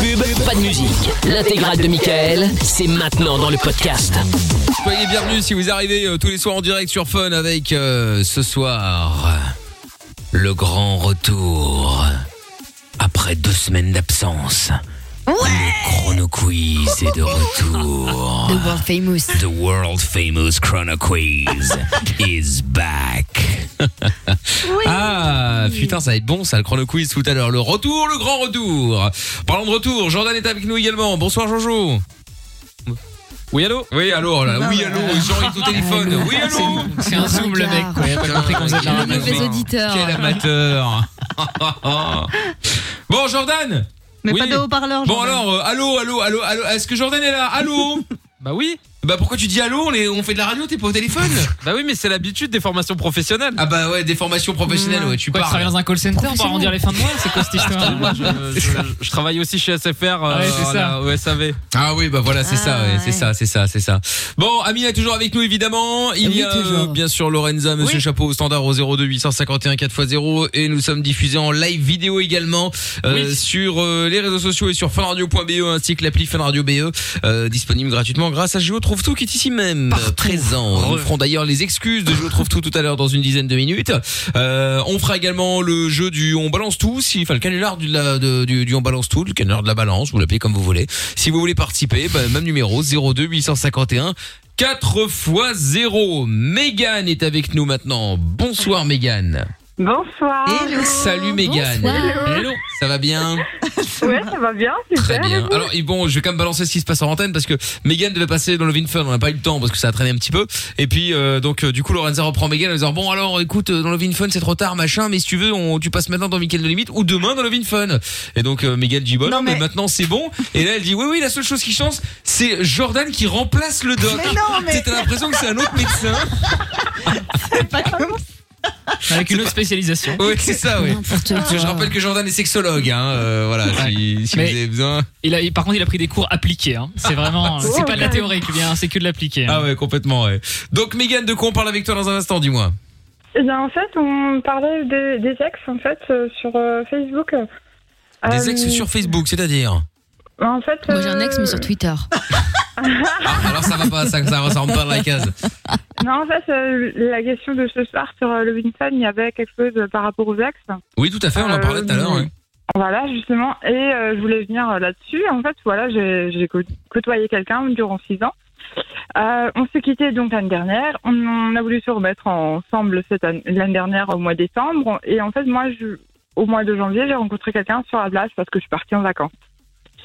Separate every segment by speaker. Speaker 1: pub, pas de musique. L'intégrale de Michael, c'est maintenant dans le podcast.
Speaker 2: Soyez bienvenus si vous arrivez euh, tous les soirs en direct sur Fun avec euh, ce soir le grand retour après deux semaines d'absence. Le chrono quiz est de retour.
Speaker 3: The world famous.
Speaker 2: The world famous chrono quiz is back. Ah putain, ça va être bon ça le chrono quiz tout à l'heure. Le retour, le grand retour. Parlons de retour, Jordan est avec nous également. Bonsoir Jojo. Oui allô Oui allô oh là, oui allô Jean-Yves au téléphone Oui allô
Speaker 4: C'est un zoom
Speaker 3: Ah.
Speaker 4: le mec, quoi. Il a pas compris qu'on faisait de la radio.
Speaker 3: mauvais auditeur.
Speaker 2: Quel amateur Bon Jordan
Speaker 5: Mais
Speaker 2: Oui.
Speaker 5: pas de haut-parleur.
Speaker 2: Bon
Speaker 5: Jordan.
Speaker 2: alors, euh, allô, allô, allô, allô, est-ce que Jordan est là Allô
Speaker 4: Bah oui,
Speaker 2: Bah pourquoi tu dis allô on, est- on fait de la radio, t'es pas au téléphone
Speaker 4: bah oui, mais c'est l'habitude des formations professionnelles.
Speaker 2: Ah bah ouais, des formations professionnelles, ouais, tu
Speaker 6: Quoi, tu
Speaker 2: parles.
Speaker 6: travailles dans un call center Ah, pour arrondir les fins de mois C'est quoi cette histoire
Speaker 4: Moi, je, je- je travaille aussi chez SFR, euh,
Speaker 6: Ouais, c'est ça.
Speaker 4: voilà, au SAV.
Speaker 2: Ah oui, bah voilà, c'est
Speaker 5: Ah
Speaker 2: ça, ouais,
Speaker 5: ouais.
Speaker 2: c'est ça, c'est ça, c'est ça. Bon, Amina est toujours avec nous évidemment. Il
Speaker 3: Oui,
Speaker 2: y a euh,
Speaker 3: toujours.
Speaker 2: bien sûr Lorenza, Monsieur Chapeau au standard au 02 851 4x0 et nous sommes diffusés en live vidéo également euh, sur euh, les réseaux sociaux et sur funradio.be E ainsi que l'appli funradio.be euh, disponible gratuitement grâce à Géo Trouve Tout qui est ici même euh, présent. Nous ferons d'ailleurs les excuses de Géo Trouve Tout tout à l'heure dans une dizaine de minutes. Euh, on fera également le jeu du on balance tout, si, enfin le canular du, de la- de- du, du on balance tout, le canular de la balance, vous l'appelez comme vous voulez. Si vous voulez participer, bah, même numéro 02 851 4 x 0. Mégane est avec nous maintenant. Bonsoir Mégane.
Speaker 7: Bonsoir.
Speaker 2: Salut Mégane.
Speaker 3: Bonsoir.
Speaker 2: Hello. Ça va bien
Speaker 7: Ouais, ça va bien,
Speaker 2: Très
Speaker 7: super.
Speaker 2: bien. Alors et bon, je vais quand même balancer ce qui se passe en antenne parce que Mégane devait passer dans le Vin Fun, on n'a pas eu le temps parce que ça a traîné un petit peu. Et puis euh, donc euh, du coup Lorenza reprend Mégane en disant bon alors écoute euh, dans le Vin Fun c'est trop tard machin, mais si tu veux on, tu passes maintenant dans Weekend de limite ou demain dans le Vin Fun. Et donc euh, Mégane dit bon
Speaker 5: Non,
Speaker 2: non, mais...
Speaker 5: mais-
Speaker 2: maintenant c'est bon. Et là elle dit oui oui la seule chose qui change c'est Jordan qui remplace le doc.
Speaker 5: Mais non, mais
Speaker 2: T'as l'impression que c'est un autre médecin.
Speaker 5: c'est pas comme
Speaker 6: Avec une autre spécialisation.
Speaker 2: Oui c'est ça oui.
Speaker 3: N'importe
Speaker 2: Parce que je
Speaker 3: quoi.
Speaker 2: rappelle que Jordan est sexologue, hein, euh, voilà, si, si
Speaker 6: Mais-
Speaker 2: vous avez besoin.
Speaker 6: Il a, il- par contre, il a pris des cours appliqués. Hein. C'est vraiment, c'est pas de la théorie qui vient, c'est que de l'appliqué.
Speaker 2: Ah
Speaker 6: Hein.
Speaker 2: ouais, complètement, ouais. Donc, Mégane, de quoi on parle avec toi dans un instant, dis-moi
Speaker 7: Eh bien, en fait, on parlait de- des ex, en fait, euh, sur euh, Facebook.
Speaker 2: Des
Speaker 7: Euh,
Speaker 2: ex sur Facebook, c'est-à-dire
Speaker 7: En fait.
Speaker 3: Moi j'ai un
Speaker 7: euh,
Speaker 3: ex mais sur Twitter.
Speaker 2: Ah, alors ça va pas, ça, ça, ça rentre pas dans la case.
Speaker 7: Non, en fait, euh, la question de ce soir sur euh, le Winston, il y avait quelque chose euh, par rapport aux ex.
Speaker 2: Oui, tout à fait, on en parlait tout à l'heure.
Speaker 7: Euh,
Speaker 2: ouais.
Speaker 7: Voilà, justement. Et euh, je voulais venir euh, là-dessus. En fait, voilà, j'ai j'ai cô- côtoyé quelqu'un durant six ans. Euh, on s'est quitté donc l'année dernière. On, on a voulu se remettre ensemble cette année- l'année dernière au mois de décembre. Et en fait, moi, je, au mois de janvier, j'ai rencontré quelqu'un sur la place parce que je suis partie en vacances.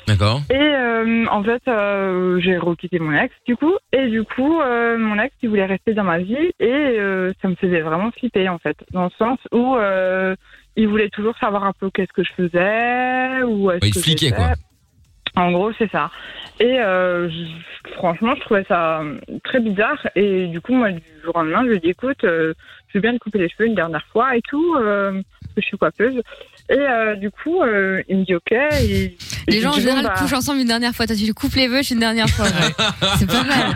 Speaker 2: D'accord.
Speaker 7: Et euh, en fait, euh, j'ai requitté mon ex, du coup. Et du coup, euh, mon ex, il voulait rester dans ma vie. Et euh, ça me faisait vraiment flipper, en fait. Dans le sens où euh, il voulait toujours savoir un peu qu'est-ce que je faisais. Ou
Speaker 2: Ouais,
Speaker 7: est-ce
Speaker 2: il te
Speaker 7: que
Speaker 2: fliquait,
Speaker 7: j'étais.
Speaker 2: quoi.
Speaker 7: En gros, c'est ça. Et euh, je- franchement, je trouvais ça euh, très bizarre. Et du coup, moi, du jour au lendemain, je lui ai dit, écoute, euh, je veux bien te couper les cheveux une dernière fois et tout. euh, parce que je suis coiffeuse. Et euh, du coup, euh, il me dit, ok. Et,
Speaker 3: Les gens en
Speaker 7: je lui dis, bon,
Speaker 3: général
Speaker 7: bah,
Speaker 3: couchent ensemble une dernière fois. Toi, tu lui coupes les vœux une dernière fois. C'est pas mal.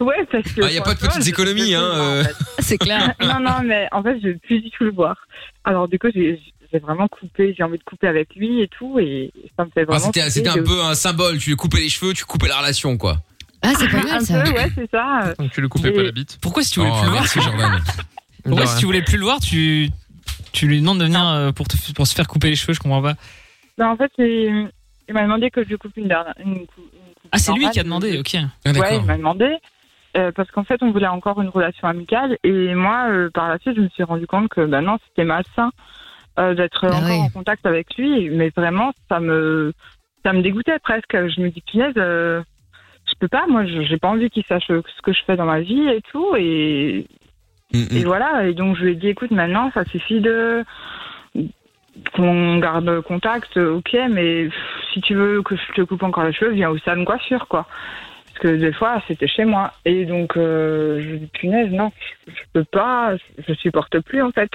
Speaker 7: ouais, parce que.
Speaker 2: Ah, y a pas de
Speaker 7: franchement,
Speaker 2: petites
Speaker 7: je-
Speaker 2: économies,
Speaker 7: je- bah,
Speaker 2: hein, euh.
Speaker 7: en fait.
Speaker 3: C'est clair.
Speaker 7: non, non, mais en fait, je veux plus du tout le voir. Alors, du coup, j'ai j'ai vraiment coupé, j'ai envie de couper avec lui et tout, et ça me fait
Speaker 2: Ah,
Speaker 7: vraiment. euh.
Speaker 2: c'était,
Speaker 7: flipper
Speaker 2: c'était un
Speaker 7: de-
Speaker 2: peu un symbole, tu lui coupais les cheveux, tu coupais la relation, quoi.
Speaker 3: Ah, c'est pas mal
Speaker 7: Un
Speaker 3: ça.
Speaker 7: peu, ouais, c'est ça.
Speaker 4: Donc tu le coupais pas la bite.
Speaker 6: Pourquoi si tu voulais
Speaker 2: Oh,
Speaker 6: plus le voir,
Speaker 2: merci, Jordan.
Speaker 6: pourquoi
Speaker 4: Ouais.
Speaker 6: si tu voulais plus le voir, tu, tu lui demandes de venir euh, pour, te- pour se faire couper les cheveux, je comprends pas.
Speaker 7: Non, Ben, en fait, il, il m'a demandé que je lui coupe une dernière. Une, cou- une coupe
Speaker 6: Ah, c'est lui
Speaker 7: normale.
Speaker 6: qui a demandé, ok.
Speaker 2: Ah,
Speaker 7: Ouais,
Speaker 2: d'accord.
Speaker 7: il m'a demandé. euh, parce qu'en fait, on voulait encore une relation amicale. Et moi, euh, par la suite, je me suis rendu compte que bah non, c'était malsain euh, d'être
Speaker 3: Bah
Speaker 7: encore
Speaker 3: oui.
Speaker 7: en contact avec lui. Mais vraiment, ça me, ça me dégoûtait presque. Je me dis, punaise, euh, je peux pas. Moi, je- j'ai pas envie qu'il sache euh, ce que je fais dans ma vie et tout. Et,
Speaker 2: Mm,
Speaker 7: et
Speaker 2: mm.
Speaker 7: voilà. Et donc, je lui ai dit, écoute, maintenant, ça suffit de qu'on garde contact, euh, ok, mais pff, si tu veux que je te coupe encore les cheveux, viens au salon de coiffure, quoi. Parce que des fois, c'était chez moi. Et donc, euh, je me dis, punaise, non, je, je peux pas, je, je supporte plus, en fait.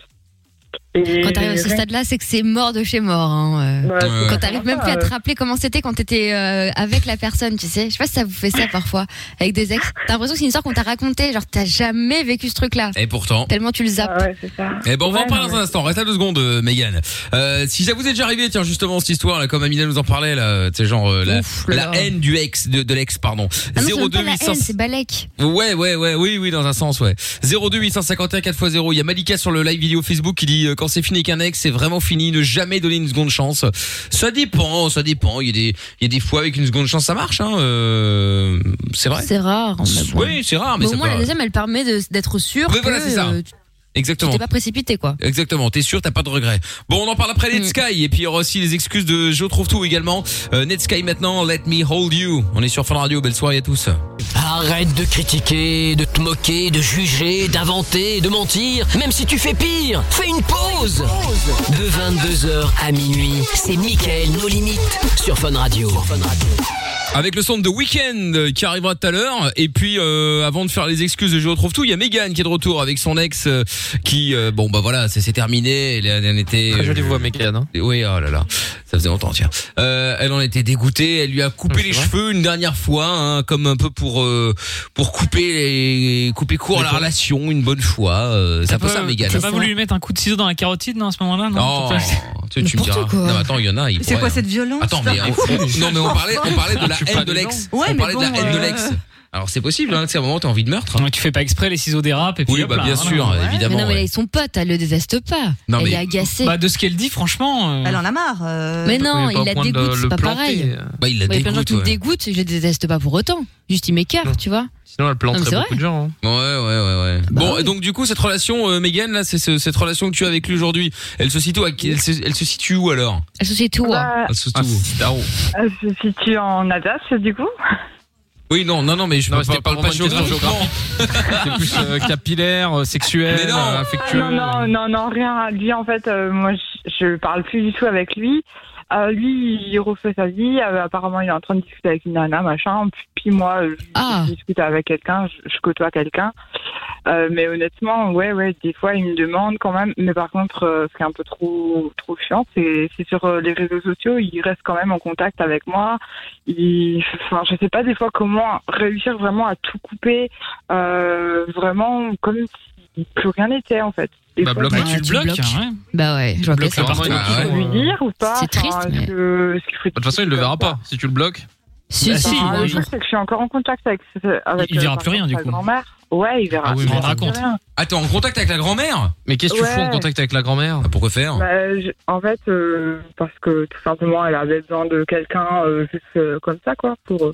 Speaker 3: Quand t'arrives à ce stade-là, c'est que c'est mort de chez mort. hein, euh.
Speaker 5: Ouais, c'est
Speaker 3: Quand
Speaker 5: ça
Speaker 3: t'arrives
Speaker 5: va
Speaker 3: même
Speaker 5: pas,
Speaker 3: plus à te
Speaker 5: euh.
Speaker 3: rappeler comment c'était quand t'étais euh, avec la personne, tu sais. Je sais pas si ça vous fait ça parfois avec des ex. T'as l'impression que c'est une histoire qu'on t'a racontée, genre t'as jamais vécu ce truc-là.
Speaker 2: Et pourtant.
Speaker 3: Tellement tu le zappes.
Speaker 7: Ah
Speaker 2: Eh ben, on va en
Speaker 3: Ouais,
Speaker 2: parler
Speaker 3: non,
Speaker 2: dans un instant. Reste à deux secondes, euh, Mégane. Euh, si ça vous est déjà arrivé, tiens, justement, cette histoire, là, comme Amina nous en parlait, là, euh, tu sais, genre, euh, la,
Speaker 3: là
Speaker 2: la
Speaker 3: là.
Speaker 2: haine du ex, de, de l'ex, pardon.
Speaker 3: Ah non, c'est
Speaker 2: 02
Speaker 3: même pas la haine,
Speaker 2: 800.
Speaker 3: c'est Balek.
Speaker 2: Ouais, ouais, ouais, oui, oui, dans un sens, ouais. 02 851 4x0. Il y a Malika sur le live vidéo Facebook qui dit, euh, quand c'est fini avec un ex, c'est vraiment fini. Ne jamais donner une seconde chance. Ça dépend, ça dépend. Il y a des, il y a des fois avec une seconde chance, ça marche, hein, euh, c'est vrai.
Speaker 3: C'est rare. mais bon.
Speaker 2: Oui, c'est rare, mais,
Speaker 3: Mais au
Speaker 2: ça
Speaker 3: moins,
Speaker 2: peut-
Speaker 3: la deuxième, elle permet de- d'être sûre
Speaker 2: Oui,
Speaker 3: que
Speaker 2: voilà, c'est ça.
Speaker 3: euh, tu
Speaker 2: Exactement.
Speaker 3: t'es pas précipité, quoi.
Speaker 2: Exactement, t'es sûr, t'as pas de regrets. Bon, on en parle après Ned
Speaker 4: Mm.
Speaker 2: Sky et puis il y aura aussi les excuses de Joe trouve tout également. Euh, Ned Sky maintenant, Let Me Hold You. On est sur Fun Radio, belle soirée à tous.
Speaker 1: Arrête de critiquer, de te moquer, de juger, d'inventer, de mentir. Même si tu fais pire, fais une pause. De 22h à minuit, c'est Mickaël, nos limites, sur Fun Radio.
Speaker 2: Avec le son de The Weeknd euh, qui arrivera tout à l'heure et puis euh, avant de faire les excuses de Joe trouve tout, il y a Megan qui est de retour avec son ex euh, qui euh, bon bah voilà, c'est c'est terminé, elle, elle en était
Speaker 4: Très jolie
Speaker 2: euh,
Speaker 4: voix, Mégane. hein.
Speaker 2: Oui, oh là là, ça faisait longtemps, tiens. Euh, elle en était dégoûtée, elle lui a coupé les cheveux une dernière fois, hein, comme un peu pour euh, pour couper les, couper court à la relation une bonne fois. euh,
Speaker 4: Ah,
Speaker 2: c'est un peu ça, Mégane.
Speaker 6: T'as pas voulu lui mettre un coup de ciseau dans la carotide, non, à ce moment-là,
Speaker 4: hein,
Speaker 6: non
Speaker 2: Non, Oh, tu, tu me diras. Non, mais attends, il y en a. ils
Speaker 5: C'est quoi
Speaker 2: pourraient-
Speaker 5: cette violence
Speaker 2: Attends, mais
Speaker 5: putain
Speaker 2: on- on- non, mais on parlait, on parlait de la
Speaker 4: suis
Speaker 2: haine
Speaker 4: pas
Speaker 2: de
Speaker 4: des
Speaker 2: l'ex.
Speaker 5: gens. Ah, Ouais,
Speaker 2: on
Speaker 5: mais
Speaker 2: parlait de la
Speaker 5: bon,
Speaker 2: haine de
Speaker 5: euh,
Speaker 2: l'ex. Alors c'est possible, hein, que c'est un moment t'as envie de meurtre.
Speaker 6: Ouais, Tu fais pas exprès, les ciseaux dérapent et puis
Speaker 2: Oui,
Speaker 6: hop
Speaker 2: bah
Speaker 6: là,
Speaker 2: bien
Speaker 6: voilà.
Speaker 2: sûr,
Speaker 3: mais non,
Speaker 2: évidemment.
Speaker 3: mais là,
Speaker 2: ouais.
Speaker 3: ils sont potes, elle le déteste pas.
Speaker 2: Non,
Speaker 3: elle
Speaker 2: mais-
Speaker 3: est agacée.
Speaker 6: Bah, de ce qu'elle dit, franchement. euh,
Speaker 5: Elle en a marre. euh,
Speaker 3: mais non,
Speaker 4: Vous pouvez
Speaker 3: il
Speaker 4: pas
Speaker 3: la
Speaker 4: prendre
Speaker 3: dégoûte,
Speaker 4: le-
Speaker 3: c'est
Speaker 4: le
Speaker 3: pas
Speaker 4: planter,
Speaker 3: pareil.
Speaker 4: euh,
Speaker 2: Bah, il la
Speaker 3: Ouais, plein de gens
Speaker 2: dégoûte.
Speaker 3: qui le
Speaker 2: ouais.
Speaker 3: dégoûtent, je les déteste pas pour autant. Juste, ils m'écartent, tu vois.
Speaker 4: Sinon, elle
Speaker 3: Non, mais c'est
Speaker 4: planterait beaucoup
Speaker 3: vrai.
Speaker 4: de gens. hein.
Speaker 2: Ouais, ouais, ouais, ouais. Bon, et donc du coup, cette relation, euh, Megan, là, c'est ce- cette relation que tu as avec lui aujourd'hui, elle se situe, à, qui- elle, se, elle se situe où alors
Speaker 3: Elle se sait tout. hein.
Speaker 7: Bah,
Speaker 2: Elle se situe
Speaker 4: Ah,
Speaker 2: où
Speaker 7: elle se situe en Alsace, du coup.
Speaker 2: Oui, non, non, non, mais je
Speaker 4: Non,
Speaker 2: ne
Speaker 4: c'était
Speaker 2: parle pas,
Speaker 4: pas
Speaker 2: pas
Speaker 4: vraiment une question
Speaker 2: géographiquement.
Speaker 4: C'est plus euh, capillaire, euh, sexuel,
Speaker 2: Mais non.
Speaker 4: euh,
Speaker 7: Ah,
Speaker 4: affectueux.
Speaker 7: non, non, non, non, rien à lui. En fait, euh, moi, je- je parle plus du tout avec lui. Euh, lui, il refait sa vie. Euh, apparemment, il est en train de discuter avec une nana, machin. Puis, puis moi, je,
Speaker 3: Ah.
Speaker 7: je discute avec quelqu'un, je, je côtoie quelqu'un. Euh, mais honnêtement, ouais, ouais, des fois, il me demande quand même. Mais par contre, euh, ce qui est un peu trop, trop chiant, c'est c'est sur euh, les réseaux sociaux, il reste quand même en contact avec moi. Il, enfin, je sais pas des fois comment réussir vraiment à tout couper, euh, vraiment comme si plus rien n'était en fait. Des
Speaker 4: Bah,
Speaker 7: fois,
Speaker 4: bloque-le.
Speaker 6: bah,
Speaker 3: Ah,
Speaker 6: tu le
Speaker 3: tu
Speaker 6: bloques,
Speaker 3: bloques.
Speaker 6: hein, ouais.
Speaker 3: Bah ouais, je vois
Speaker 4: Bloque
Speaker 3: ça.
Speaker 4: vraiment
Speaker 2: partout.
Speaker 4: une
Speaker 2: Ah,
Speaker 7: faut
Speaker 4: option,
Speaker 7: lui
Speaker 4: euh,
Speaker 7: dire ou pas
Speaker 3: C'est triste,
Speaker 7: Enfin,
Speaker 3: mais-
Speaker 7: est-ce que- est-ce qu'il faut
Speaker 4: Bah, De toute façon, il le verra pas. Si tu le bloques,
Speaker 3: Si,
Speaker 6: Bah,
Speaker 3: si,
Speaker 6: si,
Speaker 7: Enfin,
Speaker 6: bah,
Speaker 7: le
Speaker 6: oui.
Speaker 7: truc, c'est que Ah, je suis encore en contact avec. avec
Speaker 6: Il verra
Speaker 7: euh,
Speaker 6: plus rien,
Speaker 7: sa
Speaker 6: du coup.
Speaker 7: grand-mère. Ouais, il verra.
Speaker 4: Ah oui,
Speaker 7: il
Speaker 4: mais
Speaker 7: verra
Speaker 6: raconte.
Speaker 7: plus rien.
Speaker 2: Attends, en contact avec la grand-mère
Speaker 4: mais qu'est-ce que tu fous en
Speaker 7: Ouais.
Speaker 4: contact avec la grand-mère
Speaker 2: Ah, Pourquoi faire
Speaker 7: Bah, je- en fait, euh, parce que tout simplement, elle avait besoin de quelqu'un euh, juste euh, comme ça, quoi, pour, euh,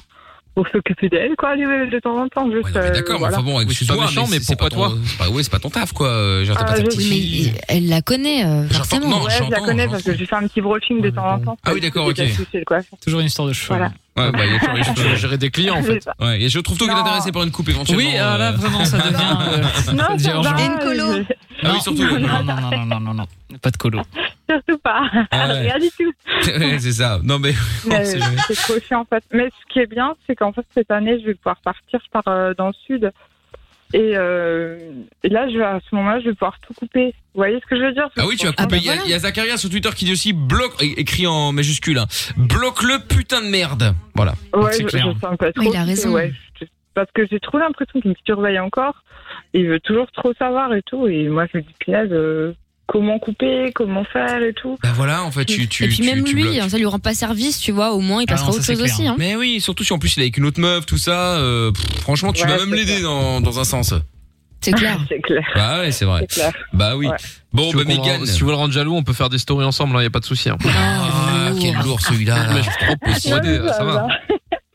Speaker 7: pour s'occuper d'elle, quoi, de, de temps en temps. Juste,
Speaker 2: Ouais, non, mais
Speaker 7: euh,
Speaker 2: D'accord, mais
Speaker 7: voilà.
Speaker 2: enfin bon,
Speaker 4: Oui, c'est pas
Speaker 2: excuse-moi,
Speaker 4: méchant, mais
Speaker 2: c'est- c'est
Speaker 4: pourquoi
Speaker 2: pas ton- c'est pas- Oui, c'est pas ton taf, quoi. euh, J'entends
Speaker 7: Ah,
Speaker 2: pas ta
Speaker 7: je-
Speaker 2: petite
Speaker 3: Oui,
Speaker 2: fille.
Speaker 3: mais elle la connaît, euh,
Speaker 2: J'entends- non,
Speaker 3: forcément.
Speaker 7: Ouais, je la
Speaker 2: j'entends,
Speaker 7: connais parce
Speaker 2: j'entends.
Speaker 7: que j'ai fait un petit brushing de
Speaker 4: Ouais,
Speaker 7: temps en
Speaker 4: bon.
Speaker 7: temps.
Speaker 2: Ah oui, d'accord,
Speaker 7: C'est
Speaker 2: ok.
Speaker 7: pas touché, quoi.
Speaker 6: Toujours une histoire de cheveux.
Speaker 7: Voilà.
Speaker 2: Ouais, bah, il y a toujours les
Speaker 4: Je vais
Speaker 2: cheveux.
Speaker 4: gérer des clients, en
Speaker 7: Je sais
Speaker 4: fait.
Speaker 7: pas.
Speaker 2: Ouais, et je trouve tout qu'il est
Speaker 7: Non.
Speaker 2: intéressé par une coupe éventuellement.
Speaker 6: Oui, alors là,
Speaker 2: euh,
Speaker 6: vraiment, ça devient. euh,
Speaker 7: Non,
Speaker 6: devient
Speaker 7: ça
Speaker 6: urgent.
Speaker 7: va, euh,
Speaker 5: Et une colo.
Speaker 7: je-
Speaker 2: Ah oui,
Speaker 6: Non.
Speaker 2: surtout. ouais.
Speaker 6: Non, non, non, non, non, non, non. Pas de colo.
Speaker 7: Surtout pas.
Speaker 2: Ah ouais.
Speaker 7: Rien du tout.
Speaker 2: Ouais, c'est ça. Non, mais.
Speaker 7: Mais
Speaker 2: c'est vrai.
Speaker 7: C'est trop chiant, en fait. Mais ce qui est bien, c'est qu'en fait, cette année, je vais pouvoir partir. Je pars euh, dans le sud. Et, euh, et là, je vais, à ce moment-là, je vais pouvoir tout couper. Vous voyez ce que je veux dire
Speaker 2: Ah oui, tu vas
Speaker 3: Ah
Speaker 2: couper.
Speaker 3: bah
Speaker 2: Il y a-
Speaker 3: voilà.
Speaker 2: il y, a Zakaria sur Twitter qui dit aussi bloque, é- écrit en majuscule, hein, bloque le putain de merde. Voilà.
Speaker 7: Ouais,
Speaker 6: C'est
Speaker 7: je,
Speaker 6: clair.
Speaker 2: hein.
Speaker 7: je sens pas trop.
Speaker 3: il a
Speaker 7: parce que,
Speaker 3: raison.
Speaker 7: ouais, je- parce que j'ai trop l'impression qu'il me surveille encore. Il veut toujours trop savoir et tout. Et moi, je me dis, punaise, euh, comment couper, comment faire et tout.
Speaker 2: Bah voilà, en fait, tu. tu
Speaker 3: Et puis
Speaker 2: tu-
Speaker 3: même
Speaker 2: tu
Speaker 3: lui, hein,
Speaker 2: bloques.
Speaker 3: ça lui rend pas service, tu vois. Au moins, il
Speaker 6: Ah
Speaker 3: passera
Speaker 6: non, ça,
Speaker 3: autre
Speaker 6: c'est
Speaker 3: chose
Speaker 6: clair.
Speaker 3: aussi. hein.
Speaker 2: Mais oui, surtout si en plus il est avec une autre meuf, tout ça. euh, pff, franchement, tu
Speaker 7: Ouais,
Speaker 2: vas même
Speaker 7: c'est
Speaker 2: l'aider dans, dans un sens.
Speaker 3: C'est clair.
Speaker 7: C'est clair,
Speaker 2: Bah ouais, c'est vrai.
Speaker 7: c'est clair.
Speaker 2: Bah oui.
Speaker 7: Ouais.
Speaker 2: Bon,
Speaker 4: Si tu
Speaker 2: bah
Speaker 4: veux qu'on
Speaker 2: Megan.
Speaker 4: le- si tu veux le rendre jaloux, on peut faire des stories ensemble, il n'y a pas de souci. hein.
Speaker 2: Ah,
Speaker 3: Ah,
Speaker 2: quel lourd celui-là. là.
Speaker 4: Mais je suis trop persuadé,
Speaker 7: Ouais,
Speaker 4: ça va.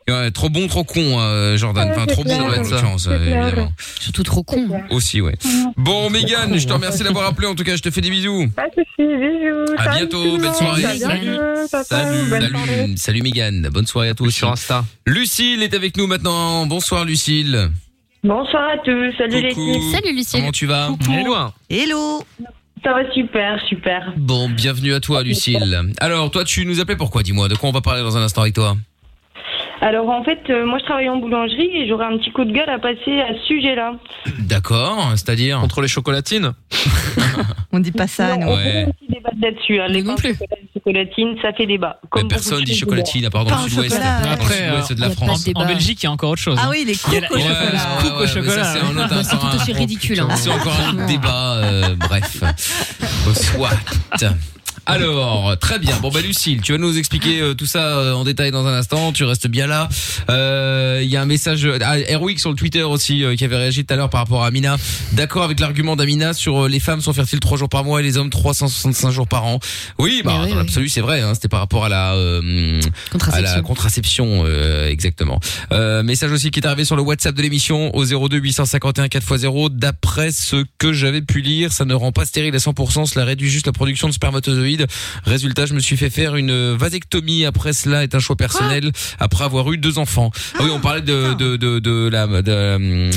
Speaker 2: Ouais, trop bon, trop con, euh, Jordan.
Speaker 7: Ouais,
Speaker 2: Enfin,
Speaker 7: c'est
Speaker 2: trop bon,
Speaker 7: clair.
Speaker 2: en l'occurrence, euh,
Speaker 7: C'est clair.
Speaker 2: évidemment.
Speaker 3: Surtout trop con.
Speaker 2: Aussi, ouais. Bon, Megan, je te remercie d'avoir appelé. En tout cas, je te fais des bisous.
Speaker 7: Pas de soucis, bisous.
Speaker 2: À
Speaker 7: Salut
Speaker 2: bientôt,
Speaker 7: tout le
Speaker 2: belle
Speaker 7: monde.
Speaker 2: soirée.
Speaker 7: À bientôt, papa.
Speaker 2: Salut,
Speaker 7: Bonne soirée.
Speaker 2: salut, salut Megan. Bonne soirée à tous.
Speaker 4: Ou sur Insta.
Speaker 2: Lucille est avec nous maintenant. Bonsoir, Lucille.
Speaker 8: Bonsoir à tous, salut
Speaker 2: Coucou.
Speaker 8: l'équipe.
Speaker 3: Salut, Lucille.
Speaker 2: Comment tu vas
Speaker 4: Hello. hein.
Speaker 5: Hello
Speaker 8: Ça va super, super.
Speaker 2: Bon, bienvenue à toi, Lucille. Alors, toi, tu nous appelais pourquoi Dis-moi, de quoi on va parler dans un instant avec toi
Speaker 8: Alors en fait, euh, moi je travaille en boulangerie et j'aurais un petit coup de gueule à passer à ce sujet-là.
Speaker 2: D'accord, c'est-à-dire Contre les chocolatines
Speaker 8: On dit pas ça,
Speaker 2: non.
Speaker 8: On
Speaker 2: Ouais.
Speaker 8: peut aussi débattre là-dessus. Hein. Les pains chocolat- chocolatines, ça fait débat. Comme
Speaker 2: Mais personne
Speaker 8: beaucoup de
Speaker 2: dit
Speaker 8: choses
Speaker 2: chocolatine, à part dans
Speaker 8: Pain
Speaker 2: le
Speaker 8: au
Speaker 2: sud-ouest.
Speaker 8: chocolat, ouais.
Speaker 2: Après,
Speaker 6: Après,
Speaker 2: le sud-ouest de la
Speaker 6: euh,
Speaker 2: France.
Speaker 6: en, en Belgique, il y a encore autre chose.
Speaker 2: Ah
Speaker 6: hein.
Speaker 2: oui, les
Speaker 6: Il y a la-
Speaker 2: crocs au
Speaker 6: il y a la
Speaker 2: chocolat.
Speaker 6: fameuse coupe au
Speaker 2: Ouais, mais ça,
Speaker 6: chocolat,
Speaker 2: c'est
Speaker 6: ouais.
Speaker 2: un autre- c'est un autre-
Speaker 3: ridicule. hein.
Speaker 2: C'est encore un autre débat, euh, bref. Soit. Alors, très bien. Bon bah Lucille, tu vas nous expliquer euh, tout ça euh, en détail dans un instant. Tu restes bien là. Euh, Il y a un message euh, à Erwick sur le Twitter aussi euh, qui avait réagi tout à l'heure par rapport à Amina. D'accord avec l'argument d'Amina sur euh, les femmes sont fertiles 3 jours par mois et les hommes 365 jours par an. Oui, bah dans l'absolu c'est vrai. Hein, C'était par rapport à la euh, à la contraception euh, exactement. Euh, message aussi qui est arrivé sur le WhatsApp de l'émission au 02 851 4x0. D'après ce que j'avais pu lire, ça ne rend pas stérile à 100%, cela réduit juste la production de spermatozoïdes. Résultat, je me suis fait faire une vasectomie après cela est un choix personnel après avoir eu deux enfants. Ah oui, on parlait de de de, de la de, euh,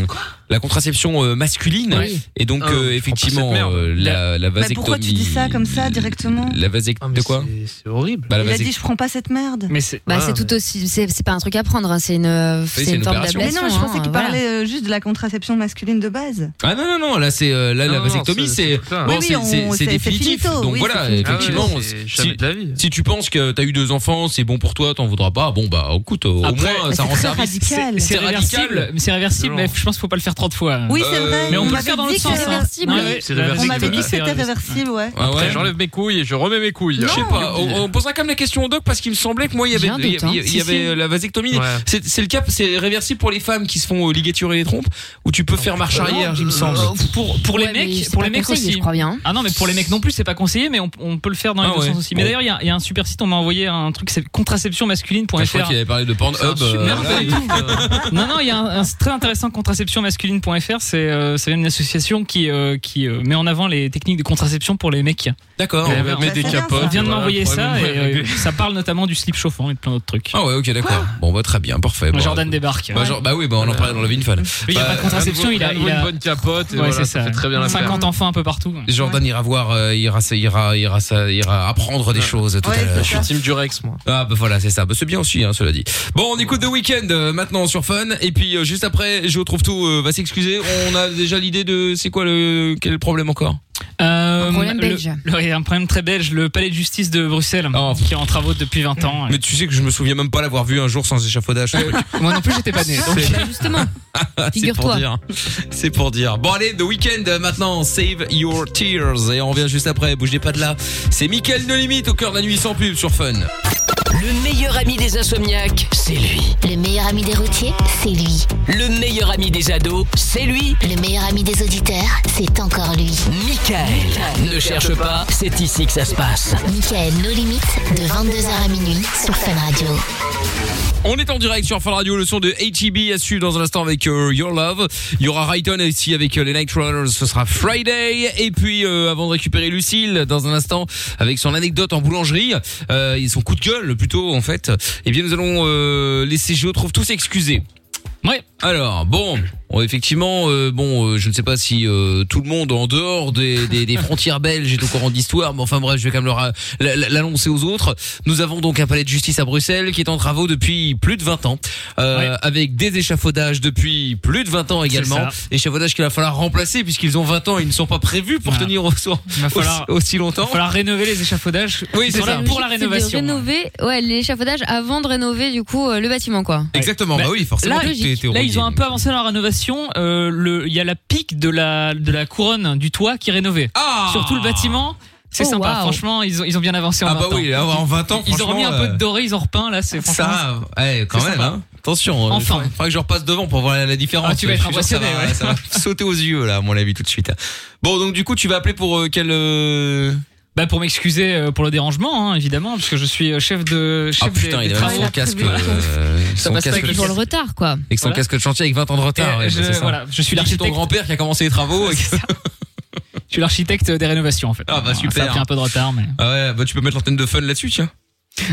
Speaker 2: la contraception euh, masculine
Speaker 9: Oui.
Speaker 2: et donc euh,
Speaker 9: Ah, je prends pas
Speaker 2: effectivement
Speaker 9: cette merde.
Speaker 2: euh, la la vasectomie
Speaker 9: Mais Bah, pourquoi tu dis ça comme ça directement
Speaker 2: la vasectomie de quoi
Speaker 4: C'est horrible.
Speaker 2: Bah, la
Speaker 9: Il a dit
Speaker 2: vasect-
Speaker 9: je prends pas cette merde.
Speaker 2: Mais c'est-
Speaker 3: Bah,
Speaker 2: Ah,
Speaker 3: c'est tout aussi. C'est c'est pas un truc à prendre, hein, c'est une,
Speaker 2: c'est
Speaker 3: c'est une,
Speaker 2: une
Speaker 3: forme
Speaker 2: opération.
Speaker 9: Mais
Speaker 3: d'ablation.
Speaker 9: non, je pensais
Speaker 3: hein,
Speaker 9: qu'il
Speaker 3: voilà.
Speaker 9: parlait euh, juste de la contraception masculine de base.
Speaker 2: Ah non non non là c'est euh, là la
Speaker 4: non,
Speaker 2: vasectomie
Speaker 4: c'est-
Speaker 2: c'est
Speaker 4: c'est ça.
Speaker 2: bon,
Speaker 4: Oui, oui,
Speaker 2: c'est-
Speaker 4: on-
Speaker 2: c'est-
Speaker 4: c'est-
Speaker 2: c'est
Speaker 4: c'est
Speaker 2: définitif
Speaker 4: finito,
Speaker 2: donc
Speaker 4: oui,
Speaker 2: voilà
Speaker 4: c'est finito.
Speaker 2: effectivement
Speaker 4: Ah ouais, c'est jamais
Speaker 2: si,
Speaker 4: de la vie.
Speaker 2: si tu penses que t'as eu deux enfants c'est bon pour toi t'en voudras pas bon bah écoute au
Speaker 6: Après,
Speaker 2: moins ça rend service
Speaker 6: C'est- C'est réversible,
Speaker 2: radical.
Speaker 6: mais c'est réversible, mais je pense qu'il faut pas le faire 30 fois.
Speaker 9: Oui, c'est vrai.
Speaker 6: Mais on, peut le
Speaker 9: m'avait
Speaker 6: faire dans
Speaker 9: dit
Speaker 6: l'autre
Speaker 9: que
Speaker 6: sens.
Speaker 9: c'était
Speaker 6: hein.
Speaker 9: réversible.
Speaker 6: Non, ouais, la
Speaker 9: Euh, On m'avait
Speaker 6: vasectomie,
Speaker 9: dit que
Speaker 6: c'est
Speaker 9: c'était
Speaker 6: réversible.
Speaker 9: réversible, ouais.
Speaker 4: Après, j'enlève mes couilles et je remets mes couilles.
Speaker 2: Ah Je sais pas, on, on posera quand même la question au doc parce qu'il me semblait que moi il y avait,
Speaker 4: J'ai un doute,
Speaker 2: il y avait-
Speaker 4: hein.
Speaker 2: il y
Speaker 4: Si, si.
Speaker 2: avait euh, la vasectomie. C'est c'est le cas, c'est réversible pour les femmes qui se font euh, ligaturer les trompes où tu peux faire marche arrière, il me semble.
Speaker 6: Pour, pour les mecs, pour les mecs
Speaker 3: conseillé,
Speaker 6: aussi.
Speaker 3: je crois bien.
Speaker 6: Ah non, mais pour les mecs non plus, c'est pas conseillé, mais on, on peut le faire dans les
Speaker 2: Ah
Speaker 6: deux
Speaker 2: ouais.
Speaker 6: sens aussi. Mais
Speaker 2: Bon.
Speaker 6: d'ailleurs, il y a- il y, a un super site, on m'a envoyé un truc, c'est contraceptionmasculine.fr.
Speaker 2: Enfin, Ah, je crois qu'il avait parlé de Pornhub. euh, voilà.
Speaker 6: non, non, il y a un, un très intéressant contraceptionmasculine.fr. C'est euh, c'est même une association qui, euh, qui euh, met en avant les techniques de contraception pour les mecs. Euh,
Speaker 2: D'accord. Bah,
Speaker 4: Eh ben, mets des capotes,
Speaker 6: On vient de
Speaker 4: voilà,
Speaker 6: m'envoyer ça
Speaker 4: problème
Speaker 6: et euh,
Speaker 4: réglé.
Speaker 6: ça parle notamment du slip chauffant et de plein d'autres trucs.
Speaker 2: Ah ouais, ok, d'accord. Bon, bah très bien, parfait. Bon,
Speaker 6: Jordan
Speaker 2: écoute.
Speaker 6: débarque.
Speaker 2: Bah, genre- bah oui, bah, on en parlait dans le Vinfan.
Speaker 6: Il n'y a
Speaker 2: Bah,
Speaker 6: pas de contraception, il a, il a
Speaker 4: une bonne capote. Et
Speaker 6: Ouais,
Speaker 4: voilà,
Speaker 6: c'est
Speaker 4: ça.
Speaker 6: ça.
Speaker 4: fait très bien la
Speaker 6: 50 enfants un peu partout.
Speaker 2: Jordan ira voir, euh, ira, sa- ira, ira, sa- ira apprendre des choses tout à l'heure.
Speaker 4: Je suis team Durex, moi.
Speaker 2: Ah bah voilà, c'est ça. Bah, c'est bien aussi, hein, cela dit. Bon, on écoute The Weeknd euh, maintenant sur Fun. Et puis euh, juste après, je retrouve tout. euh, va s'excuser. On a déjà l'idée de c'est quoi le quel problème encore
Speaker 6: Euh,
Speaker 2: Un problème
Speaker 6: le-
Speaker 2: belge.
Speaker 6: le- ouais, un problème très belge, le palais de justice de Bruxelles, qui est en travaux depuis 20 ans.
Speaker 2: Oh. Mais tu sais que je me souviens même pas l'avoir vu un jour sans échafaudage.
Speaker 6: Moi non plus, j'étais pas né. donc-
Speaker 2: C'est-
Speaker 3: Justement.
Speaker 2: c'est pour
Speaker 3: Figure-toi.
Speaker 2: dire. C'est pour dire. Bon allez, The Weeknd euh, maintenant. Save your tears. Et on revient juste après. Bougez pas de là. C'est Mickaël No Limite au cœur de la nuit sans pub sur Fun.
Speaker 1: Le meilleur ami des insomniaques, c'est lui.
Speaker 10: Le meilleur ami des routiers, c'est lui.
Speaker 1: Le meilleur ami des ados, c'est lui.
Speaker 10: Le meilleur ami des auditeurs, c'est encore lui.
Speaker 1: Michael. Ne cherche pas, c'est ici que ça se passe.
Speaker 10: Michael, nos limites, de 22h à minuit sur Fun Radio.
Speaker 2: On est en direct sur Fun Radio, le son de H.E.B. à suivre dans un instant avec euh, Your Love. Il y aura Rayton ici avec euh, les Night Runners, ce sera Friday. Et puis, euh, avant de récupérer Lucille, dans un instant, avec son anecdote en boulangerie, euh, et son coup de gueule plutôt en fait, eh bien nous allons euh, laisser Je trouve tous s'excuser.
Speaker 6: Ouais.
Speaker 2: Alors bon, bon, effectivement, euh, bon, euh, je ne sais pas si euh, tout le monde en dehors des, des- des frontières belges est au courant de l'histoire, mais enfin bref, je vais quand même leur, euh, la- la- l'annoncer aux autres. Nous avons donc un palais de justice à Bruxelles qui est en travaux depuis plus de 20 ans, euh, avec des échafaudages depuis plus de 20 ans également.
Speaker 6: ça.
Speaker 2: Échafaudages qu'il va falloir remplacer puisqu'ils ont 20 ans et ils ne sont pas prévus pour tenir au soir
Speaker 6: Il va falloir-
Speaker 2: aussi, aussi longtemps.
Speaker 6: Il va falloir rénover les échafaudages.
Speaker 2: Oui, c'est
Speaker 6: Pour la-
Speaker 2: ça.
Speaker 6: Pour la
Speaker 3: C'est de
Speaker 6: rénovation.
Speaker 3: rénover, ouais, l'échafaudage avant de rénover du coup euh, le bâtiment quoi.
Speaker 2: Exactement, bah, oui, forcément.
Speaker 6: Là,
Speaker 2: tout est- est
Speaker 6: là,
Speaker 2: relié,
Speaker 6: ils ont un
Speaker 2: donc.
Speaker 6: peu avancé dans la rénovation. Euh, le- Il y a la pique de la, de la couronne du toit qui est rénovée.
Speaker 2: Ah
Speaker 6: Sur tout le bâtiment. C'est
Speaker 2: Oh,
Speaker 6: sympa,
Speaker 2: wow.
Speaker 6: franchement, ils ont, ils ont bien avancé en
Speaker 2: Ah
Speaker 6: 20
Speaker 2: bah
Speaker 6: ans.
Speaker 2: oui, là, en 20 ans,
Speaker 6: Ils ont remis un
Speaker 2: franchement, euh,
Speaker 6: peu de doré, ils ont repeint, là, c'est franchement.
Speaker 2: Ça, ouais, quand
Speaker 6: c'est
Speaker 2: même,
Speaker 6: sympa.
Speaker 2: hein. Attention, euh,
Speaker 6: Enfin.
Speaker 2: faudrait- faudrait que je repasse devant pour voir la, la différence.
Speaker 6: Ah, tu vas être
Speaker 2: Je suis sûr que ça
Speaker 6: impressionné,
Speaker 2: va-
Speaker 6: ouais.
Speaker 2: Ça va sauter aux yeux, là, à mon avis, tout de suite. Bon, donc, du coup, tu vas appeler pour euh, quel, euh,
Speaker 6: Bah pour m'excuser euh, pour le dérangement hein, évidemment parce que je suis euh, chef de chef
Speaker 2: Ah, putain,
Speaker 6: des,
Speaker 2: il
Speaker 6: des
Speaker 2: avait
Speaker 6: travaux.
Speaker 2: son casque, euh,
Speaker 6: Ça
Speaker 2: son
Speaker 6: passe pas
Speaker 2: casque
Speaker 6: avec
Speaker 2: de-
Speaker 3: Pour le retard quoi.
Speaker 2: Avec son
Speaker 6: Voilà.
Speaker 2: casque de chantier avec 20 ans de retard.
Speaker 6: Et
Speaker 2: ouais, bah,
Speaker 6: je-
Speaker 2: c'est ça.
Speaker 6: voilà, je suis
Speaker 2: Tu dis que c'est ton
Speaker 6: l'architecte.
Speaker 2: grand-père qui a commencé les travaux. et que-
Speaker 6: Je suis l'architecte des rénovations en fait.
Speaker 2: Ah, bah,
Speaker 6: Ça a
Speaker 2: super.
Speaker 6: pris un peu de retard mais.
Speaker 2: Ah ouais, bah, tu peux mettre l'antenne de fun là-dessus, tiens.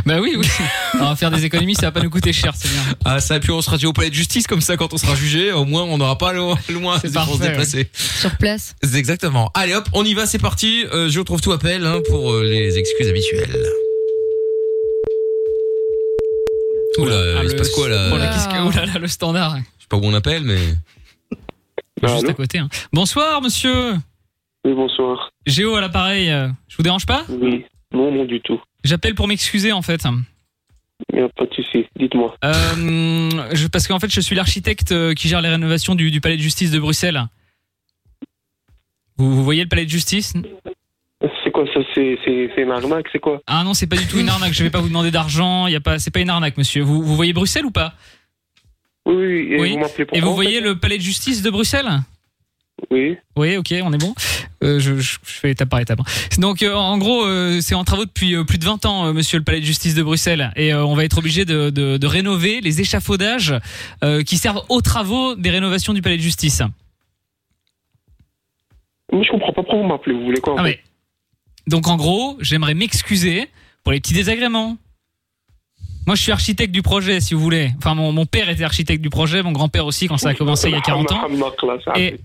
Speaker 6: Bah oui oui. on va faire des économies, ça va pas nous coûter cher, c'est bien.
Speaker 2: Ah, ça, et puis on sera au palais de justice, comme ça, quand on sera jugé, au moins, on n'aura pas lo- loin
Speaker 6: C'est
Speaker 2: de pour se
Speaker 6: parfait,
Speaker 2: déplacer.
Speaker 3: Sur place.
Speaker 2: C'est Exactement. Allez hop, on y va, c'est parti. Euh, je retrouve tout appel hein, pour euh, les excuses habituelles. Oula, il se passe quoi là
Speaker 6: Oh là, qu'est-ce que- oh là là, le standard.
Speaker 2: Je sais pas où on appelle, mais.
Speaker 6: Juste à côté. hein. Bonsoir, monsieur.
Speaker 11: Oui, bonsoir.
Speaker 6: Géo à l'appareil. euh, Je vous dérange pas
Speaker 11: Oui. Non, non, du tout.
Speaker 6: J'appelle pour m'excuser en fait.
Speaker 11: Il n'y a pas de souci. Dites-moi.
Speaker 6: Euh, je- parce qu'en fait, je suis l'architecte euh, qui gère les rénovations du, du palais de justice de Bruxelles. Vous, vous voyez le palais de justice
Speaker 11: C'est quoi ça C'est c'est- c'est une arnaque C'est quoi
Speaker 6: Ah non, c'est pas du tout une arnaque. Je vais pas vous demander d'argent. Il y a pas, c'est pas une arnaque, monsieur. Vous, vous voyez Bruxelles ou pas
Speaker 11: Oui, oui. Et vous m'appelez
Speaker 6: Et
Speaker 11: pourquoi
Speaker 6: vous
Speaker 11: en fait
Speaker 6: voyez le palais de justice de Bruxelles
Speaker 11: Oui.
Speaker 6: Oui, ok, on est bon. Euh, je, je- je fais étape par étape. hein. Donc, euh, en gros, euh, c'est en travaux depuis euh, plus de 20 ans, euh, monsieur le palais de justice de Bruxelles. Et euh, on va être obligé de, de- de rénover les échafaudages euh, qui servent aux travaux des rénovations du palais de justice.
Speaker 11: Mais je comprends pas pourquoi vous m'appelez. Vous voulez quoi en
Speaker 6: Ah
Speaker 11: fait
Speaker 6: ouais. Donc, en gros, j'aimerais m'excuser pour les petits désagréments. Moi, je suis architecte du projet, si vous voulez. Enfin, mon, mon père était architecte du projet, mon grand-père aussi, quand ça a commencé il
Speaker 11: Ah,
Speaker 6: y a 40 ans. Et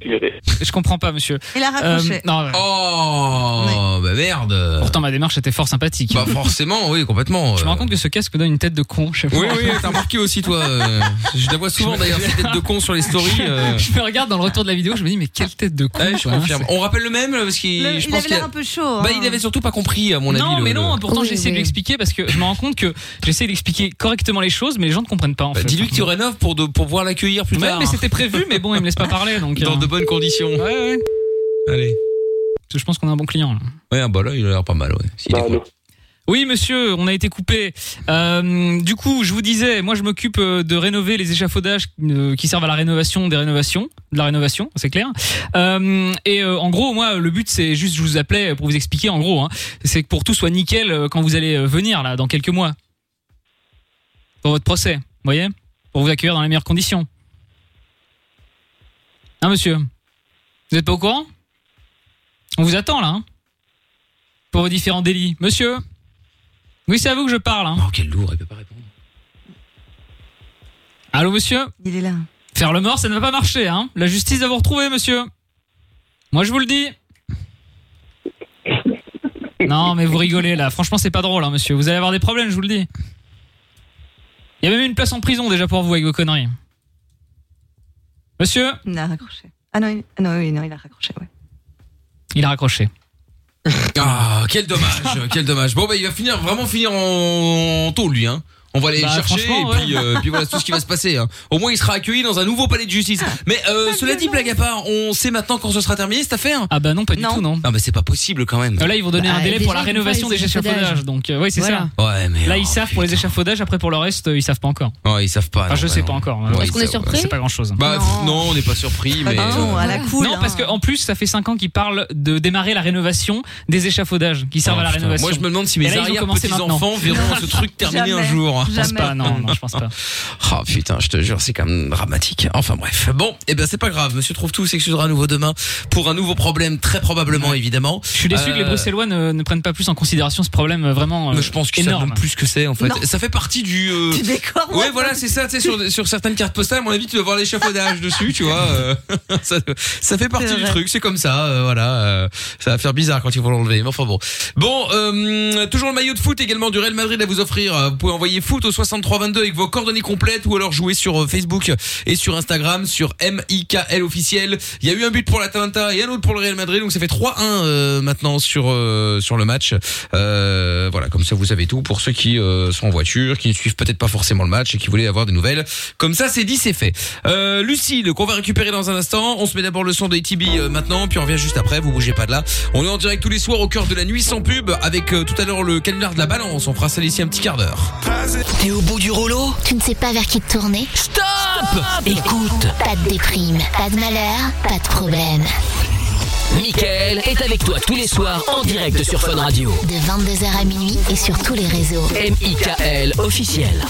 Speaker 6: je comprends pas, monsieur. Euh,
Speaker 9: Il a raccroché.
Speaker 6: non, ouais.
Speaker 2: Oh, bah merde.
Speaker 6: Pourtant, ma démarche était fort sympathique.
Speaker 2: Bah forcément, oui, complètement.
Speaker 6: Je me rends compte que ce casque me donne une tête de con. Je sais pas.
Speaker 2: Oui, oui, t'as remarqué aussi, toi. euh, Je la vois souvent d'ailleurs, cette tête de con sur les stories. euh.
Speaker 6: Je me regarde dans le retour de la vidéo, je me dis, mais quelle tête de con.
Speaker 2: Ouais, je
Speaker 6: quoi, hein,
Speaker 2: confirme.
Speaker 6: c'est-
Speaker 2: On rappelle le même, parce qu'il.
Speaker 9: Le-
Speaker 2: je
Speaker 9: il
Speaker 2: pense
Speaker 9: avait
Speaker 2: qu'il y a-
Speaker 9: l'air un peu chaud.
Speaker 2: Bah,
Speaker 9: hein.
Speaker 2: il avait surtout pas compris, à mon avis.
Speaker 6: non,
Speaker 2: le-
Speaker 6: mais non,
Speaker 2: le-
Speaker 6: pourtant j'essaie de lui expliquer parce que je me rends compte que j'essaie d'expliquer correctement les choses, mais les gens ne comprennent pas en
Speaker 2: Bah,
Speaker 6: fait.
Speaker 2: Dis-lui que tu rénoves pour, de, pour pouvoir l'accueillir plus
Speaker 6: Ouais,
Speaker 2: tard.
Speaker 6: mais c'était prévu, mais bon, il me laisse pas parler donc.
Speaker 2: Dans
Speaker 6: euh,
Speaker 2: de bonnes conditions. Ouais,
Speaker 6: ouais.
Speaker 2: Allez.
Speaker 6: Parce que Je pense qu'on a un bon client. là.
Speaker 2: Ouais, bah là, il a l'air pas mal, ouais. S'il est cool.
Speaker 6: Oui, monsieur, on a été coupé. Euh, du coup, je vous disais, moi, je m'occupe euh, de rénover les échafaudages euh, qui servent à la rénovation des rénovations, de la rénovation, c'est clair. Euh, et euh, en gros, moi, le but, c'est juste, je vous appelais pour vous expliquer, en gros, hein, c'est que pour tout soit nickel euh, quand vous allez euh, venir là, dans quelques mois, pour votre procès, vous voyez, pour vous accueillir dans les meilleures conditions. Hein, monsieur, vous êtes pas au courant On vous attend là, hein, pour vos différents délits, monsieur. Oui, c'est à vous que je parle. Hein.
Speaker 2: Oh, quel lourd, il peut pas répondre.
Speaker 6: Allô, monsieur
Speaker 9: Il est là.
Speaker 6: Faire le mort, ça ne va pas marcher. Hein. La justice va vous retrouver, monsieur. Moi, je vous le dis. Non, mais vous rigolez là. Franchement, c'est pas drôle, hein, monsieur. Vous allez avoir des problèmes, je vous le dis. Il y a même une place en prison déjà pour vous avec vos conneries. Monsieur
Speaker 9: Il a raccroché. Ah non, il, ah non, oui, non, il a raccroché, ouais.
Speaker 6: Il a raccroché.
Speaker 2: Ah, quel dommage, quel dommage. Bon, bah, il va finir, vraiment finir en, en tôle, lui, hein. On va aller
Speaker 6: Bah,
Speaker 2: chercher, et
Speaker 6: franchement, ouais.
Speaker 2: puis, euh, puis voilà c'est tout ce qui va se passer. hein. Au moins, il sera accueilli dans un nouveau palais de justice. Mais euh, cela dit, blague à part, on sait maintenant quand ce sera terminé cette affaire
Speaker 6: Ah bah non, pas du tout, non.
Speaker 2: Non, mais c'est pas possible quand même.
Speaker 6: Euh, Là, ils vont donner
Speaker 2: Bah,
Speaker 6: un délai pour
Speaker 2: déjà,
Speaker 6: la
Speaker 2: ils font
Speaker 6: rénovation
Speaker 2: pas les
Speaker 6: des échafaudages.
Speaker 2: échafaudages.
Speaker 6: Donc, euh, oui, c'est
Speaker 2: Voilà.
Speaker 6: ça.
Speaker 2: Ouais, mais. oh,
Speaker 6: Là, ils savent pour les échafaudages. Après, pour le reste, euh, ils savent pas encore.
Speaker 2: Ouais, ils savent pas.
Speaker 6: Enfin, Ah, je
Speaker 2: non,
Speaker 6: sais
Speaker 2: bah,
Speaker 6: pas
Speaker 2: non.
Speaker 6: encore. hein.
Speaker 2: Ouais, ils savent-
Speaker 6: C'est pas grand chose.
Speaker 2: Bah, pff, non, on n'est pas surpris,
Speaker 6: Ah, bah,
Speaker 2: mais. euh,
Speaker 6: Non, parce qu'en plus, ça fait 5 ans qu'ils parlent de démarrer la rénovation des échafaudages qui servent
Speaker 2: Ah,
Speaker 6: à la
Speaker 2: putain.
Speaker 6: rénovation.
Speaker 2: Moi, je me demande si mes
Speaker 6: Et là, ils ont commencé
Speaker 2: arrière-petits-enfants
Speaker 6: maintenant.
Speaker 2: verront ce truc terminé
Speaker 6: Jamais.
Speaker 2: un jour.
Speaker 6: Je pense pas, non, non, je pense pas.
Speaker 2: Oh putain, je te jure, c'est quand même dramatique. Enfin bref. Bon, eh ben c'est pas grave. Monsieur trouve tout s'excusera à nouveau demain pour un nouveau problème, très probablement, évidemment. Euh,
Speaker 6: Je suis déçu que les Bruxellois ne, ne prennent pas plus en considération ce problème euh, vraiment
Speaker 2: Mais je pense qu'ils savent
Speaker 6: énorme.
Speaker 2: même plus ce que c'est en fait.
Speaker 6: Non.
Speaker 2: Ça fait partie du. euh,
Speaker 6: Tu décores,
Speaker 2: Ouais,
Speaker 6: là.
Speaker 2: voilà, c'est ça. Tu sais, sur, sur certaines cartes postales, à mon avis, tu dois voir l'échafaudage dessus, tu vois. euh, ça, ça fait partie
Speaker 6: C'est
Speaker 2: du
Speaker 6: vrai.
Speaker 2: truc. C'est comme ça. euh, voilà. euh, ça va faire bizarre quand ils vont l'enlever. Mais enfin bon. Bon, euh, toujours le maillot de foot également du Real Madrid à vous offrir. Vous pouvez envoyer foot au 6322 avec vos coordonnées complètes ou alors jouer sur euh, Facebook et sur Instagram sur MIKL officiel. Il y a eu un but pour l'Atalanta et un autre pour le Real Madrid. Donc ça fait 3-1 euh, maintenant sur euh, sur le match. Euh, voilà, comme ça vous savez tout pour ceux qui euh, sont en voiture, qui ne suivent peut-être pas forcément le match et qui voulaient avoir des nouvelles. Comme ça c'est dit, c'est fait. Euh, Lucille qu'on va récupérer dans un instant. On se met d'abord le son de ATB euh, maintenant puis on revient juste après. Vous bougez pas de là. On est en direct tous les soirs au cœur de la nuit sans pub avec euh, tout à l'heure le canular de la balance. On fera ça d'ici un petit quart d'heure.
Speaker 10: T'es au bout du rouleau Tu ne sais pas vers qui te tourner Stop,
Speaker 1: Écoute
Speaker 10: Pas de déprime, pas de malheur, pas de problème.
Speaker 1: Michael est avec toi tous les soirs en direct sur Fun Radio.
Speaker 10: De 22h à minuit et sur tous les réseaux.
Speaker 1: M.I.K.L. officiel.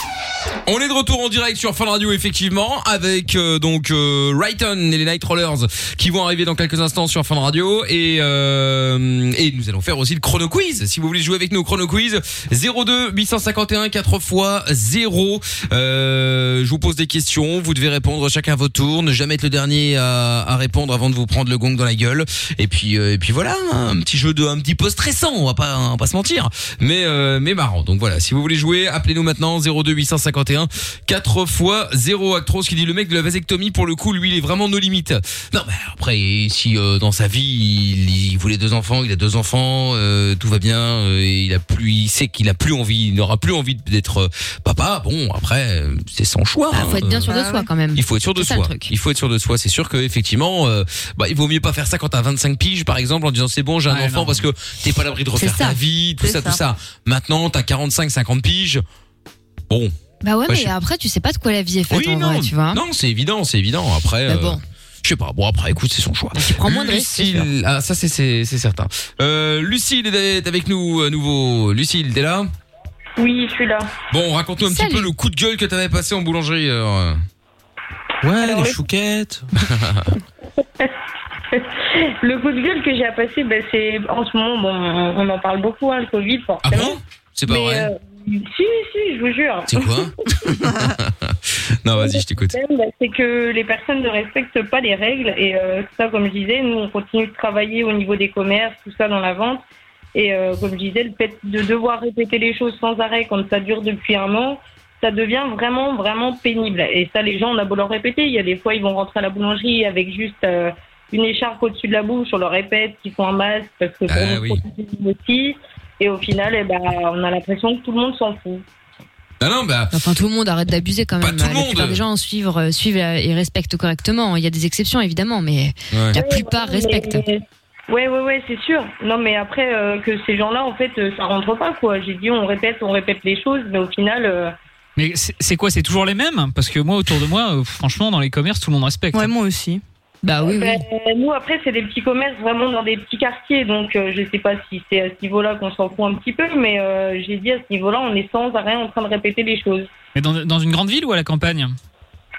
Speaker 2: On est de retour en direct sur Fun Radio effectivement avec euh, donc euh, Rayton et les Night Rollers qui vont arriver dans quelques instants sur Fun Radio et euh, et nous allons faire aussi le chrono quiz si vous voulez jouer avec nous au chrono quiz 02 851 4 x 0 Euh, je vous pose des questions vous devez répondre chacun à votre tour ne jamais être le dernier à, à répondre avant de vous prendre le gong dans la gueule et puis euh, et puis voilà hein, un petit jeu de un petit peu stressant on va pas on va pas se mentir mais euh, mais marrant donc voilà si vous voulez jouer appelez-nous maintenant 02 851 51 4 fois 0 Actros qui dit le mec de la vasectomie pour le coup lui il est vraiment nos limites. Non mais après si euh, dans sa vie il, il voulait deux enfants, il a deux enfants, euh, tout va bien, euh, et il a plus il sait qu'il a plus envie, il n'aura plus envie d'être euh, papa. Bon après euh, c'est son choix.
Speaker 3: Ah, faut
Speaker 2: hein,
Speaker 3: être bien sûr de
Speaker 2: euh,
Speaker 3: soi quand même.
Speaker 2: il faut être sûr de
Speaker 3: C'est ça,
Speaker 2: soi.
Speaker 3: le truc.
Speaker 2: Il faut être sûr de soi. C'est sûr que effectivement, euh, bah, il vaut mieux pas faire ça quand t'as 25 piges, par exemple, en disant c'est bon, j'ai un
Speaker 6: Ouais,
Speaker 2: enfant
Speaker 6: non.
Speaker 2: parce que t'es pas à l'abri de refaire
Speaker 3: C'est ça.
Speaker 2: ta vie, tout
Speaker 3: C'est
Speaker 2: ça, tout
Speaker 3: ça.
Speaker 2: ça. Maintenant, t'as 45, 50 piges. Bon.
Speaker 3: Bah ouais,
Speaker 2: Bah, je
Speaker 3: mais
Speaker 2: sais-
Speaker 3: après, tu sais pas de quoi la vie est faite
Speaker 2: oui,
Speaker 3: en
Speaker 2: non,
Speaker 3: vrai, tu vois.
Speaker 2: non, c'est évident, c'est évident. Après,
Speaker 3: Bah
Speaker 2: euh,
Speaker 3: bon.
Speaker 2: je sais pas. Bon, après, écoute, c'est son choix.
Speaker 3: Tu prends moins de risques, c'est sûr.
Speaker 2: Lucille, ah, ça c'est c'est c'est certain. Euh, Lucille est avec nous à nouveau. Lucille, t'es là
Speaker 5: Oui, je suis là.
Speaker 2: Bon, raconte-nous un petit peu le coup de gueule que t'avais passé en boulangerie. euh. alors.
Speaker 12: Ouais,
Speaker 5: Alors,
Speaker 12: les
Speaker 5: le-
Speaker 12: chouquettes.
Speaker 5: Le coup de gueule que j'ai à passer, ben, c'est en ce moment, bon, on en parle beaucoup, hein, le Covid, forcément.
Speaker 2: C'est pas
Speaker 5: Mais,
Speaker 2: vrai.
Speaker 5: euh, si, si, je vous jure.
Speaker 2: C'est quoi Non, vas-y, je t'écoute.
Speaker 5: Le problème, bah, C'est que les personnes ne respectent pas les règles et euh, ça, comme je disais, nous on continue de travailler au niveau des commerces, tout ça dans la vente. Et euh, comme je disais, le fait de devoir répéter les choses sans arrêt quand ça dure depuis un an, ça devient vraiment, vraiment pénible. Et ça, les gens, on a beau leur répéter. Il y a des fois, ils vont rentrer à la boulangerie avec juste euh, une écharpe au-dessus de la bouche, on leur répète qu'ils font un masque parce que pour
Speaker 2: Ah
Speaker 5: nous
Speaker 2: oui.
Speaker 5: protéger nous aussi. Et au final, eh ben, on a l'impression que tout le monde s'en fout.
Speaker 2: Non, non, bah.
Speaker 3: Enfin, tout le monde arrête d'abuser quand même.
Speaker 2: tout le
Speaker 3: La
Speaker 2: monde.
Speaker 3: plupart des gens suivent, euh, suivent euh, et respectent correctement. Il y a des exceptions évidemment, mais la plupart respectent.
Speaker 5: Ouais, ouais, ouais, c'est sûr. Non, mais après, euh, que ces gens-là, en fait, euh, ça rentre pas, quoi. J'ai dit, on répète, on répète les choses, mais au final, euh,
Speaker 6: Mais c'est c'est quoi C'est toujours les mêmes Parce que moi, autour de moi, euh, franchement, dans les commerces, tout le monde respecte. Ouais,
Speaker 13: moi aussi.
Speaker 3: Bah oui,
Speaker 5: ben, nous, après, c'est des petits commerces vraiment dans des petits quartiers, donc euh, je sais pas si c'est à ce niveau-là qu'on s'en fout un petit peu, mais euh, j'ai dit, à ce niveau-là, on est sans arrêt en train de répéter les choses.
Speaker 6: Mais dans, dans une grande ville ou à la campagne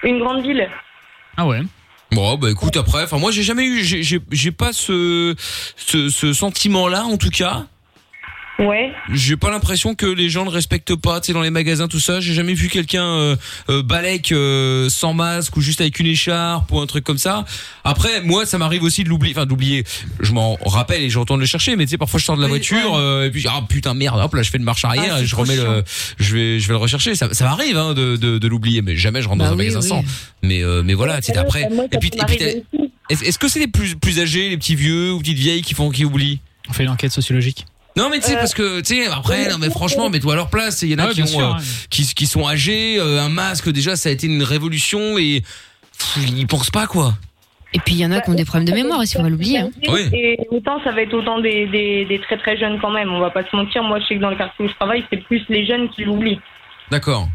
Speaker 5: Une grande ville.
Speaker 6: Ah ouais.
Speaker 2: Bon bah écoute après, enfin moi j'ai jamais eu, j'ai- j'ai j'ai pas ce ce, sentiment là en tout cas.
Speaker 5: Ouais.
Speaker 2: J'ai pas l'impression que les gens ne respectent pas, tu sais dans les magasins tout ça. J'ai jamais vu quelqu'un euh, euh, balèque euh, sans masque ou juste avec une écharpe ou un truc comme ça. Après moi ça m'arrive aussi de l'oublier, enfin d'oublier. Je m'en rappelle et je retourne le chercher, mais tu sais parfois je sors de la voiture euh, et puis ah putain merde, hop là je fais une marche arrière
Speaker 6: Ah, c'est
Speaker 2: et je
Speaker 6: trop
Speaker 2: remets le, je vais je vais le rechercher. Ça, ça m'arrive hein, de, de, de l'oublier, mais jamais je rentre dans
Speaker 6: Bah
Speaker 2: un
Speaker 6: oui,
Speaker 2: magasin
Speaker 6: oui.
Speaker 2: sans. Mais euh, mais voilà, tu sais
Speaker 6: Ouais,
Speaker 2: après.
Speaker 6: moi, ça
Speaker 2: Et puis,
Speaker 6: peut
Speaker 2: et puis, t'as-
Speaker 6: m'arriver
Speaker 2: est-ce est-ce que c'est les plus, plus âgés, les petits vieux ou petites vieilles qui font qui oublient
Speaker 6: On fait une enquête sociologique.
Speaker 2: Non mais tu
Speaker 6: Euh,
Speaker 2: sais parce que tu sais après non mais franchement mets-toi à leur place il y en a
Speaker 6: Ouais,
Speaker 2: qui,
Speaker 6: bien
Speaker 2: ont,
Speaker 6: sûr,
Speaker 2: euh,
Speaker 6: ouais.
Speaker 2: qui qui sont âgés euh, un masque déjà ça a été une révolution et pff, ils pensent pas quoi
Speaker 3: Et puis il y en a qui ont des problèmes de mémoire aussi, on va l'oublier. hein.
Speaker 2: Oui.
Speaker 5: Et autant ça va être autant des, des, des très très jeunes quand même, on va pas se mentir. Moi, je sais que dans le quartier où je travaille, c'est plus les jeunes qui l'oublient.
Speaker 2: d'accord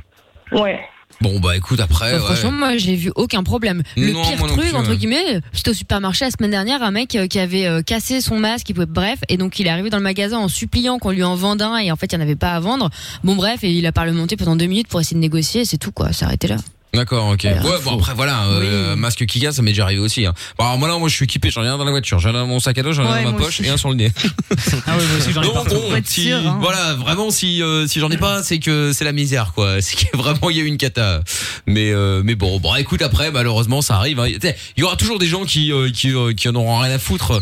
Speaker 5: Ouais.
Speaker 2: bon bah écoute après
Speaker 3: Bah,
Speaker 2: ouais.
Speaker 3: Franchement, moi, j'ai vu aucun problème. Le
Speaker 2: Non,
Speaker 3: pire
Speaker 2: moi non
Speaker 3: truc,
Speaker 2: plus,
Speaker 3: entre
Speaker 2: ouais.
Speaker 3: guillemets, c'était au supermarché la semaine dernière, un mec euh, qui avait euh, cassé son masque, il pouvait, bref, et donc il est arrivé dans le magasin en suppliant qu'on lui en vende un, et en fait, il n'y en avait pas à vendre. Bon, bref, et il a parlementé pendant deux minutes pour essayer de négocier, et c'est tout, quoi, s'arrêter là.
Speaker 2: D'accord, ok.
Speaker 3: Alors,
Speaker 2: ouais, bon après voilà, euh, masque qui casse, ça m'est déjà arrivé aussi. Hein. Bon, alors, moi là, moi je suis équipé, j'en ai un dans la voiture, j'en ai un dans mon sac à dos, j'en ai
Speaker 6: Ouais,
Speaker 2: un dans ma
Speaker 6: moi
Speaker 2: poche et un sur le nez.
Speaker 6: Ah ouais, moi aussi, j'en ai
Speaker 2: Donc,
Speaker 6: partout.
Speaker 2: bon,
Speaker 6: Faut être
Speaker 2: si-
Speaker 6: sûr, hein.
Speaker 2: Voilà, vraiment si euh, si j'en ai pas, c'est que c'est la misère quoi. C'est que vraiment il y a eu une cata. Mais euh, mais bon, bon écoute après malheureusement ça arrive. hein. Tu sais, Il y aura toujours des gens qui euh, qui euh, qui en auront rien à foutre.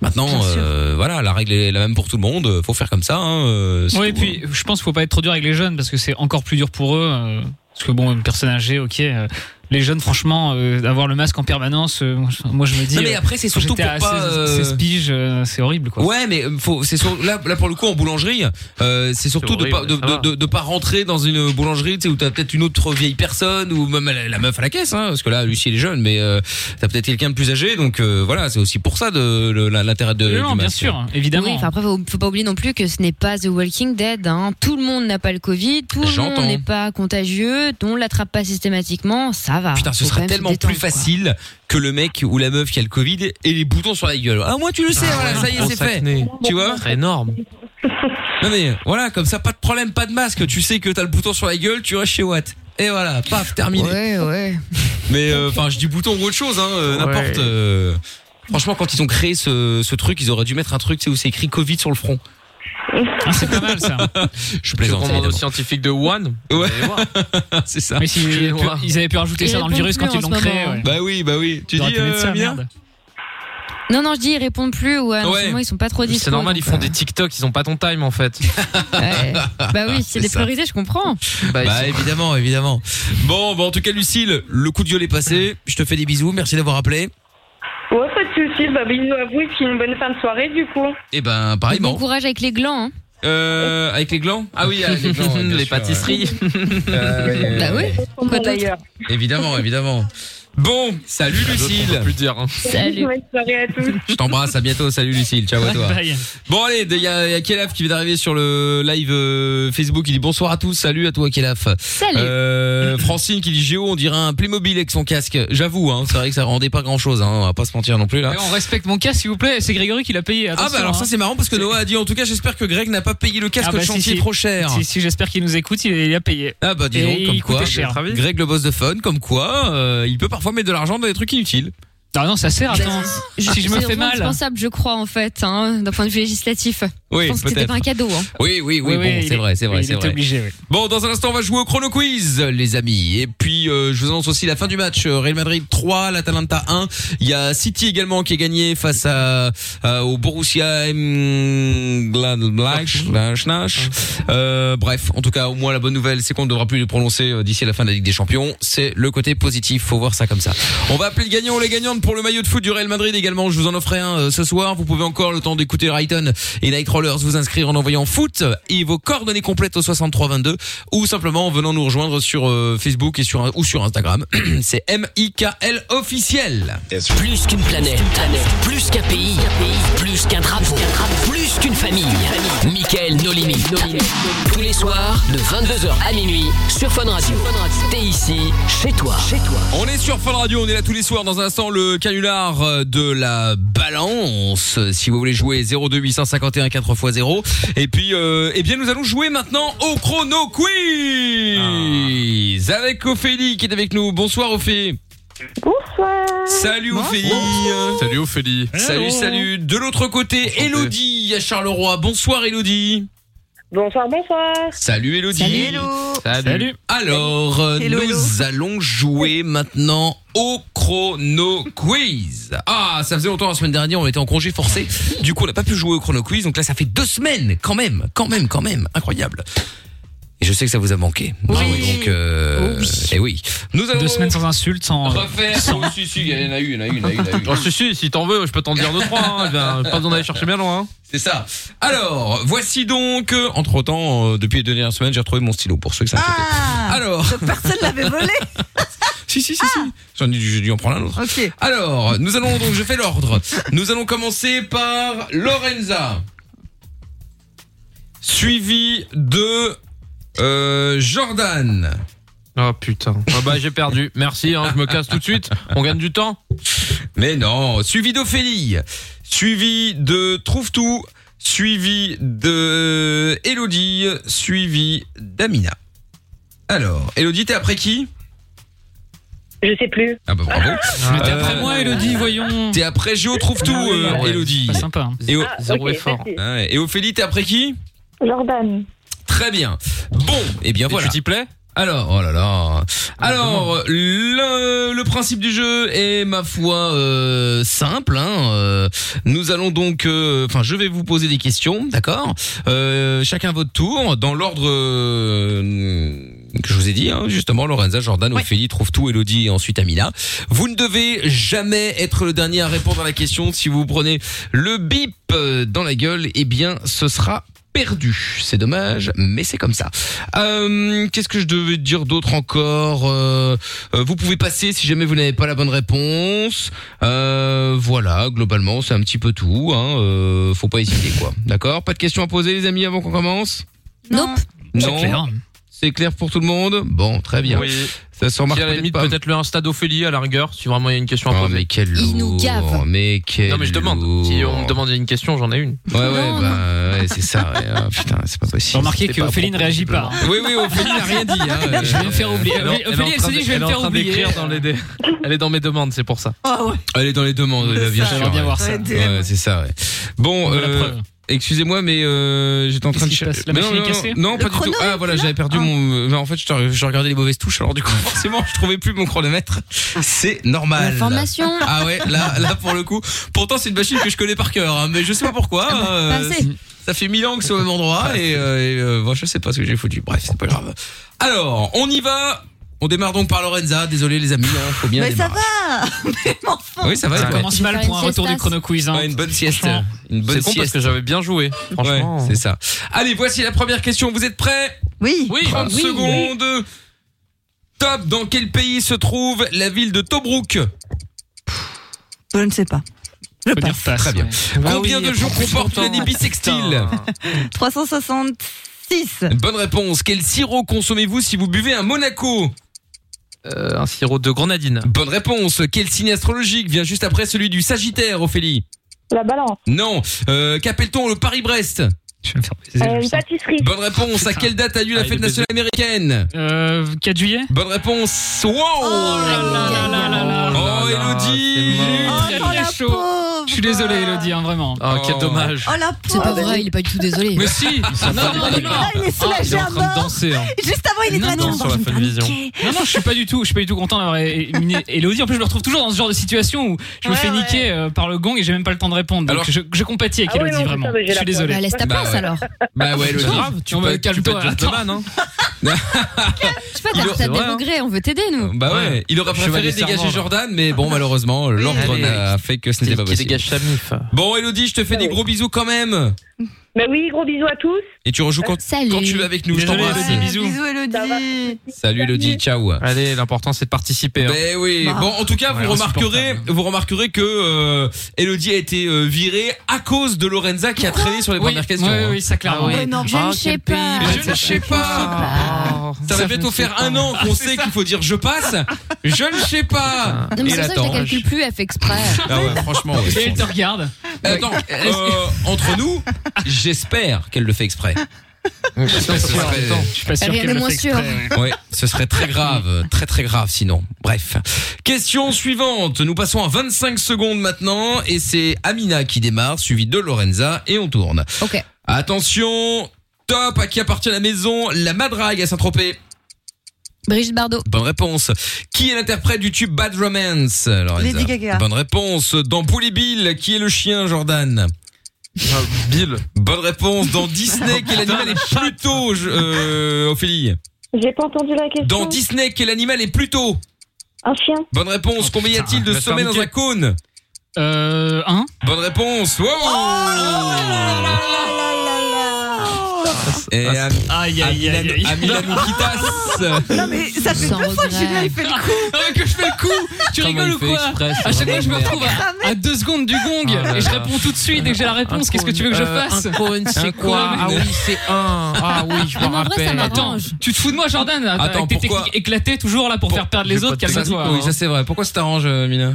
Speaker 2: Maintenant, euh, voilà, la règle est la même pour tout le monde. Faut faire comme ça. Hein, euh, c'est
Speaker 6: Ouais, et
Speaker 2: tout,
Speaker 6: puis je pense qu'il faut pas être trop dur avec les jeunes parce que c'est encore plus dur pour eux. euh, parce que bon, une personne âgée, ok. euh, les jeunes, franchement, euh, avoir le masque en permanence, euh, moi, je- moi je me dis.
Speaker 2: Non, mais après, c'est
Speaker 6: quand
Speaker 2: surtout
Speaker 6: j'étais
Speaker 2: pour
Speaker 6: à
Speaker 2: pas,
Speaker 6: 16
Speaker 2: euh,
Speaker 6: 16 piges, euh, c'est horrible quoi.
Speaker 2: Ouais, mais euh, faut, c'est sur- là, là pour le coup en boulangerie, euh, c'est surtout de
Speaker 6: horrible,
Speaker 2: pas de,
Speaker 6: ça va.
Speaker 2: de, de- de pas rentrer dans une boulangerie, tu sais, où t'as peut-être une autre vieille personne ou même la, la meuf à la caisse, hein, parce que là Lucie elle est jeune, mais euh, t'as peut-être quelqu'un de plus âgé, donc euh, voilà, c'est aussi pour ça de le- la- l'intérêt de
Speaker 6: Non,
Speaker 2: Euh, du
Speaker 6: bien
Speaker 2: masque.
Speaker 6: sûr, évidemment.
Speaker 3: Oui, enfin, après, faut, faut pas oublier non plus que ce n'est pas The Walking Dead. hein. Tout le monde n'a pas le Covid, tout le
Speaker 2: J'entends.
Speaker 3: monde n'est pas contagieux, on l'attrape pas systématiquement, ça va.
Speaker 2: Putain, ce
Speaker 3: Ah, Faut quand
Speaker 2: serait
Speaker 3: même se
Speaker 2: tellement plus
Speaker 3: détendre, quoi.
Speaker 2: facile que le mec ou la meuf qui a le Covid et les boutons sur la gueule. Ah, moi, tu le sais,
Speaker 12: Ah
Speaker 2: voilà,
Speaker 12: ouais,
Speaker 2: ça y est,
Speaker 12: gros
Speaker 2: c'est fait.
Speaker 12: acné.
Speaker 2: Tu vois
Speaker 12: C'est énorme.
Speaker 2: Non, mais voilà, comme ça, pas de problème, pas de masque. Tu sais que t'as le bouton sur la gueule, tu restes chez Watt. Et voilà, paf, terminé.
Speaker 3: Ouais, ouais.
Speaker 2: Mais euh, enfin, je dis bouton ou autre chose, hein, euh, n'importe. euh, franchement, quand ils ont créé ce, ce truc, ils auraient dû mettre un truc tu sais, où c'est écrit Covid sur le front.
Speaker 6: Ah, c'est pas mal ça.
Speaker 2: je plaisante.
Speaker 12: Je commande aux
Speaker 2: scientifique de One. Ouais. c'est ça.
Speaker 6: Mais s'ils avaient pu- ils avaient pu rajouter
Speaker 2: Et
Speaker 6: ça dans le
Speaker 2: bon
Speaker 6: virus
Speaker 2: plus
Speaker 6: quand ils
Speaker 2: en
Speaker 6: l'ont
Speaker 2: ce
Speaker 6: créé.
Speaker 2: moment.
Speaker 6: ouais.
Speaker 2: Bah oui, bah oui. Tu
Speaker 6: Ils auraient
Speaker 2: dis,
Speaker 6: pu mettre
Speaker 2: euh,
Speaker 6: ça,
Speaker 2: Amina
Speaker 6: merde.
Speaker 3: Non, non, je dis, ils répondent plus ou à
Speaker 4: Ouais.
Speaker 3: moment ils sont pas trop dispo.
Speaker 4: C'est normal, ils
Speaker 3: donc,
Speaker 4: font des TikTok, ils ont pas ton time en fait.
Speaker 3: euh, Bah oui, c'est des priorités, je comprends.
Speaker 6: Ah,
Speaker 2: Bah, évidemment, évidemment. Bon, bah, en tout cas, Lucille, le coup de gueule est passé. Je te fais des bisous. Merci d'avoir appelé.
Speaker 8: Ouais, pas de soucis. Bah, bisous à vous et puis une bonne fin de soirée du coup.
Speaker 2: Et ben, pareillement.
Speaker 3: Bon courage avec les glands. hein.
Speaker 2: Euh, avec les glands Ah oui, avec les glands. les pâtisseries. Euh,
Speaker 3: Bah oui. Quoi d'autre
Speaker 2: Évidemment, évidemment. Bon,
Speaker 4: Ah,
Speaker 2: salut Lucille. Plus dire.
Speaker 4: hein.
Speaker 3: Salut.
Speaker 8: Bonne soirée à tous.
Speaker 2: Je t'embrasse, à bientôt, salut Lucille, ciao à toi.
Speaker 8: Bye.
Speaker 2: Bon allez, il y a, y a Kelaf qui vient d'arriver sur le live euh, Facebook, il dit bonsoir à tous, salut à toi Kelaf.
Speaker 3: Salut.
Speaker 2: Euh, Francine qui dit Géo, on dirait un Playmobil avec son casque. J'avoue, hein, c'est vrai que ça rendait pas grand chose, hein, on va pas se mentir non plus là.
Speaker 6: Mais on respecte mon casque, s'il vous plaît. C'est Grégory qui l'a payé.
Speaker 2: Hein
Speaker 6: hein.
Speaker 2: Ah bah alors ça c'est marrant parce que Noah a dit en tout cas j'espère que Greg n'a pas payé le casque
Speaker 6: Ah bah
Speaker 2: de
Speaker 6: si,
Speaker 2: chantier
Speaker 6: si.
Speaker 2: trop cher.
Speaker 6: Si, si, j'espère qu'il nous écoute, il, il a payé.
Speaker 2: Ah bah dis
Speaker 6: Et
Speaker 2: donc, comme
Speaker 6: il
Speaker 2: quoi,
Speaker 6: coûtait cher.
Speaker 2: Greg le boss de fun, comme quoi, euh, il peut parfois mettre de l'argent dans des trucs inutiles.
Speaker 6: Ah non, ça sert, attends. si je me
Speaker 3: C'est
Speaker 6: fais mal.
Speaker 3: indispensable, je crois, en fait, hein, d'un point de vue législatif.
Speaker 2: Oui,
Speaker 3: je pense que c'était
Speaker 2: peut-être.
Speaker 3: pas un cadeau. hein.
Speaker 2: Oui, oui, oui,
Speaker 6: Oui,
Speaker 2: bon,
Speaker 6: oui, il
Speaker 2: c'est
Speaker 6: est-
Speaker 2: vrai, c'est vrai,
Speaker 6: il
Speaker 2: c'est
Speaker 6: était
Speaker 2: vrai.
Speaker 6: obligé, oui.
Speaker 2: Bon, dans un instant, on va jouer au chrono quiz, les amis. Et puis, euh, je vous annonce aussi la fin du match. euh, Real Madrid 3, l'Atalanta 1. Il y a City également qui est gagné face à, à- au Borussia Mönchengladbach. Euh, bref, en tout cas, au moins la bonne nouvelle, c'est qu'on ne devra plus le prononcer euh, d'ici la fin de la Ligue des Champions. C'est le côté positif, faut voir ça comme ça. On va appeler le gagnant ou les gagnantes pour le maillot de foot du Real Madrid également. Je vous en offrais un euh, ce soir. Vous pouvez encore le temps d'écouter Rayton et Night Rollers vous inscrire en envoyant foot et vos coordonnées complètes au 6322 ou simplement en venant nous rejoindre sur euh, Facebook et sur ou sur Instagram. C'est M-I-K-L officiel.
Speaker 1: Plus qu'une planète, plus qu'un pays, plus qu'un drapeau, plus qu'une famille. Michael No Limit. Tous les soirs, de 22h à minuit, sur Fun Radio. T'es ici, chez toi. Chez toi.
Speaker 2: On est sur Fun Radio, on est là tous les soirs dans un instant le canular euh, de la balance. Si vous voulez jouer 02851 4x0 et puis euh, eh bien nous allons jouer maintenant au chrono quiz avec Ophélie qui est avec nous. Bonsoir Ophélie.
Speaker 5: Bonsoir.
Speaker 2: Salut Ophélie.
Speaker 4: Salut Ophélie.
Speaker 2: Salut,
Speaker 4: Hello.
Speaker 2: salut. De l'autre côté, Elodie à Charleroi. Bonsoir Elodie.
Speaker 8: Bonsoir, bonsoir.
Speaker 2: Salut Elodie. Salut,
Speaker 4: Salut. Salut.
Speaker 2: Alors, euh,
Speaker 4: Hello,
Speaker 2: nous
Speaker 4: hello.
Speaker 2: allons jouer maintenant au chrono quiz. Ah, ça faisait longtemps la semaine dernière, on était en congé forcé. Du coup, on n'a pas pu jouer au chrono quiz. Donc là, ça fait deux semaines, quand même, quand même, quand même, incroyable. Et je sais que ça vous a manqué. Ah ouais, donc, euh, eh oui. Nous allons
Speaker 6: Deux semaines sans insultes, sans.
Speaker 2: refaire. Oh, si, si, il y en a eu, il y en a eu, il y en a eu, il y en a eu.
Speaker 4: Oh, si, si, si t'en veux, je peux t'en dire deux, trois. Hein. Eh bien, pas besoin d'aller chercher bien loin. hein.
Speaker 2: C'est ça. Alors, voici donc, entre temps, depuis les deux dernières semaines, j'ai retrouvé mon stylo pour ceux que ça inquiétait.
Speaker 3: Ah.
Speaker 2: Alors.
Speaker 9: Personne l'avait volé.
Speaker 2: si, si, si, si. J'en ai dû, j'ai dû en prendre un autre.
Speaker 9: Ok.
Speaker 2: Alors, nous allons donc, je fais l'ordre. Nous allons commencer par Lorenza. Suivi de euh, Jordan.
Speaker 4: Oh putain. Ah bah j'ai perdu. Merci, hein, je me casse tout de suite. On gagne du temps.
Speaker 2: Mais non, suivi d'Ophélie, suivi de Trouve tout, suivi de Elodie, suivi d'Amina. Alors, Elodie, t'es après qui
Speaker 8: Je sais plus.
Speaker 2: Ah bah bravo.
Speaker 6: Mais t'es après moi, Elodie, voyons.
Speaker 2: T'es après Géo Trouve tout, euh,
Speaker 6: Ouais,
Speaker 2: Elodie.
Speaker 6: c'est pas sympa, hein.
Speaker 2: Et, O-
Speaker 6: Ah, Zéro ok, effort. merci.
Speaker 2: Ouais, Et Ophélie, t'es après qui
Speaker 8: Jordan.
Speaker 2: Très bien. Bon, et bien voilà.
Speaker 4: tu t'y plais
Speaker 2: Alors, oh là là.
Speaker 6: Ah,
Speaker 2: Alors, le, le principe du jeu est ma foi euh, simple. hein, euh, nous allons donc, euh, enfin, je vais vous poser des questions, d'accord Euh, Chacun votre tour, dans l'ordre euh, que je vous ai dit, hein, justement, Lorenza, Jordan, Ophélie, trouve tout, Elodie et ensuite Amina. Vous ne devez jamais être le dernier à répondre à la question. Si vous prenez le bip euh, dans la gueule, eh bien, ce sera perdu. C'est dommage, mais c'est comme ça. Euh, Qu'est-ce que je devais dire d'autre encore Euh, euh, Vous pouvez passer si jamais vous n'avez pas la bonne réponse. Euh, voilà, globalement, c'est un petit peu tout. Hein. Euh, faut pas hésiter, quoi. D'accord Pas de questions à poser, les amis, avant qu'on commence
Speaker 3: Nope.
Speaker 6: C'est clair.
Speaker 2: C'est clair pour tout le monde Bon, très bien.
Speaker 4: Oui.
Speaker 2: Ça se remarque
Speaker 4: Si à la
Speaker 2: peut-être
Speaker 4: limite,
Speaker 2: pas. Oh,
Speaker 4: peut-être le Insta d'Ophélie à la rigueur, si vraiment il y a une question à poser.
Speaker 2: mais quel Il nous lourd, gave. mais quel
Speaker 4: Non, mais je demande. Si on me demande une question, j'en ai une.
Speaker 2: Ouais, ouais, bah, ouais, c'est ça. ouais. Ah, putain, c'est pas possible.
Speaker 6: Remarquez
Speaker 2: C'était
Speaker 6: que
Speaker 2: pas
Speaker 6: Ophélie ne
Speaker 2: propre,
Speaker 6: réagit pas.
Speaker 2: visiblement. Oui, oui, Ophélie n'a rien dit. hein, euh,
Speaker 6: Je vais me faire oublier.
Speaker 4: Elle est en- elle est
Speaker 6: Ophélie,
Speaker 4: en
Speaker 6: elle
Speaker 4: train
Speaker 6: s'est dit,
Speaker 4: de-
Speaker 6: je vais
Speaker 4: elle est
Speaker 6: me
Speaker 4: en
Speaker 6: faire
Speaker 4: train
Speaker 6: oublier.
Speaker 4: d'écrire dans les dé- Elle est dans mes demandes, c'est pour ça.
Speaker 2: Elle est dans les demandes, bien
Speaker 4: ça,
Speaker 2: sûr.
Speaker 4: j'aimerais bien voir ça.
Speaker 2: Ouais, c'est ça, ouais. Bon, euh, Excusez-moi, mais euh, j'étais en train de
Speaker 6: qui se
Speaker 2: chercher.
Speaker 6: passe La
Speaker 2: Mais
Speaker 6: machine
Speaker 2: non,
Speaker 6: est
Speaker 2: non,
Speaker 6: cassée
Speaker 2: Non,
Speaker 6: Le
Speaker 2: pas du tout.
Speaker 6: chrono
Speaker 2: Ah, voilà, j'avais perdu mon. mais en fait, je te- je regardais les mauvaises touches, alors du coup, forcément, je trouvais plus mon chronomètre. C'est normal.
Speaker 3: L'information.
Speaker 2: Ah ouais, là, là, pour le coup. Pourtant, c'est une machine que je connais par cœur, hein, mais je sais pas pourquoi.
Speaker 6: Ah
Speaker 2: euh,
Speaker 3: passez.
Speaker 2: ça fait mille ans que c'est au même endroit et, euh, et, euh, bon, je sais pas ce que j'ai foutu. Bref, c'est pas grave. Alors, on y va. On démarre donc par Lorenza. Désolé, les amis, hein, faut
Speaker 6: Bah,
Speaker 2: bien
Speaker 9: Mais ça
Speaker 2: démarrer.
Speaker 9: va
Speaker 2: Oui, ça va.
Speaker 4: Ça
Speaker 2: toi
Speaker 4: commence
Speaker 6: mal pour un retour du chrono quiz. hein.
Speaker 2: Ouais, une bonne sieste.
Speaker 4: Franchement.
Speaker 2: Une bonne
Speaker 4: C'est con parce
Speaker 2: sieste.
Speaker 4: que j'avais bien joué. Franchement.
Speaker 2: Ouais, c'est ça. Allez, voici la première question. Vous êtes prêts
Speaker 9: Oui.
Speaker 2: Oui, 30
Speaker 4: Oui.
Speaker 2: secondes. Top, dans quel pays se trouve la ville de Tobruk
Speaker 4: Ah
Speaker 9: Je ne sais pas. Je passe.
Speaker 2: Très bien.
Speaker 9: Bah
Speaker 2: Combien
Speaker 9: oui,
Speaker 2: de
Speaker 9: elle
Speaker 2: jours
Speaker 9: prend plus
Speaker 2: comporte
Speaker 9: longtemps.
Speaker 2: l'année bisextile
Speaker 9: 366.
Speaker 2: Bonne réponse. Quel sirop consommez-vous si vous buvez un Monaco
Speaker 4: un sirop de grenadine.
Speaker 2: Bonne réponse. Quel signe astrologique vient juste après celui du Sagittaire, Ophélie La balance. Non. Euh, Qu'appelle-t-on le Paris-Brest Euh,
Speaker 8: une pâtisserie.
Speaker 2: Bonne réponse. À quelle date a
Speaker 4: Ah,
Speaker 2: lieu la fête nationale américaine
Speaker 4: Euh,
Speaker 6: 4 juillet
Speaker 2: Bonne réponse. Wow Oh, Elodie
Speaker 9: Oh,
Speaker 6: Très, très chaud. Je suis désolé, Elodie, hein, vraiment.
Speaker 4: Oh, quel dommage.
Speaker 9: Oh la
Speaker 3: C'est pas
Speaker 9: pauvre.
Speaker 3: vrai, il est pas du tout désolé.
Speaker 6: Mais si
Speaker 4: sont pas
Speaker 6: Non, non, non,
Speaker 4: mal.
Speaker 6: non.
Speaker 9: Ah, il est soulagé à mort.
Speaker 4: danser. hein.
Speaker 9: Juste avant, il était là.
Speaker 6: non,
Speaker 9: dans-
Speaker 4: sur la Fun Vision.
Speaker 6: Non, non, je suis pas du tout, je suis pas du tout content d'avoir éliminé Elodie. En plus, je me retrouve toujours dans ce genre de situation où je me
Speaker 3: Ouais,
Speaker 6: fais
Speaker 3: ouais.
Speaker 6: niquer euh, par le gong et j'ai même pas le temps de répondre. Donc,
Speaker 2: Alors-
Speaker 6: je, je compatis avec
Speaker 2: Ah ouais,
Speaker 6: Elodie,
Speaker 2: non,
Speaker 6: vraiment.
Speaker 2: putain, mais j'ai
Speaker 6: Je suis
Speaker 2: la
Speaker 6: désolé.
Speaker 2: preuve.
Speaker 3: Bah, laisse ta
Speaker 2: Bah,
Speaker 3: place
Speaker 2: ouais.
Speaker 3: alors.
Speaker 2: Bah ouais,
Speaker 6: C'est
Speaker 2: Elodie.
Speaker 6: grave, tu peux-
Speaker 2: tu peux
Speaker 6: calme-toi,
Speaker 2: être gentleman, hein.
Speaker 3: Je sais pas,
Speaker 2: Il
Speaker 3: t'as
Speaker 2: est-
Speaker 3: t'as
Speaker 2: ouais,
Speaker 3: des
Speaker 2: hein.
Speaker 3: regrets, on veut t'aider nous.
Speaker 2: Bah ouais, il aurait
Speaker 4: Chevalier
Speaker 2: préféré dégager
Speaker 4: serment, là.
Speaker 2: Jordan, mais bon, malheureusement, l'ordre
Speaker 4: Allez,
Speaker 2: n'a fait que ce n'était pas
Speaker 4: Qui
Speaker 2: possible.
Speaker 4: dégage sa mif.
Speaker 2: Bon, Elodie, je te fais des gros bisous quand même.
Speaker 8: Bah oui, gros bisous à tous.
Speaker 2: Et tu rejoues quand,
Speaker 3: Salut.
Speaker 2: quand tu veux avec nous. Je
Speaker 4: Désolé,
Speaker 2: t'embrasse.
Speaker 4: Elodie, bisous.
Speaker 9: Bisous, Elodie.
Speaker 2: Salut Elodie, ciao.
Speaker 4: Allez, l'important c'est de participer. hein.
Speaker 2: Ben oui.
Speaker 9: Bah.
Speaker 2: Bon, en tout cas,
Speaker 4: Ouais,
Speaker 2: vous remarquerez,
Speaker 4: insupportable.
Speaker 2: vous remarquerez que euh, Elodie a été euh, virée à cause de Lorenza qui a traîné sur les
Speaker 6: Oui,
Speaker 2: premières questions.
Speaker 6: oui,
Speaker 2: hein.
Speaker 6: oui, ça clairement.
Speaker 4: Ah ouais.
Speaker 9: non,
Speaker 3: Je ne sais pas.
Speaker 2: Mais je ne sais pas.
Speaker 4: Oh.
Speaker 2: Ça va bientôt faire un an qu'on sait qu'il faut dire je passe. Je ne sais pas.
Speaker 3: Non, mais
Speaker 2: Et
Speaker 3: c'est pour ça que je la
Speaker 2: l'attends.
Speaker 3: calcule plus, elle fait exprès.
Speaker 2: Ah ouais, franchement. ouais.
Speaker 6: Et elle te regarde.
Speaker 2: Attends, euh, entre nous, j'espère qu'elle le fait exprès.
Speaker 4: Attention,
Speaker 2: Parce que ça
Speaker 4: attends.
Speaker 2: serait-
Speaker 6: Je suis pas sûr
Speaker 3: Rien
Speaker 6: qu'elle
Speaker 3: n'est
Speaker 6: le
Speaker 3: moins
Speaker 6: fait
Speaker 3: sûr. hein.
Speaker 6: exprès, ouais.
Speaker 2: Ouais, ce serait très grave, très très grave sinon. Bref. Question suivante. Nous passons à 25 secondes maintenant et c'est Amina qui démarre, suivie de Lorenza et on tourne.
Speaker 3: Ok.
Speaker 2: Attention, top, à qui appartient la maison La Madrague à Saint-Tropez.
Speaker 3: Brigitte Bardot,
Speaker 2: Bonne réponse. Qui est l'interprète du tube Bad Romance Lorenza.
Speaker 9: Lady Gaga.
Speaker 2: Bonne réponse. Dans Pouli Bill, qui est le chien Jordan
Speaker 4: Ah, Bill.
Speaker 2: Bonne réponse. Dans Disney, quel animal est plutôt euh, Ophélie
Speaker 8: J'ai pas entendu la question.
Speaker 2: Dans Disney, quel animal est plutôt
Speaker 8: Un chien.
Speaker 2: Bonne réponse. Combien y a-t-il de
Speaker 4: la
Speaker 2: sommets dans
Speaker 4: ferme
Speaker 2: un cône
Speaker 6: Euh, un
Speaker 2: Bonne réponse. Wow Et euh, Am-
Speaker 6: Aïe, aïe,
Speaker 2: Amila
Speaker 6: aïe, aïe.
Speaker 2: Amila Noukitas.
Speaker 9: Non, mais ça fait
Speaker 3: Sans
Speaker 9: deux fois que
Speaker 3: regret.
Speaker 9: Julien, il fait le coup.
Speaker 6: Ah, mais que je fais le coup Tu
Speaker 4: Comment
Speaker 6: rigoles
Speaker 4: il
Speaker 6: ou
Speaker 4: fait
Speaker 6: quoi
Speaker 4: exprès, c'est
Speaker 6: À chaque fois, je me
Speaker 4: vraiment
Speaker 6: retrouve à- à deux secondes du gong
Speaker 4: Ah là
Speaker 6: et je
Speaker 4: là.
Speaker 6: réponds tout de suite dès que j'ai la réponse. Qu'est-ce que tu veux que je
Speaker 4: Euh,
Speaker 6: fasse
Speaker 4: Un cône, c'est
Speaker 2: Un
Speaker 4: quoi
Speaker 2: cône.
Speaker 4: Ah oui, c'est un. Ah oui, je
Speaker 3: Non,
Speaker 4: me
Speaker 3: mais en vrai, ça
Speaker 4: rappelle.
Speaker 3: m'arrange.
Speaker 6: Attends, tu te fous de moi, Jordan
Speaker 2: Attends,
Speaker 6: Avec tes
Speaker 2: pourquoi
Speaker 6: techniques éclatées toujours là pour
Speaker 2: Pour-
Speaker 6: faire perdre les
Speaker 4: j'ai
Speaker 6: autres,
Speaker 4: pas de
Speaker 6: calme-toi.
Speaker 2: Oui,
Speaker 6: hein.
Speaker 2: ça c'est vrai. Pourquoi ça t'arrange, euh, Amina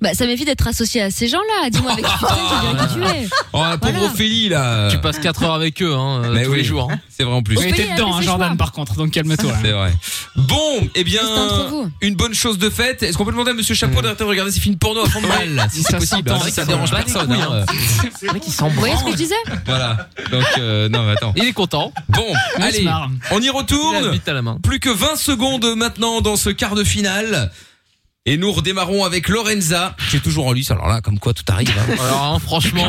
Speaker 3: bah ça m'évite d'être associé à ces gens-là. Dis-moi avec qui tu
Speaker 6: Ah.
Speaker 3: t'es, je dirais qui tu es.
Speaker 2: Oh, la pauvre
Speaker 3: Voilà.
Speaker 2: Ophélie, là.
Speaker 4: Tu passes 4 heures avec eux hein, euh,
Speaker 2: Mais
Speaker 4: tous
Speaker 2: oui.
Speaker 4: les jours. hein.
Speaker 2: C'est vrai en plus.
Speaker 6: Oui,
Speaker 3: Ophélie,
Speaker 6: t'es
Speaker 3: elle
Speaker 6: dedans,
Speaker 3: fait
Speaker 6: hein,
Speaker 3: ses
Speaker 6: Jordan,
Speaker 3: choix.
Speaker 6: par contre, donc calme-toi.
Speaker 2: C'est vrai. Bon, eh bien,
Speaker 3: Restez entre vous.
Speaker 2: une bonne chose de faite. Est-ce qu'on peut demander à Monsieur Chapeau d'arrêter de regarder ces films porno à fond de balle, Mm. si
Speaker 6: ça
Speaker 2: c'est possible,
Speaker 6: s'entend,
Speaker 2: hein, si ça
Speaker 6: ça
Speaker 2: dérange
Speaker 6: s'entend.
Speaker 2: personne.
Speaker 6: Bah, les
Speaker 2: hein.
Speaker 4: C'est vrai qu'ils s'en
Speaker 3: Vous voyez ce que je
Speaker 4: branlent.
Speaker 3: disais
Speaker 2: Voilà. Donc, euh, non, mais attends.
Speaker 4: Il est content.
Speaker 2: Bon,
Speaker 6: Il se
Speaker 2: allez,
Speaker 6: marre.
Speaker 2: on y
Speaker 4: Il a la
Speaker 2: retourne.
Speaker 4: bite à la main.
Speaker 2: Plus que 20 secondes maintenant dans ce quart de finale. Et nous redémarrons avec Lorenza, qui est toujours en lice. Alors là, comme quoi, tout arrive. hein.
Speaker 4: Alors, hein, franchement,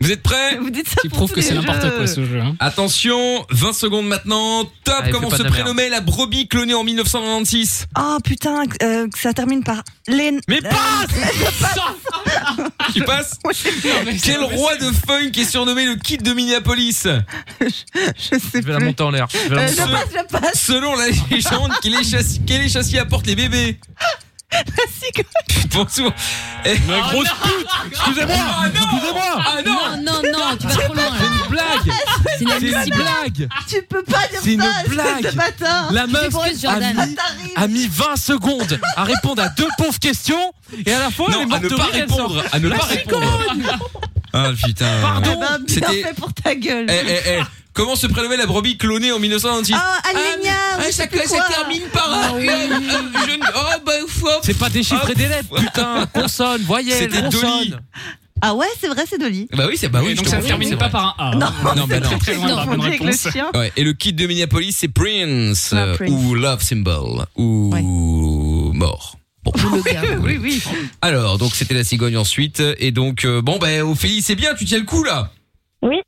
Speaker 2: Vous êtes prêts
Speaker 9: Vous dites ça
Speaker 6: Tu
Speaker 9: pour
Speaker 6: prouves
Speaker 9: tous
Speaker 6: que c'est
Speaker 9: les
Speaker 6: n'importe
Speaker 9: jeux.
Speaker 6: quoi ce jeu. hein.
Speaker 2: Attention, 20 secondes maintenant. Top,
Speaker 4: Allez,
Speaker 2: comment
Speaker 4: fais pas de
Speaker 2: se
Speaker 4: la merde.
Speaker 2: prénommait la brebis clonée en 1996
Speaker 9: Oh putain, euh, ça termine par Lén.
Speaker 4: Mais
Speaker 2: Qui passe
Speaker 6: Non, mais c'est
Speaker 2: Quel
Speaker 6: pas possible.
Speaker 2: roi de funk est surnommé le kid de Minneapolis
Speaker 9: Je sais
Speaker 4: je vais la
Speaker 9: plus.
Speaker 4: monter en l'air. Je vais la
Speaker 9: Euh,
Speaker 4: monter
Speaker 9: je
Speaker 4: en l'air.
Speaker 9: passe, je passe.
Speaker 2: Selon la légende, quel est châssis, quel est châssis apporte les bébés
Speaker 9: cigogne.
Speaker 2: Bonjour. Eh,
Speaker 4: La grosse pute Excusez-moi Excusez-moi
Speaker 2: Ah non
Speaker 3: Non, non, non, tu vas trop loin là.
Speaker 4: Une blague
Speaker 3: C'est
Speaker 4: C'est une
Speaker 3: inadmissible.
Speaker 4: blague
Speaker 9: Tu peux pas dire
Speaker 4: C'est une
Speaker 9: ça
Speaker 4: blague.
Speaker 9: ce matin.
Speaker 4: La
Speaker 3: Tu
Speaker 4: meuf
Speaker 3: t'excuses,
Speaker 4: a
Speaker 3: Jordan.
Speaker 4: mis,
Speaker 9: T'arrives.
Speaker 4: a mis 20 secondes à répondre à deux pauvres questions et à la fois elle est
Speaker 2: Non, à
Speaker 4: morte
Speaker 2: ne
Speaker 4: de
Speaker 2: pas
Speaker 4: rire, elle sort.
Speaker 2: répondre. À ne pas répondre. Ah putain.
Speaker 9: Eh
Speaker 4: Pardon
Speaker 9: ben, bien
Speaker 2: Euh, C'était-
Speaker 9: fait pour ta gueule.
Speaker 2: Eh, eh, eh. Comment se prénommait la brebis clonée en 1926
Speaker 9: Ah, Alénia, ou je sais plus quoi. Ah
Speaker 2: par un. euh, je ne- Oh, bah, faut-
Speaker 4: C'est pas déchiffrer
Speaker 2: Hop.
Speaker 4: des lettres, putain Consonne, voyelle,
Speaker 2: C'était Dolly.
Speaker 4: consonne
Speaker 9: Ah ouais, c'est vrai, c'est Dolly.
Speaker 2: Bah oui, c'est bah oui.
Speaker 6: Oui, donc ça ne termine pas par un A. hein.
Speaker 9: Non,
Speaker 2: non, bah
Speaker 9: c'est
Speaker 2: non.
Speaker 9: très, très loin de la bonne Confondu avec le réponse. chien. Ah,
Speaker 2: Ouais, Et le kit de Minneapolis, c'est Prince, euh,
Speaker 9: Prince.
Speaker 2: ou Love Symbol ou mort. Bon.
Speaker 9: oui, oui.
Speaker 2: Alors, donc c'était la cigogne ensuite, et donc euh, bon bah Ophélie, c'est bien, tu tiens le coup là.
Speaker 8: Oui.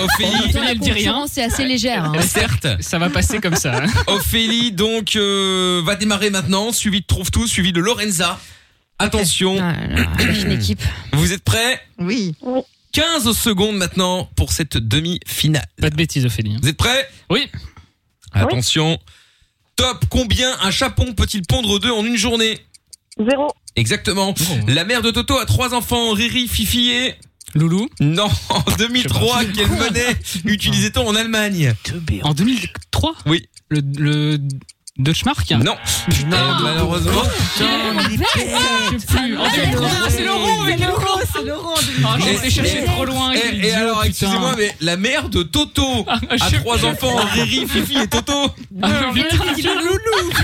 Speaker 2: Ophélie,
Speaker 3: La concurrence est assez
Speaker 9: Ah
Speaker 3: légère. hein.
Speaker 2: Certes.
Speaker 6: Ça va passer comme ça. hein.
Speaker 2: Ophélie, donc, euh, va démarrer maintenant, suivi de Trouve Tout, suivi de Lorenza. Attention.
Speaker 9: Ah,
Speaker 2: Vous êtes prêts
Speaker 9: Oui.
Speaker 2: 15 secondes maintenant pour cette demi-finale.
Speaker 6: Pas de bêtises, Ophélie. hein.
Speaker 2: Vous êtes prêts
Speaker 6: Oui. Ah
Speaker 2: Attention. Top, combien un chapon peut-il pondre deux en une journée
Speaker 8: Zéro.
Speaker 2: Exactement. La mère de Toto a trois enfants, Riri, Fifi et...
Speaker 6: Loulou
Speaker 2: Non, en 2003, quelle monnaie utilisait-on en Allemagne
Speaker 6: En 2003
Speaker 2: Oui.
Speaker 6: Le, le Deutschmark Ah.
Speaker 2: Non. Eh, malheureusement.
Speaker 6: Je sais plus. En 2003, c'est l'euro avec l'euro.
Speaker 9: C'est l'euro
Speaker 6: Ah, j'ai été chercher trop loin.
Speaker 2: Et,
Speaker 6: quel
Speaker 2: et
Speaker 6: idiot,
Speaker 2: alors,
Speaker 6: putain.
Speaker 2: excusez-moi, mais la mère de Toto a trois enfants, Riri, Fifi et Toto.
Speaker 6: Ah, oui, putain.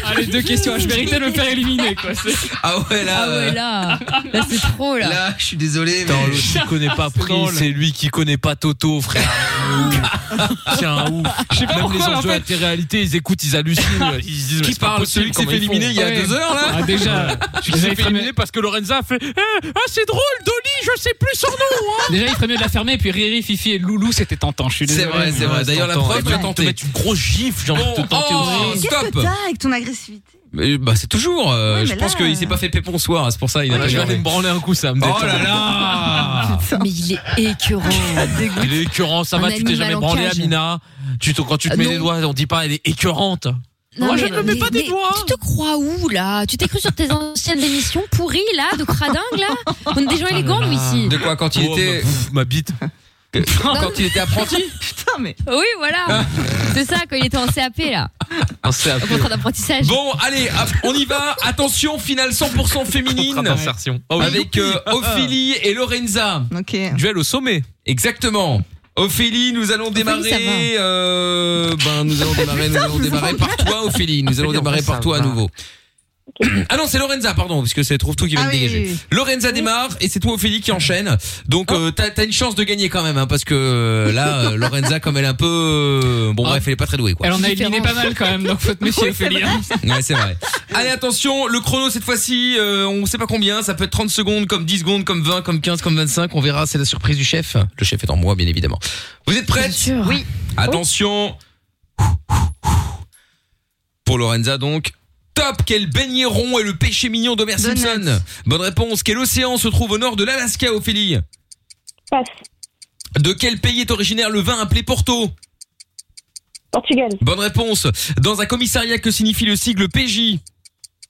Speaker 6: Ah, les deux questions. Je méritais de me faire éliminer, quoi. C'est-
Speaker 2: Ah ouais, là.
Speaker 3: Ah ouais,
Speaker 2: euh,
Speaker 3: là, là c'est trop là.
Speaker 2: Là, Ah, je suis désolé.
Speaker 4: Putain,
Speaker 2: mais-
Speaker 4: l'autre, il connaît pas Prince, c'est lui qui connaît pas Toto, frère. C'est un ouf.
Speaker 6: Je sais pas
Speaker 4: Même
Speaker 6: pourquoi,
Speaker 4: les gens
Speaker 6: en
Speaker 4: de la télé-réalité, ils écoutent, ils hallucinent. Ils se disent, mais
Speaker 2: Qui
Speaker 4: c'est pas
Speaker 2: parle
Speaker 4: possible,
Speaker 2: Celui qui s'est
Speaker 4: comment
Speaker 2: fait
Speaker 4: ils font.
Speaker 2: éliminer il y a
Speaker 6: Ouais.
Speaker 2: deux heures, là
Speaker 6: Ah, déjà.
Speaker 4: Celui qui s'est
Speaker 6: J'avais
Speaker 4: fait
Speaker 6: fait
Speaker 4: éliminer parce que Lorenza a fait Eh, Ah, c'est drôle, Dolly, je sais plus son nom hein.
Speaker 6: Déjà, il ferait mieux de la fermer, et puis Riri, Fifi et Loulou, c'était tentant, je suis
Speaker 2: C'est
Speaker 6: désolé.
Speaker 2: vrai, c'est vrai. D'ailleurs, la
Speaker 4: T'entends,
Speaker 2: preuve,
Speaker 4: et
Speaker 2: tu
Speaker 4: tu
Speaker 2: as
Speaker 4: vas te
Speaker 2: tenté.
Speaker 4: mettre une grosse gifle, j'ai envie de
Speaker 2: Bon,
Speaker 4: te tenter
Speaker 2: oh,
Speaker 4: aussi.
Speaker 9: Qu'est-ce que
Speaker 2: stop.
Speaker 9: t'as avec ton agressivité
Speaker 2: Mais, Bah, c'est toujours. euh,
Speaker 9: Ouais, mais
Speaker 2: je pense
Speaker 9: là-
Speaker 2: qu'il s'est pas fait péponsoir, hein, c'est pour ça, il a
Speaker 4: Ouais,
Speaker 2: pas
Speaker 4: Je vais aller
Speaker 2: gardé.
Speaker 4: me branler un coup, ça va me détend.
Speaker 2: Oh là là
Speaker 3: Mais il est écœurant.
Speaker 4: Il est écœurant, ça
Speaker 3: Un
Speaker 4: va, tu t'es
Speaker 3: animal
Speaker 4: jamais
Speaker 3: en
Speaker 4: branlé
Speaker 3: cage.
Speaker 4: Amina. Tu te- quand tu te
Speaker 9: Euh,
Speaker 3: Ah,
Speaker 4: mets
Speaker 3: non.
Speaker 4: les doigts, on dit pas elle est écœurante.
Speaker 3: Non,
Speaker 4: Moi, je
Speaker 3: mais-
Speaker 4: ne mets
Speaker 3: mais-
Speaker 4: pas des
Speaker 3: mais
Speaker 4: doigts.
Speaker 3: Tu te crois où là Tu t'es cru sur tes anciennes émissions pourries là, de cradingue là On est des gens
Speaker 2: Ah
Speaker 9: Ah
Speaker 3: élégants nous ici.
Speaker 2: De quoi, quand il
Speaker 4: Oh,
Speaker 2: était.
Speaker 4: ma- pff, ma bite.
Speaker 2: Quand il était apprenti
Speaker 9: Putain, mais.
Speaker 3: Oui, voilà. C'est ça quand il était en CAP là,
Speaker 2: Ah,
Speaker 4: Un CAP.
Speaker 3: au contrat d'apprentissage.
Speaker 2: Bon, allez, hop, on y va. Attention, finale 100% féminine.
Speaker 4: Contrat d'insertion. Ah oui.
Speaker 2: Avec euh, Ophélie et Lorenza.
Speaker 9: Ok.
Speaker 4: Duel au sommet.
Speaker 2: Exactement. Ophélie, nous allons
Speaker 3: ça
Speaker 2: démarrer.
Speaker 3: va.
Speaker 2: euh, ben, nous allons démarrer, nous allons démarrer par toi, Ophélie. Nous allons
Speaker 9: Ophélie,
Speaker 2: démarrer
Speaker 9: ça
Speaker 2: par toi à
Speaker 9: va.
Speaker 2: nouveau. Ah non, c'est Lorenza, pardon, parce que c'est Trouve-Tout qui va
Speaker 9: Ah
Speaker 2: me
Speaker 9: oui,
Speaker 2: dégager.
Speaker 9: oui,
Speaker 2: Lorenza démarre et c'est toi, Ophélie, qui enchaîne. Donc, euh, t'as t'as une chance de gagner quand même, hein, parce que euh, là, euh, Lorenza, comme elle est un peu... euh, Bon,
Speaker 6: Ah.
Speaker 2: bref, elle est pas très douée, quoi.
Speaker 6: Elle en a éliminé
Speaker 3: Différent.
Speaker 6: pas mal quand même, donc faut te méfier,
Speaker 9: Oui, c'est
Speaker 6: Ophélie. hein.
Speaker 2: Ouais, c'est vrai. Allez, attention, le chrono cette fois-ci, euh, on sait pas combien, ça peut être 30 secondes, comme 10 secondes, comme 20, comme 15, comme 25, on verra, c'est la surprise du chef. Le chef étant moi, bien évidemment. Vous êtes prêtes
Speaker 3: Oui.
Speaker 2: Attention. Pour Lorenza, donc. Top Quel beignet rond est le péché mignon d'Homer
Speaker 9: Donuts.
Speaker 2: Simpson Bonne réponse. Quel océan se trouve au nord de l'Alaska, Ophélie
Speaker 8: Passe.
Speaker 2: De quel pays est originaire le vin appelé Porto
Speaker 8: Portugal.
Speaker 2: Bonne réponse. Dans un commissariat, que signifie le sigle PJ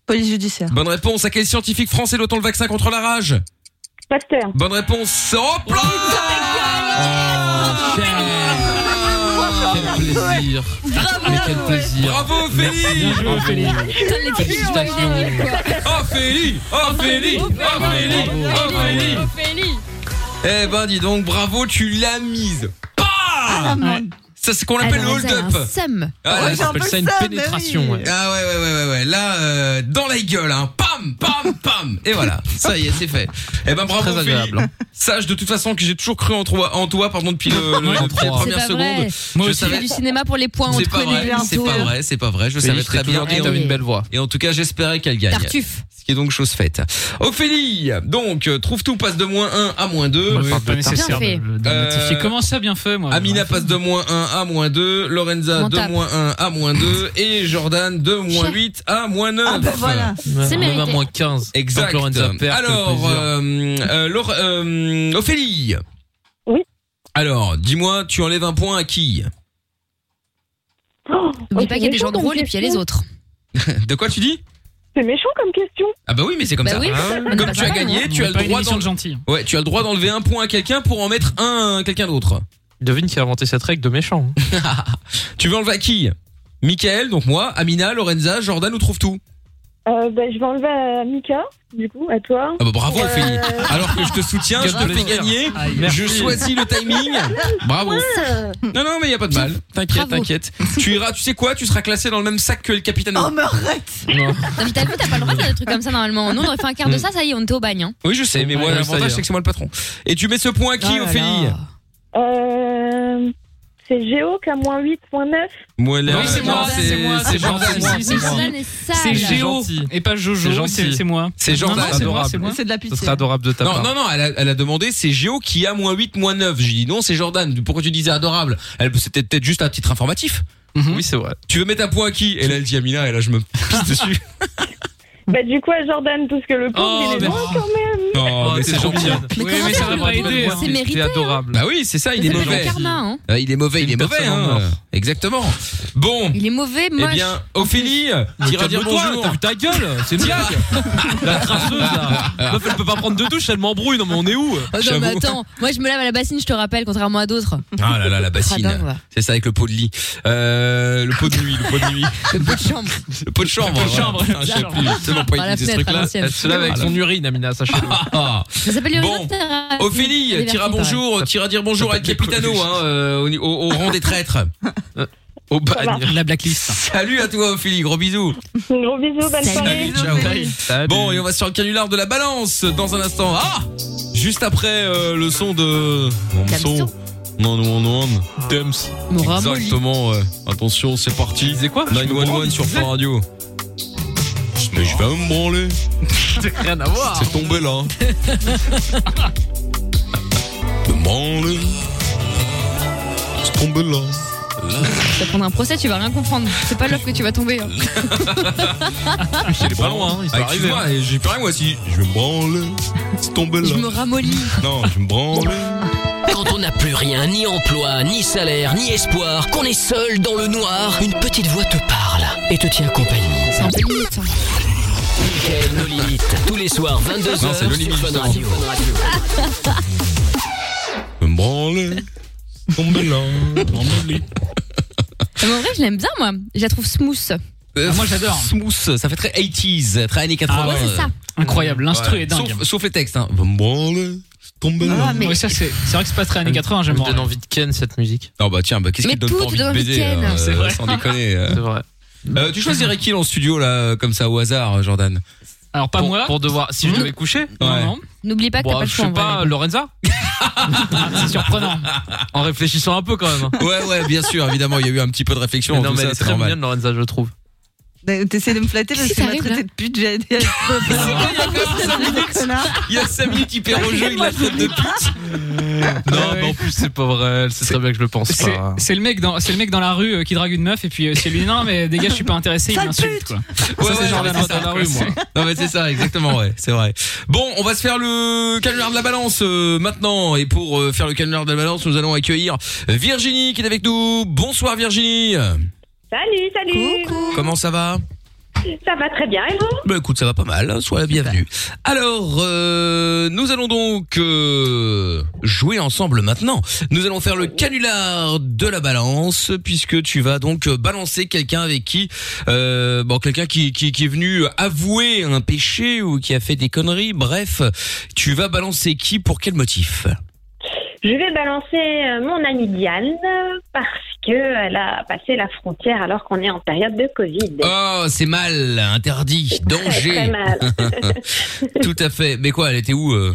Speaker 9: Police judiciaire.
Speaker 2: Bonne réponse. À quel scientifique français doit-on le vaccin contre la rage
Speaker 8: Pasteur.
Speaker 2: Bonne réponse. Hop là
Speaker 4: Oh,
Speaker 2: Oh,
Speaker 4: Quel plaisir. Mais quel plaisir.
Speaker 2: Bravo, Ophélie
Speaker 6: Bien joué, Ophélie.
Speaker 3: Putain, les
Speaker 2: hein.
Speaker 3: filles, ils sont
Speaker 4: Félicitations.
Speaker 2: Oh, Ophélie Ophélie Ophélie Ophélie
Speaker 3: Ophélie.
Speaker 2: Oh, Eh ben dis donc, bravo, tu l'as mise. Bah Ça c'est qu'on appelle
Speaker 3: Elle
Speaker 2: le
Speaker 3: a hein.
Speaker 2: hold-up.
Speaker 3: un seum.
Speaker 2: Ah,
Speaker 9: Ouais,
Speaker 2: là,
Speaker 9: j'ai un
Speaker 4: appelle
Speaker 9: peu
Speaker 4: ça une
Speaker 9: mais
Speaker 4: pénétration,
Speaker 9: oui.
Speaker 4: ouais.
Speaker 2: ah ouais ouais ouais ouais ouais. là euh, dans la gueule hein pam pam pam et voilà ça y est c'est fait eh ben bravo
Speaker 4: Très
Speaker 2: Ophélie.
Speaker 4: agréable. hein.
Speaker 2: sache de toute façon que j'ai toujours cru en toi en toi pardon depuis le, le-
Speaker 4: Ouais,
Speaker 2: depuis
Speaker 4: trois.
Speaker 2: les
Speaker 3: C'est
Speaker 2: premières
Speaker 3: pas vrai.
Speaker 2: secondes
Speaker 6: Moi
Speaker 2: je
Speaker 6: aussi.
Speaker 3: Tu fais
Speaker 2: savais
Speaker 3: du cinéma pour les points, on
Speaker 2: c'est
Speaker 3: te
Speaker 2: pas
Speaker 3: connaît
Speaker 2: vrai
Speaker 3: bientôt.
Speaker 2: c'est pas vrai c'est pas vrai je savais très bien
Speaker 4: dit
Speaker 3: dit,
Speaker 2: et,
Speaker 3: t'avais
Speaker 4: une
Speaker 3: une
Speaker 4: belle
Speaker 3: belle
Speaker 4: voix.
Speaker 2: et en tout cas j'espérais qu'elle gagne
Speaker 3: Tartuffe.
Speaker 2: ce qui est donc chose faite Ophélie donc euh, trouve tout passe de moins 1 à moins 2
Speaker 6: Ouais, pas nécessaire
Speaker 3: fait.
Speaker 6: de- de
Speaker 2: Euh,
Speaker 6: notifier. Comment ça, bien fait, moi
Speaker 2: Amina passe de moins 1 à moins 2, Lorenza
Speaker 3: On
Speaker 2: de
Speaker 3: tape.
Speaker 2: moins 1 à moins 2 et Jordan de moins
Speaker 3: Chef.
Speaker 2: 8 à moins 9.
Speaker 9: Ah bah voilà.
Speaker 3: C'est
Speaker 4: Même à
Speaker 3: mérité.
Speaker 4: moins 15.
Speaker 2: Exact.
Speaker 4: Donc Lorenza perd, quel
Speaker 2: Alors,
Speaker 4: plaisir.
Speaker 2: euh, euh, Laure- euh, Ophélie.
Speaker 8: Oui.
Speaker 2: Alors, dis-moi, tu enlèves un point à qui
Speaker 8: Oh,
Speaker 3: N'oublie
Speaker 8: c'est
Speaker 3: pas qu'il y a des
Speaker 8: méchant
Speaker 3: gens
Speaker 8: comme
Speaker 3: drôles et puis il y a les
Speaker 8: question.
Speaker 3: autres.
Speaker 2: De quoi tu dis
Speaker 8: C'est méchant comme question.
Speaker 2: Ah bah oui, mais c'est comme
Speaker 3: Bah
Speaker 2: ça.
Speaker 3: oui,
Speaker 2: Hein
Speaker 3: on est
Speaker 2: comme
Speaker 3: pas
Speaker 2: tu as
Speaker 3: mal,
Speaker 2: gagné,
Speaker 3: hein.
Speaker 2: tu as le droit
Speaker 6: d'en
Speaker 2: d'enlever
Speaker 6: gentil.
Speaker 2: Ouais, tu as le droit d'enlever un point à quelqu'un pour en mettre un à quelqu'un d'autre.
Speaker 4: Devine qui a inventé cette règle de méchant. hein.
Speaker 2: Tu veux enlever à qui Michael, donc moi, Amina, Lorenza, Jordan ou trouve tout
Speaker 14: Euh, bah, je vais enlever à Mika, du coup, à toi.
Speaker 2: Ah bah bravo
Speaker 14: Euh,
Speaker 2: Ophélie. Alors que je te soutiens, je te
Speaker 6: Grave
Speaker 2: fais
Speaker 6: plaisir.
Speaker 2: gagner,
Speaker 6: Aïe,
Speaker 2: je
Speaker 6: merci.
Speaker 2: choisis le timing. Bravo. Non non mais il y a pas de mal. T'inquiète, t'inquiète. Tu iras, tu sais quoi, tu seras classé dans le même sac que le capitaine.
Speaker 3: Oh, mais arrête.
Speaker 2: Non.
Speaker 3: Non, mais t'as vu, t'as pas le droit de faire des trucs comme ça normalement. Nous, on aurait fait un
Speaker 2: Hmm.
Speaker 3: quart de ça, ça y est, on était au bagne. hein.
Speaker 2: Oui, je sais, mais
Speaker 4: Ouais,
Speaker 2: moi
Speaker 4: ça y est.
Speaker 2: l'avantage c'est que c'est moi le patron. Et tu mets ce point à qui
Speaker 3: Ah là
Speaker 2: Ophélie
Speaker 14: Euh, c'est Géo qui a moins 8, moins 9.
Speaker 2: Moi là,
Speaker 6: Oui, c'est moi,
Speaker 2: non,
Speaker 6: c'est moi, c'est
Speaker 2: Jordan.
Speaker 6: gentil.
Speaker 2: C'est moi.
Speaker 6: C'est moi.
Speaker 14: Jordan est sale. C'est
Speaker 6: C'est Géo
Speaker 2: gentil.
Speaker 6: et pas
Speaker 2: C'est
Speaker 6: Jojo,
Speaker 2: gentil.
Speaker 6: c'est c'est moi.
Speaker 2: C'est Jordan.
Speaker 6: Non, non, c'est moi, c'est moi.
Speaker 4: adorable de ta
Speaker 2: non,
Speaker 4: part.
Speaker 2: Non, non, elle a, elle a demandé, c'est Géo qui a moins 8, moins 9. J'ai dit non, c'est Jordan. Pourquoi tu disais adorable Elle C'était peut-être juste un titre informatif.
Speaker 4: Oui, c'est vrai.
Speaker 2: Tu veux mettre un point à qui Et là, elle dit Amina, et là, je me pisse dessus.
Speaker 14: Bah, du coup, à Jordan, parce que le pauvre,
Speaker 2: Oh,
Speaker 14: il est loin quand même.
Speaker 2: Non, mais c'est gentil.
Speaker 6: Oui, mais ça devrait aider. hein.
Speaker 2: C'est adorable. Bah oui, c'est ça, il est
Speaker 3: s'appelle le
Speaker 2: mauvais.
Speaker 3: karma, hein.
Speaker 2: Ah, Il est mauvais, il est mauvais.
Speaker 4: personne en
Speaker 2: hein.
Speaker 4: or.
Speaker 2: Exactement. Bon.
Speaker 3: Il est mauvais,
Speaker 2: Eh
Speaker 3: moche.
Speaker 2: bien, Ophélie, t'iras dire
Speaker 4: calme-toi,
Speaker 2: bonjour.
Speaker 4: t'as vu ta gueule C'est une
Speaker 2: T'iras-
Speaker 4: blague La crasseuse, là. Meuf, elle peut pas prendre de douche, elle m'embrouille. Non, mais on est où
Speaker 2: euh,
Speaker 3: Oh, non, mais attends, moi je me lave à la bassine, je te rappelle, contrairement à d'autres.
Speaker 2: Ah là là, la bassine.
Speaker 3: Radin, ouais.
Speaker 2: C'est ça avec le pot de lit. Euh, le pot de nuit, le pot de nuit.
Speaker 3: Le pot de chambre.
Speaker 2: Le pot de chambre.
Speaker 4: Le pot de chambre.
Speaker 2: voilà. Putain, Je sais plus. C'est bon, pas
Speaker 3: Par la
Speaker 2: utiliser ce
Speaker 3: fenêtre,
Speaker 2: truc-là.
Speaker 3: à l'ancienne. Elle se lave avec
Speaker 2: Voilà.
Speaker 4: Son urine, Amina, sachez-le.
Speaker 3: Ça s'appelle le
Speaker 2: Bon. Ophélie, tira bonjour, tira dire bonjour à El Capitano, hein, euh, au, au- au rang des traîtres. Euh, Au bagne.
Speaker 6: La blacklist.
Speaker 2: Salut à toi, Ophélie, gros bisous.
Speaker 14: Gros bisous, bonne soirée.
Speaker 2: Ciao. Bon, et on va sur le canular de la balance dans un instant. Ah Juste après euh, le son de. Mon
Speaker 4: Damso.
Speaker 2: Non, non, non. Dems.
Speaker 4: Moura
Speaker 2: Exactement, euh, ouais. Attention, c'est parti. Disais
Speaker 4: quoi Je me branle,
Speaker 2: 911
Speaker 4: il
Speaker 2: sur
Speaker 4: disait.
Speaker 2: Fun Radio. Mais je vais me branler.
Speaker 4: Rien à voir.
Speaker 2: C'est tombé là. hein. me branler. C'est tombé là.
Speaker 3: Tu vas prendre un procès, tu vas rien comprendre. C'est pas l'offre que tu vas tomber. hein.
Speaker 2: Il est pas loin, hein, il peut arriver. Ah, J'ai plus rien moi aussi. Je vais me branler. C'est tombé là.
Speaker 3: Je me ramollis.
Speaker 2: Non, je me branle.
Speaker 1: Quand on n'a plus rien, ni emploi, ni salaire, ni espoir, qu'on est seul dans le noir, une petite voix te parle et te tient compagnie. C'est un peu limite. Mickaël, nos limites. Tous les soirs, 22h.
Speaker 2: Non, c'est nos limites,
Speaker 1: sur Fun
Speaker 2: justement.
Speaker 1: Radio.
Speaker 2: Euh. Je me branle. C'est tombé là. Dans mon lit.
Speaker 3: Mais en vrai, je l'aime bien, moi. Je la trouve smooth.
Speaker 2: Euh,
Speaker 6: Ah, moi, j'adore.
Speaker 2: Smooth, ça fait très 80s, très années 80.
Speaker 6: Ah ouais, c'est ça. Incroyable, l'instru
Speaker 2: Ouais.
Speaker 6: est dingue. Ah,
Speaker 2: Sauf, sauf les textes. Hein. Va me branler, c'est tombé là.
Speaker 6: Ouais, ça, c'est c'est vrai que c'est pas très années 80, j'aime
Speaker 4: me
Speaker 6: bien.
Speaker 4: donne envie de Ken, cette musique.
Speaker 2: Non, bah tiens, bah, qu'est-ce
Speaker 6: Mais
Speaker 2: qui te donne
Speaker 6: tout
Speaker 2: pas envie
Speaker 6: dans
Speaker 2: de
Speaker 6: le
Speaker 2: baiser
Speaker 6: week-end.
Speaker 2: euh,
Speaker 6: C'est vrai.
Speaker 2: Sans déconner. euh. Euh, tu choisirais qui dans le studio, là, euh, comme ça, au hasard, Jordan
Speaker 6: Alors, pas
Speaker 4: Pour-
Speaker 6: moi. Hmm
Speaker 4: Pour devoir. Si je devais coucher
Speaker 2: Ouais.
Speaker 3: N'oublie
Speaker 2: Bah,
Speaker 3: pas que t'as
Speaker 4: Bon,
Speaker 3: pas le
Speaker 4: je
Speaker 3: choix.
Speaker 4: sais
Speaker 3: en vrai.
Speaker 4: pas, Lorenza
Speaker 6: Ah, C'est surprenant.
Speaker 4: En réfléchissant un peu quand même. hein.
Speaker 2: Ouais, ouais, bien sûr, évidemment, il y a eu un petit peu de réflexion.
Speaker 4: Mais
Speaker 2: en
Speaker 4: non,
Speaker 2: tout
Speaker 4: mais
Speaker 2: ça,
Speaker 4: elle est
Speaker 2: c'est
Speaker 4: très
Speaker 2: normal.
Speaker 4: mignonne, Lorenza, je trouve.
Speaker 2: Bah,
Speaker 9: T'essaies de me flatter parce
Speaker 3: Qu'est-ce
Speaker 9: que
Speaker 3: qui
Speaker 9: tu m'as traité
Speaker 3: t'arrive,
Speaker 9: de pute, j'ai dit.
Speaker 2: Il y a 5 minutes, il perd au jeu, il la faute de pute.
Speaker 4: Non, mais en plus, c'est pas vrai. Elle sait très bien que je le pense
Speaker 6: Ah C'est
Speaker 2: euh.
Speaker 4: pas.
Speaker 6: c'est le mec dans c'est le mec dans la rue euh, qui drague une meuf et puis euh, si elle lui dit non mais dégage je suis pas intéressé il l'insulte quoi.
Speaker 2: Ouais,
Speaker 6: ça
Speaker 2: ouais,
Speaker 6: c'est genre
Speaker 2: mais
Speaker 6: la dans la rue moi.
Speaker 2: Non mais c'est ça exactement ouais, c'est vrai. Bon, on va se faire le canular de la balance euh, maintenant et pour euh, faire le canular de la balance, nous allons accueillir Virginie qui est avec nous. Bonsoir Virginie.
Speaker 5: Salut, salut.
Speaker 2: Comment ça va
Speaker 5: Ça va très bien et vous
Speaker 2: Bah écoute, ça va pas mal, hein, sois la bienvenue. Alors, euh, nous allons donc euh, jouer ensemble maintenant. Nous allons faire le canular de la balance, puisque tu vas donc euh, balancer quelqu'un avec qui... euh, bon, quelqu'un qui, qui, qui est venu avouer un péché ou qui a fait des conneries, bref, tu vas balancer qui pour quel motif
Speaker 5: Je vais balancer euh, mon amie Diane euh, parce qu'elle a passé la frontière alors qu'on est en période de Covid.
Speaker 2: Oh, c'est mal, interdit, danger.
Speaker 5: très mal.
Speaker 2: Tout à fait. Mais quoi, elle était où euh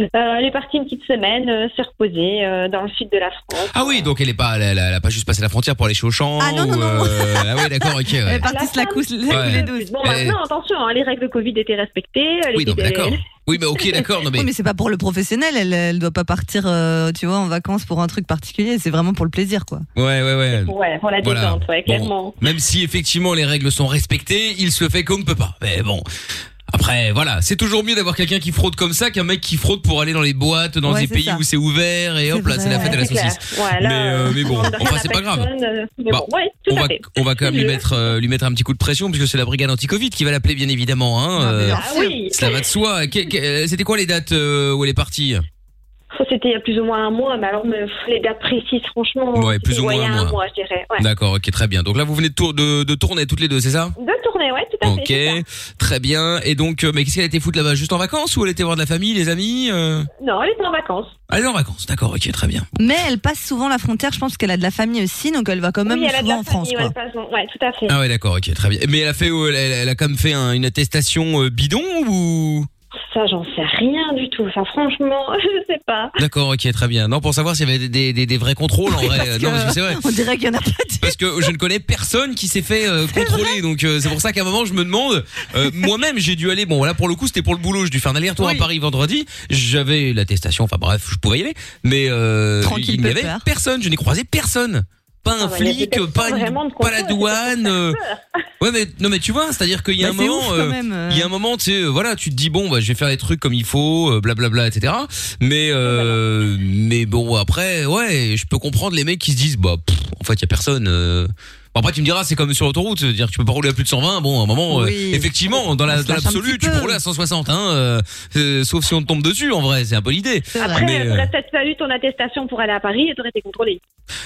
Speaker 5: Euh, elle est partie une petite semaine euh, se reposer euh, dans le sud de la France.
Speaker 2: Ah oui, donc elle est pas, elle, elle- elle a pas juste passé la frontière pour aller chez Auchan. Ah non, non, non. ah oui, d'accord, ok. ouais. Eh.
Speaker 5: partie la couche
Speaker 2: Ouais. les douze.
Speaker 5: Bon, maintenant, attention, hein, les règles Covid étaient respectées. elle
Speaker 2: Oui,
Speaker 5: était
Speaker 2: non, mais
Speaker 5: belle-
Speaker 2: d'accord. Oui, mais ok, d'accord, non mais.
Speaker 9: Oui, mais c'est pas pour le professionnel, elle, elle doit pas partir, euh, tu vois, en vacances pour un truc particulier, c'est vraiment pour le plaisir, quoi.
Speaker 2: Ouais, ouais, ouais.
Speaker 5: Ouais, pour la détente, ouais,
Speaker 2: Bon,
Speaker 5: clairement.
Speaker 2: même si effectivement les règles sont respectées, il se fait qu'on ne peut pas. Mais bon. Après, voilà, c'est toujours mieux d'avoir quelqu'un qui fraude comme ça qu'un mec qui fraude pour aller dans les boîtes, dans
Speaker 9: Ouais,
Speaker 2: les
Speaker 9: c'est
Speaker 2: pays
Speaker 9: ça.
Speaker 2: où c'est ouvert et hop là, c'est la fête à la
Speaker 5: C'est clair.
Speaker 2: saucisse.
Speaker 5: Ouais, là,
Speaker 2: mais, euh,
Speaker 5: euh,
Speaker 2: mais bon,
Speaker 5: on demande
Speaker 2: enfin
Speaker 5: rien à
Speaker 2: c'est pas grave.
Speaker 5: personne, euh, mais
Speaker 2: Bah,
Speaker 5: bon, ouais, tout
Speaker 2: on,
Speaker 5: à
Speaker 2: va,
Speaker 5: fait.
Speaker 2: on va quand même lui
Speaker 5: Je-
Speaker 2: mettre, euh, lui mettre un petit coup de pression puisque c'est la brigade anti-Covid qui va l'appeler bien évidemment. Hein,
Speaker 5: Ah, mais bien sûr. oui.
Speaker 2: Cela va de soi. Que- que- C'était quoi les dates euh, où elle est partie
Speaker 5: Ça, C'était il y a plus ou moins un mois, mais alors mais, pff, les dates précises, franchement,
Speaker 2: Ouais, plus ou moins
Speaker 5: ouais, il y a
Speaker 2: un mois.
Speaker 5: je dirais. Ouais.
Speaker 2: D'accord, ok, très bien. Donc là, vous venez de, tour- de, de tourner toutes les deux, c'est ça
Speaker 5: De tourner, mais ouais, tout à fait.
Speaker 2: Ok, très bien. Et donc, euh, mais qu'est-ce qu'elle était foutre là-bas Juste en vacances ou elle était voir de la famille, les amis euh
Speaker 5: Non, elle était en vacances.
Speaker 2: Elle est en vacances, d'accord, ok, très bien.
Speaker 9: Mais elle passe souvent la frontière, je pense qu'elle a de la famille aussi, donc elle va quand même
Speaker 5: oui, elle a de
Speaker 9: souvent
Speaker 5: la
Speaker 9: en
Speaker 5: famille,
Speaker 9: France.
Speaker 5: ouais,
Speaker 9: quoi.
Speaker 5: de toute façon. Ouais, tout à fait.
Speaker 2: Ah ouais, d'accord, ok, très bien. Mais elle a fait, euh, elle, elle a quand même fait un- une attestation euh, bidon ou
Speaker 5: Ça, j'en sais rien du tout. Enfin, franchement, je sais pas.
Speaker 2: D'accord, ok, très bien. Non, pour savoir s'il y avait des, des- des- des vrais contrôles en vrai. non, parce que c'est vrai.
Speaker 9: On dirait qu'il y en a pas.
Speaker 2: Parce que je ne connais personne qui s'est fait euh, contrôler, donc euh, c'est pour ça qu'à un moment je me demande. euh, Moi-même, j'ai dû aller. Bon, là pour le coup, c'était pour le boulot. J'ai dû faire un aller-retour à Paris vendredi. J'avais l'attestation. Enfin bref, je pouvais y aller, mais euh, il
Speaker 1: Tranquille,
Speaker 2: n'y
Speaker 1: peu
Speaker 2: avait
Speaker 1: peur.
Speaker 2: personne. Je n'ai croisé personne. Pas un
Speaker 1: Ah bah, il y a
Speaker 2: flic,
Speaker 1: peut-être
Speaker 2: pas,
Speaker 1: pas
Speaker 2: une-
Speaker 1: vraiment de
Speaker 2: pas la
Speaker 1: contrôle, c'est
Speaker 2: douane. euh, Ouais, mais non, mais tu vois, c'est-à-dire qu'il y a
Speaker 1: Bah,
Speaker 2: un
Speaker 1: c'est
Speaker 2: moment,
Speaker 1: ouf, quand
Speaker 2: euh,
Speaker 1: même, euh.
Speaker 2: il y a un moment, tu sais, euh, voilà, tu te dis bon, bah, je vais faire les trucs comme il faut, euh, blablabla, etc. Mais euh, mais bon après, ouais, je peux comprendre les mecs qui se disent bah, pff, en fait, il y a personne. euh. Bon, Après, tu me diras, c'est comme sur l'autoroute, c'est-à-dire que tu peux pas rouler à plus de 120. Bon, à un moment, euh,
Speaker 1: Oui.
Speaker 2: effectivement, dans
Speaker 1: On
Speaker 2: la-
Speaker 1: se
Speaker 2: dans
Speaker 1: lâche un
Speaker 2: l'absolu, tu
Speaker 1: petit
Speaker 2: peux
Speaker 1: peu.
Speaker 2: rouler à 160, hein, euh, euh, sauf si on te tombe dessus, en vrai, c'est un peu l'idée.
Speaker 5: Après,
Speaker 2: Mais, euh,
Speaker 5: t'aurais peut-être fallu ton attestation pour aller à Paris et t'aurais été contrôlé.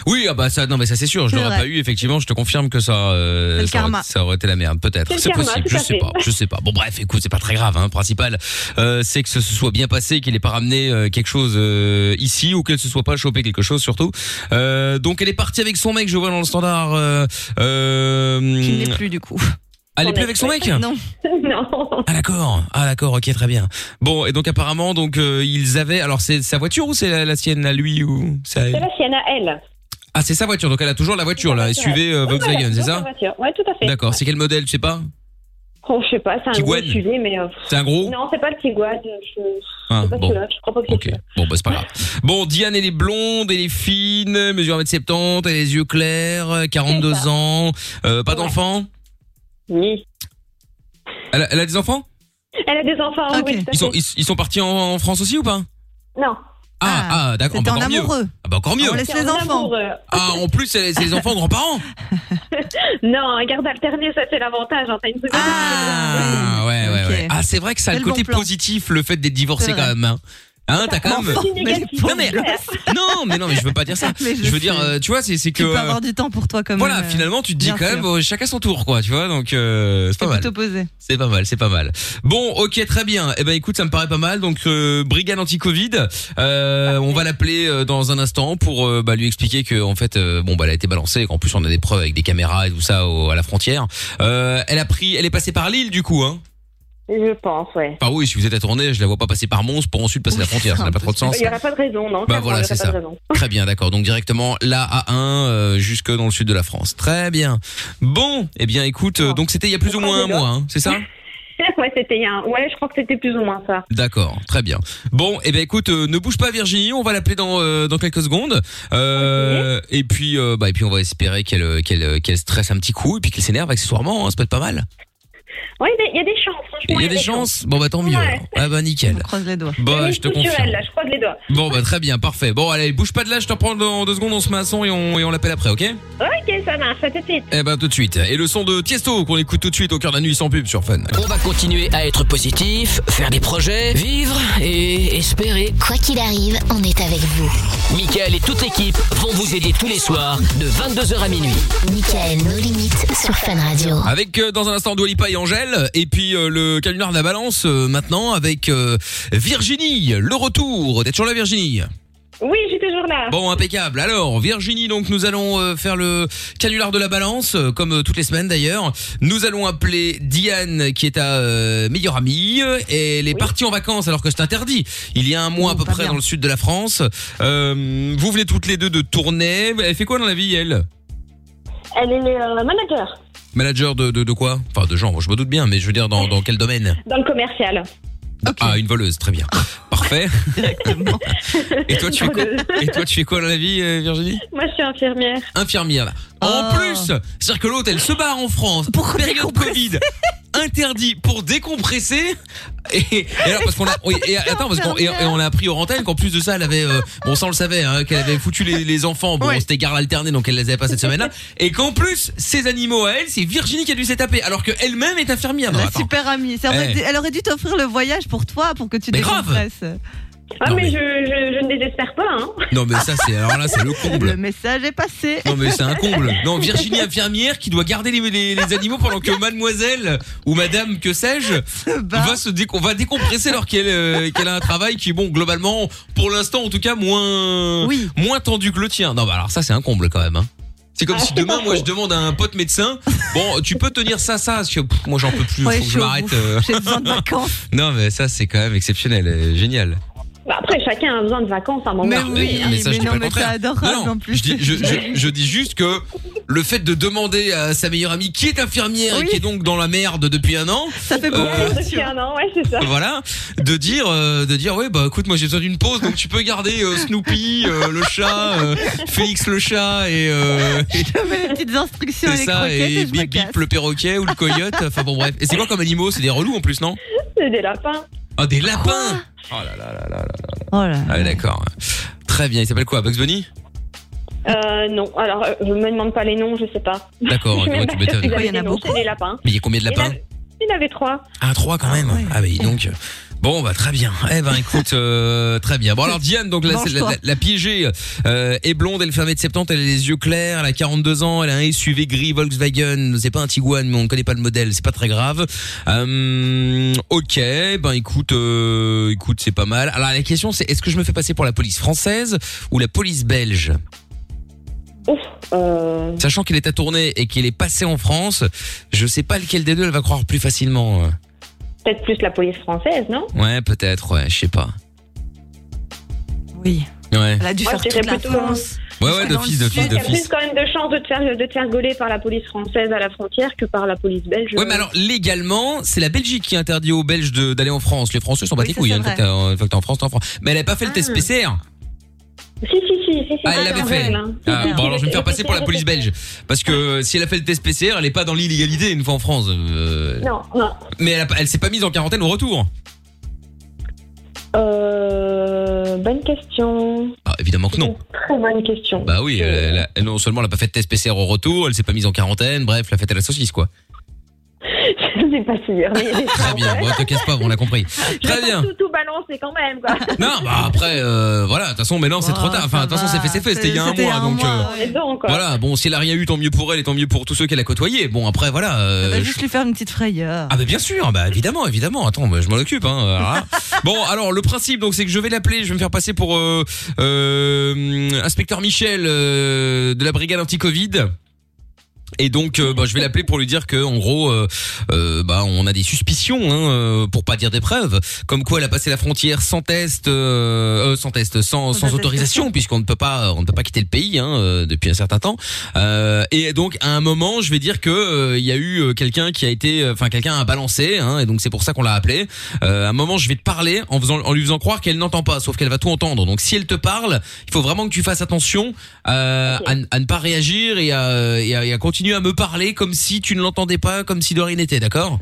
Speaker 2: oui, ah bah ça, non, mais ça c'est sûr, je
Speaker 5: C'est
Speaker 2: l'aurais
Speaker 5: vrai.
Speaker 2: pas eu. Effectivement, je te confirme que ça, euh,
Speaker 5: C'est le
Speaker 2: ça, aurait,
Speaker 5: karma.
Speaker 2: ça aurait été la merde, peut-être.
Speaker 5: C'est le
Speaker 2: C'est
Speaker 5: karma,
Speaker 2: possible,
Speaker 5: tout
Speaker 2: je
Speaker 5: à
Speaker 2: sais
Speaker 5: fait.
Speaker 2: pas, je sais pas. Bon bref, écoute, c'est pas très grave. Hein. Le Principal, euh, c'est que ce se soit bien passé, qu'il ait pas ramené euh, quelque chose euh, ici ou qu'elle se soit pas chopé quelque chose surtout. Euh, donc elle est partie avec son mec, je vois dans le standard. Euh, euh,
Speaker 9: Qui n'est plus du coup.
Speaker 2: Elle est plus avec son mec
Speaker 9: Non.
Speaker 5: non.
Speaker 2: Ah d'accord, ah d'accord, ok, très bien. Bon et donc apparemment donc euh, ils avaient, alors c'est sa voiture ou c'est la, la sienne à lui ou c'est à
Speaker 5: C'est
Speaker 2: elle
Speaker 5: la sienne à elle. Ah,
Speaker 2: Ah c'est sa voiture, donc elle a toujours la voiture là, SUV euh,
Speaker 5: Ouais, ouais,
Speaker 2: Volkswagen, c'est
Speaker 5: toujours
Speaker 2: ça
Speaker 5: sa voiture. Ouais, tout à fait.
Speaker 2: D'accord, c'est quel modèle, tu sais pas
Speaker 5: Oh, je sais pas, c'est un gros
Speaker 2: Tiguan.
Speaker 5: SUV, mais. euh,
Speaker 2: C'est un gros
Speaker 5: Non, c'est pas le Tiguan. Je, je
Speaker 2: Ah,
Speaker 5: sais pas
Speaker 2: bon.
Speaker 5: celui-là, je crois pas que c'est celui-là.
Speaker 2: Bon, bah c'est pas grave. Bon, Diane, elle est blonde, elle est fine, mesure 1m70, elle a les yeux clairs, euh, 42 ans, euh, pas d'enfants
Speaker 5: Oui.
Speaker 2: Elle a, elle a des enfants
Speaker 5: Elle a des enfants, oui. tout à
Speaker 2: ils sont,
Speaker 5: fait.
Speaker 2: ils, ils sont partis en, en France aussi ou pas
Speaker 5: Non.
Speaker 2: Ah, ah d'accord.
Speaker 5: c'était
Speaker 2: bah,
Speaker 5: en
Speaker 2: encore mieux.
Speaker 5: amoureux.
Speaker 2: Ah, bah encore mieux.
Speaker 5: C'est un amoureux.
Speaker 2: Ah, en plus, c'est c'est les enfants aux grands-parents
Speaker 5: non, un garde alterné, ça c'est l'avantage. hein, t'as une seconde.
Speaker 2: Ah, ouais, ouais, ouais. Ah, c'est vrai que ça a
Speaker 5: C'est
Speaker 2: le
Speaker 5: le
Speaker 2: côté
Speaker 5: bon plan.
Speaker 2: positif, le fait d'être
Speaker 5: C'est
Speaker 2: divorcé
Speaker 5: vrai.
Speaker 2: quand même. hein. Hein, t'as quand même.
Speaker 9: Enfin,
Speaker 2: Non, mais- non, mais non, mais je veux pas dire ça.
Speaker 9: Mais
Speaker 2: je,
Speaker 9: je
Speaker 2: veux dire,
Speaker 9: sais.
Speaker 2: euh, tu vois, c'est c'est que.
Speaker 9: Tu peux
Speaker 2: euh,
Speaker 9: avoir du temps pour toi comme
Speaker 2: voilà, finalement, tu te dis
Speaker 9: bien
Speaker 2: quand même,
Speaker 9: sûr.
Speaker 2: euh, chacun son tour, quoi, tu vois, donc euh, c'est pas mal.
Speaker 9: plutôt posé.
Speaker 2: C'est pas mal, c'est pas mal. Bon, ok, très bien. Eh ben, écoute, ça me paraît pas mal. Donc, euh, brigade anti-Covid, euh, on va l'appeler euh, dans un instant pour euh, bah, lui expliquer que, en fait, euh, bon, bah, elle a été balancée. et qu'en plus, on a des preuves avec des caméras et tout ça au- à la frontière. Euh, elle a pris, elle est passée par l'île, du coup, hein.
Speaker 5: Je pense, ouais.
Speaker 2: Enfin oui, si vous êtes à tourner, je la vois pas passer par Mons pour ensuite passer la frontière. Ça n'a pas trop de sens.
Speaker 5: Il n'y aurait pas de raison, non
Speaker 2: Bah
Speaker 5: clairement, il y
Speaker 2: voilà,
Speaker 5: aurait
Speaker 2: c'est
Speaker 5: pas de
Speaker 2: ça.
Speaker 5: raison.
Speaker 2: Très bien, d'accord. Donc directement là à 1 jusque dans le sud de la France. Très bien. Bon, eh bien écoute, euh, donc c'était il y a plus ou moins un mois, hein, c'est ça
Speaker 5: ouais, c'était il y a un- ouais, je crois que c'était plus ou moins ça.
Speaker 2: D'accord, très bien. Bon, eh bien écoute, euh, ne bouge pas Virginie, on va l'appeler dans euh, dans quelques secondes. Euh, Et puis euh, bah et puis on va espérer qu'elle euh, qu'elle euh, qu'elle stresse un petit coup et puis qu'elle s'énerve accessoirement, hein, ça peut être pas mal.
Speaker 5: Ouais, il y a- il y a des chances, franchement.
Speaker 2: Et Il y a des chances. Bon bah tant mieux.
Speaker 5: Ouais.
Speaker 2: alors. Ah bah nickel.
Speaker 9: Croise les doigts.
Speaker 2: Bah je te
Speaker 5: Tout sur elle,
Speaker 2: confirme.
Speaker 5: là, je croise les doigts.
Speaker 2: Bon bah très bien, parfait. Bon allez, bouge pas de là, je te reprends dans deux secondes, on se met à son et on, et on l'appelle après, ok
Speaker 5: Ok, ça marche, à tout de suite.
Speaker 2: Eh ben tout de suite. Et le son de Tiesto qu'on écoute tout de suite au cœur de la nuit sans pub sur Fun.
Speaker 1: On va continuer à être positif, faire des projets, vivre et espérer.
Speaker 10: Quoi qu'il arrive, on est avec vous.
Speaker 1: Michael et toute l'équipe vont vous aider tous les soirs de 22h à minuit.
Speaker 10: Michael, nos limites sur Fun Radio.
Speaker 2: Avec euh, dans un instant Doualipa et Angèle et puis euh, le canular de la balance euh, maintenant avec euh, Virginie, le retour. T'es toujours là Virginie
Speaker 5: Oui, j'ai toujours là.
Speaker 2: Bon impeccable. Alors Virginie donc nous allons euh, faire le canular de la balance euh, comme euh, toutes les semaines d'ailleurs. Nous allons appeler Diane qui est à euh, meilleure amie et elle est partie en vacances alors que c'est interdit. Il y a un mois à peu près dans le sud de la France. Euh, vous venez toutes les deux de tourner. Elle fait quoi dans la vie elle
Speaker 5: Elle est euh, manager
Speaker 2: Manager de, de, de quoi Enfin, de genre, je me doute bien, mais je veux dire, dans, dans quel domaine
Speaker 5: dans le commercial.
Speaker 2: Ah, une voleuse, très bien. Parfait. et, toi, tu fais quoi et toi, tu fais quoi dans la vie, euh, Virginie
Speaker 5: Moi, je suis infirmière.
Speaker 2: Infirmière. En plus, c'est-à-dire que l'autre, elle se barre en France. Pour période Covid. Interdit pour décompresser. Et, et alors, parce qu'on a, oui, et attends, parce qu'on, et, et on a appris aux antennes qu'en plus de ça, elle avait, euh, bon, ça on le savait, hein, qu'elle avait foutu les, les enfants. Bon, c'était garde alternée, donc elle les avait pas cette semaine-là. Et qu'en plus, ces animaux à elle, c'est Virginie qui a dû s'étaper, alors qu'elle-même est infirmière. Non,
Speaker 9: La
Speaker 2: attends.
Speaker 9: super amie. C'est-
Speaker 2: Eh.
Speaker 9: Elle aurait dû t'offrir le voyage pour toi, pour que tu
Speaker 2: Mais grave.
Speaker 9: décompresses.
Speaker 5: Ah, mais, Je, je- je ne désespère pas, hein.
Speaker 2: Non, mais ça, c'est alors là, c'est le comble.
Speaker 5: message est passé.
Speaker 2: Non, mais c'est un comble. Non, Virginie infirmière qui doit garder les, les- les animaux pendant que mademoiselle ou madame, que sais-je,
Speaker 5: Bah.
Speaker 2: va se dé- va décompresser alors qu'elle euh, qu'elle a un travail qui, bon, globalement, pour l'instant, en tout cas, moins, moins tendu que le tien. Non, bah alors ça, c'est un comble quand même, hein. C'est comme si
Speaker 5: Ah.
Speaker 2: demain, moi, je demande à un pote médecin, bon, tu peux tenir ça, ça, parce que pff, moi, j'en peux plus,
Speaker 5: Ouais,
Speaker 2: faut
Speaker 5: je
Speaker 2: que je
Speaker 5: suis au
Speaker 2: m'arrête.
Speaker 5: bout.
Speaker 2: euh.
Speaker 5: J'ai besoin de vacances.
Speaker 2: Non, mais ça, c'est quand même exceptionnel, euh, génial.
Speaker 5: Bah, après, chacun a besoin de vacances hein, à un moment.
Speaker 2: Mais oui, mais ça, je dis pas le contraire. Non, non, Je dis, je- je- je dis juste que le fait de demander à sa meilleure amie, qui est infirmière et qui est donc dans la merde depuis un an,
Speaker 5: Ça fait
Speaker 2: beaucoup, euh,
Speaker 5: Depuis un an, ouais, c'est ça.
Speaker 2: voilà, de dire, euh, de dire, ouais, bah écoute, moi j'ai besoin d'une pause, donc tu peux garder euh, Snoopy, euh, le chat, euh, Félix le chat et, euh, et-
Speaker 9: les petites instructions et
Speaker 2: c'est
Speaker 9: les
Speaker 2: ça
Speaker 9: croquettes et
Speaker 2: et
Speaker 9: je me
Speaker 2: Bip
Speaker 9: casse.
Speaker 2: Bip le perroquet ou le coyote. Enfin bon bref. Et c'est quoi comme animaux C'est des relous en plus, non
Speaker 5: C'est des lapins.
Speaker 2: Ah des lapins. Oh là là là là là là. Ah ouais, d'accord. Très bien. Il s'appelle quoi, Bugs Bunny
Speaker 5: Euh, non, alors, euh, je me demande pas les noms, je sais pas.
Speaker 2: D'accord,
Speaker 5: Je suis
Speaker 2: ouais,
Speaker 5: même
Speaker 2: tu
Speaker 5: pas sûre
Speaker 2: m'étonnes.
Speaker 5: qu'ils
Speaker 2: Ouais, il y
Speaker 5: avaient
Speaker 2: en
Speaker 5: des
Speaker 2: a
Speaker 5: noms, c'est des lapins.
Speaker 2: Mais il y a combien de lapins
Speaker 5: Il avait trois.
Speaker 2: Ah, trois quand même. Ah, bah, dis donc. Bon, bah, très bien. Eh ben, écoute, euh, très bien. Bon, alors, Diane, donc, la, c'est la,
Speaker 15: Mange-toi.
Speaker 2: la- la piégée euh, est blonde, elle fait 1m70, elle a les yeux clairs, elle a 42 ans, elle a un SUV gris Volkswagen. C'est pas un Tiguan, mais on connaît pas le modèle, c'est pas très grave. Euh, ok, ben, écoute, euh, écoute, c'est pas mal. Alors, la question, c'est est-ce que je me fais passer pour la police française ou la police belge
Speaker 5: Ouf, euh,
Speaker 2: Sachant qu'il est à tourner et qu'il est passé en France, je sais pas lequel des deux elle va croire plus facilement. euh.
Speaker 5: peut-être plus la police française, non
Speaker 2: Ouais, peut-être, ouais, je sais pas.
Speaker 9: Oui.
Speaker 2: Ouais.
Speaker 9: Elle a dû
Speaker 5: Moi,
Speaker 9: faire
Speaker 5: je dirais
Speaker 9: toute la
Speaker 5: plutôt-
Speaker 9: France.
Speaker 2: Ouais, ouais, d'office, d'office,
Speaker 5: Il y a plus
Speaker 2: d'office.
Speaker 5: quand même de chances de te faire, de te faire gauler par la police française à la frontière que par la police belge.
Speaker 2: Ouais, mais alors, légalement, c'est la Belgique qui interdit aux Belges de- d'aller en France. Les Français sont pas
Speaker 5: Oui,
Speaker 2: tes
Speaker 5: ça,
Speaker 2: couilles,
Speaker 5: c'est
Speaker 2: hein. Une fois
Speaker 5: vrai. Ah.
Speaker 2: que t'es en- une fois que t'es en France, t'es en France. Mais elle a pas fait le test PCR.
Speaker 5: Si, si, si, si, si.
Speaker 2: Ah, elle l'avait
Speaker 5: quand
Speaker 2: fait.
Speaker 5: même, hein.
Speaker 2: Ah,
Speaker 5: Si, si,
Speaker 2: bon,
Speaker 5: si,
Speaker 2: alors je vais me
Speaker 5: le
Speaker 2: faire passer pour la police belge. Parce que euh, si elle a fait le test PCR, elle est pas dans l'illégalité une fois en France. Euh,
Speaker 5: Non, non.
Speaker 2: Mais elle, a pas- elle s'est pas mise en quarantaine au retour.
Speaker 5: Euh, bonne question.
Speaker 2: Ah, évidemment que non.
Speaker 5: Très bonne question.
Speaker 2: Bah oui, elle, elle a- elle- non seulement elle a pas fait de test PCR au retour, elle s'est pas mise en quarantaine, bref, la fête à la saucisse, quoi.
Speaker 5: je sais pas sûr, mais il est
Speaker 2: Très bien, bon, te casse pas, on l'a compris.
Speaker 5: Ah,
Speaker 2: Très bien.
Speaker 5: tout, tout balancé quand même, quoi.
Speaker 2: Non, bah après, euh, voilà, de toute façon, mais non, c'est trop tard. Enfin, de toute façon, c'est fait, c'est fait, c'était il y a un
Speaker 5: C'était
Speaker 2: mois, donc. euh,
Speaker 5: ouais. Les dents, quoi.
Speaker 2: Voilà, bon, si elle a rien eu, tant mieux pour elle et tant mieux pour tous ceux qu'elle a côtoyés. Bon, après, voilà. euh,
Speaker 9: Elle va
Speaker 2: je-
Speaker 9: Bah, juste lui faire une petite frayeur.
Speaker 2: Ah bah bien sûr, bah évidemment, évidemment. Attends, bah, je m'en occupe. Hein. Alors là. bon, alors le principe, donc, c'est que je vais l'appeler, je vais me faire passer pour euh, euh, inspecteur Michel euh, de la brigade anti-Covid. Et donc, euh, bah, je vais l'appeler pour lui dire que, en gros, euh, euh, bah, on a des suspicions, hein, euh, pour pas dire des preuves, comme quoi elle a passé la frontière sans test, euh, euh, sans test, sans, sans autorisation, puisqu'on ne peut pas, on ne peut pas quitter le pays hein, euh, depuis un certain temps. Euh, et donc, à un moment, je vais dire que euh, il y a eu euh, quelqu'un qui a été, euh, enfin, quelqu'un a balancé, hein, et donc c'est pour ça qu'on l'a appelé. Euh, à un moment, je vais te parler en faisant, en lui faisant croire qu'elle n'entend pas, sauf qu'elle va tout entendre. Donc, si elle te parle, il faut vraiment que tu fasses attention euh, à, n- à ne pas réagir et à, euh, et, à, et à continuer à me parler comme si tu ne l'entendais pas, comme si de rien n'était, d'accord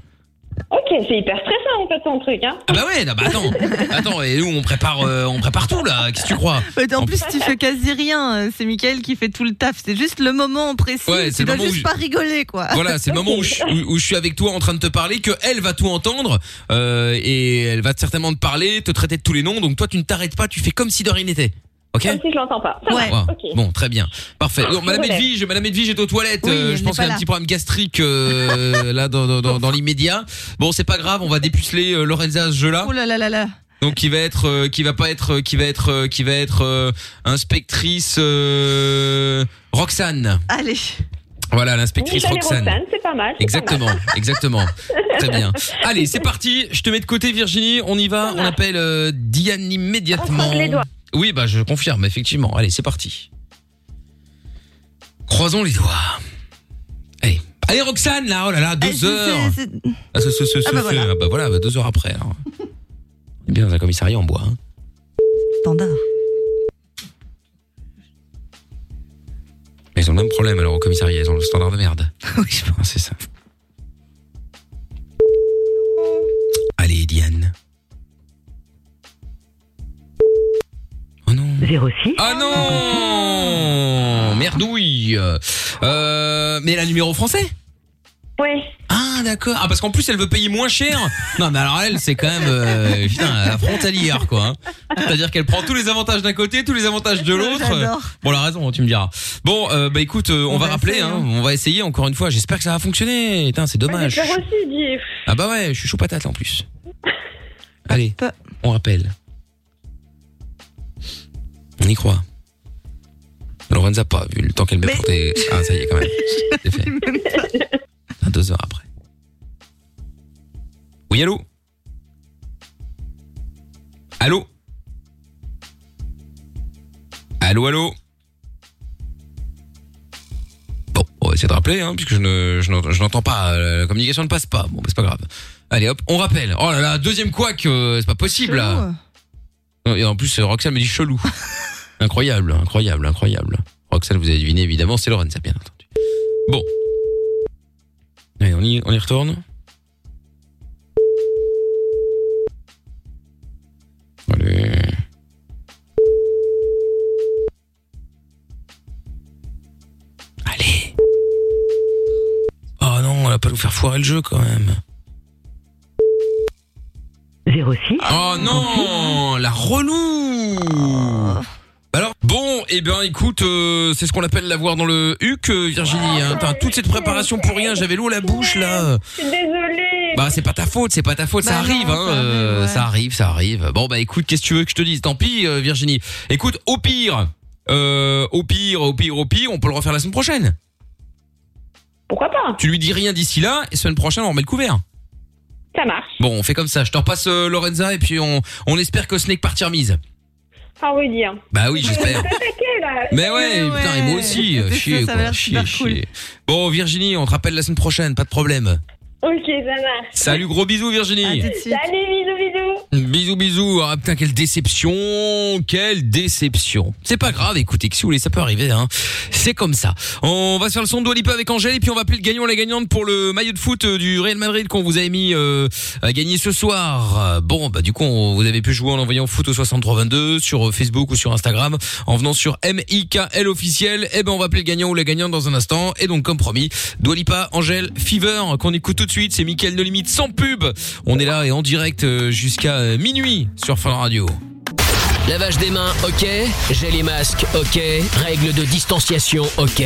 Speaker 5: Ok, c'est hyper stressant en fait ton truc, hein.
Speaker 2: Ah bah ouais, non, bah attends, attends, et nous on prépare, euh, on prépare tout là. Qu'est-ce que tu crois
Speaker 9: Mais en plus, tu fais quasi rien. euh, C'est Michael qui fait tout le taf. C'est juste le moment précis.
Speaker 2: Ouais, c'est
Speaker 9: tu
Speaker 2: le
Speaker 9: dois
Speaker 2: moment où
Speaker 9: juste
Speaker 2: je-
Speaker 9: pas rigoler, quoi. Oh
Speaker 2: Voilà, c'est le moment où je, où- où je suis avec toi en train de te parler, que elle va tout entendre euh, et elle va certainement te parler, te traiter de tous les noms. Donc toi, tu ne t'arrêtes pas, tu fais comme si de rien n'était. Ok.
Speaker 5: Comme si je l'entends pas. Ça
Speaker 2: Ouais.
Speaker 5: va, ok.
Speaker 2: Bon, très bien, parfait.
Speaker 5: Je
Speaker 2: Donc, Madame
Speaker 5: relève.
Speaker 2: Edwige, Madame Edwige est aux toilettes.
Speaker 5: Oui,
Speaker 2: Euh,
Speaker 5: elle
Speaker 2: je
Speaker 5: n'est
Speaker 2: pense
Speaker 5: pas
Speaker 2: qu'elle a
Speaker 5: là.
Speaker 2: un petit problème gastrique euh, là dans, dans, dans, dans l'immédiat. Bon, c'est pas grave, on va dépuceler euh, Lorenza à ce jeu-là.
Speaker 9: Oh là là là là.
Speaker 2: Donc qui va être, euh, qui va pas être, euh, qui va être, euh, qui va être euh, inspectrice euh, Roxane.
Speaker 9: Allez.
Speaker 2: Voilà, l'inspectrice
Speaker 5: Michel et
Speaker 2: Roxane.
Speaker 5: Roxane, c'est pas mal. c'est pas
Speaker 2: Exactement,
Speaker 5: mal.
Speaker 2: exactement. Très bien. Allez, c'est parti. Je te mets de côté, Virginie. On y va. On appelle euh, Diane immédiatement.
Speaker 5: croise les doigts.
Speaker 2: Oui, bah je confirme effectivement. Allez, c'est parti. Croisons les doigts. Allez, allez Roxane là. Oh là là, deux heures. Ah, ce, ce, ce, ce-
Speaker 9: Ah, bah,
Speaker 2: ce-
Speaker 9: voilà.
Speaker 2: ah, bah voilà, bah, deux heures après. alors. Eh bien dans un commissariat en bois. hein.
Speaker 9: Standard.
Speaker 2: Mais Ils ont le même problème alors au commissariat. Ils ont le standard de merde. oui, je pense c'est ça. Allez, Diane.
Speaker 16: 06.
Speaker 2: Oh, Ah non Merdouille Euh, Mais la numéro français
Speaker 5: Ouais.
Speaker 2: Ah d'accord. Ah, parce qu'en plus, elle veut payer moins cher. Non, mais alors elle, c'est quand même, euh, putain, la frontalière, quoi. hein. C'est-à-dire qu'elle prend tous les avantages d'un côté, tous les avantages de l'autre.
Speaker 15: J'adore.
Speaker 2: Bon, la raison, tu me diras. Bon, euh, bah écoute, euh, on, va, rappeler, hein. on va essayer encore une fois. J'espère que ça va fonctionner. Putain, c'est dommage.
Speaker 14: J'espère aussi, dis.
Speaker 2: Ah bah ouais, je suis chaud patate là, en plus. Allez, on rappelle. On y croit. Lorenza pas, vu le temps qu'elle met pour tes... Ah ça y est quand même. C'est fait. Ah, Deux heures après. Oui, allô Allô Allô, allô Bon, on va essayer de rappeler, hein, puisque je ne- je n'ent- je n'entends pas. euh, La communication ne passe pas. Bon, bah, c'est pas grave. Allez, hop, on rappelle. Oh là là, deuxième couac, euh, c'est pas possible là. Non, Et en plus, euh, Roxane me dit chelou. incroyable, incroyable, incroyable. Roxane, vous avez deviné, évidemment, c'est Lorenza, bien entendu. Bon. Allez, on y, on y retourne. Allez. Allez. Oh non, on va pas nous faire foirer le jeu quand même.
Speaker 16: 06.
Speaker 2: Oh non, la relou. Alors bon, eh bien écoute, euh, c'est ce qu'on appelle l'avoir dans le huc, euh, Virginie. hein. T'as toute cette préparation pour rien. J'avais l'eau à la bouche là.
Speaker 14: Je suis désolée.
Speaker 2: Bah c'est pas ta faute, c'est pas ta faute, ça arrive, hein, euh, ça arrive, ça arrive. Bon bah écoute, qu'est-ce que tu veux que je te dise Tant pis, euh, Virginie. Écoute, au pire, euh, au pire, au pire, au pire, on peut le refaire la semaine prochaine.
Speaker 8: Pourquoi pas
Speaker 2: Tu lui dis rien d'ici là, et semaine prochaine on remet le couvert.
Speaker 8: Ça marche.
Speaker 2: Bon, on fait comme ça. Je te repasse euh, Lorenza et puis on, on espère que ce n'est que partie remise.
Speaker 8: Ah oui, dire.
Speaker 2: Bah oui, j'espère.
Speaker 8: T'inquiète, là.
Speaker 2: Mais ouais, putain, et moi aussi. euh, Chier,
Speaker 8: ça, ça a
Speaker 2: quoi.
Speaker 8: l'air
Speaker 2: Chier, chier. Bon, Virginie, on te rappelle la semaine prochaine, pas de problème.
Speaker 14: Ok, ça marche.
Speaker 2: Salut, gros bisous, Virginie.
Speaker 14: Salut, bisous, bisous.
Speaker 2: Bisous, bisous. Ah putain, quelle déception. Quelle déception. C'est pas grave, écoutez, que si vous voulez, ça peut arriver. Hein. C'est comme ça. On va se faire le son de Dolipa avec Angèle et puis on va appeler le gagnant, la gagnante pour le maillot de foot euh, du Real Madrid qu'on vous avait mis euh, à gagner ce soir. Euh, Bon, bah du coup, on- vous avez pu jouer en envoyant foot au 6322 sur euh, Facebook ou sur Instagram en venant sur MIKL officiel. Eh ben, on va appeler le gagnant ou la gagnante dans un instant. Et donc, comme promis, Dolipa, Angèle, Fever qu'on écoute tout de suite. C'est Mickaël de Limite sans pub. On est là et en direct euh, jusqu'à euh, minuit sur Fun Radio.
Speaker 1: Lavage des mains, ok. Gel et masque, ok. Règles de distanciation, ok.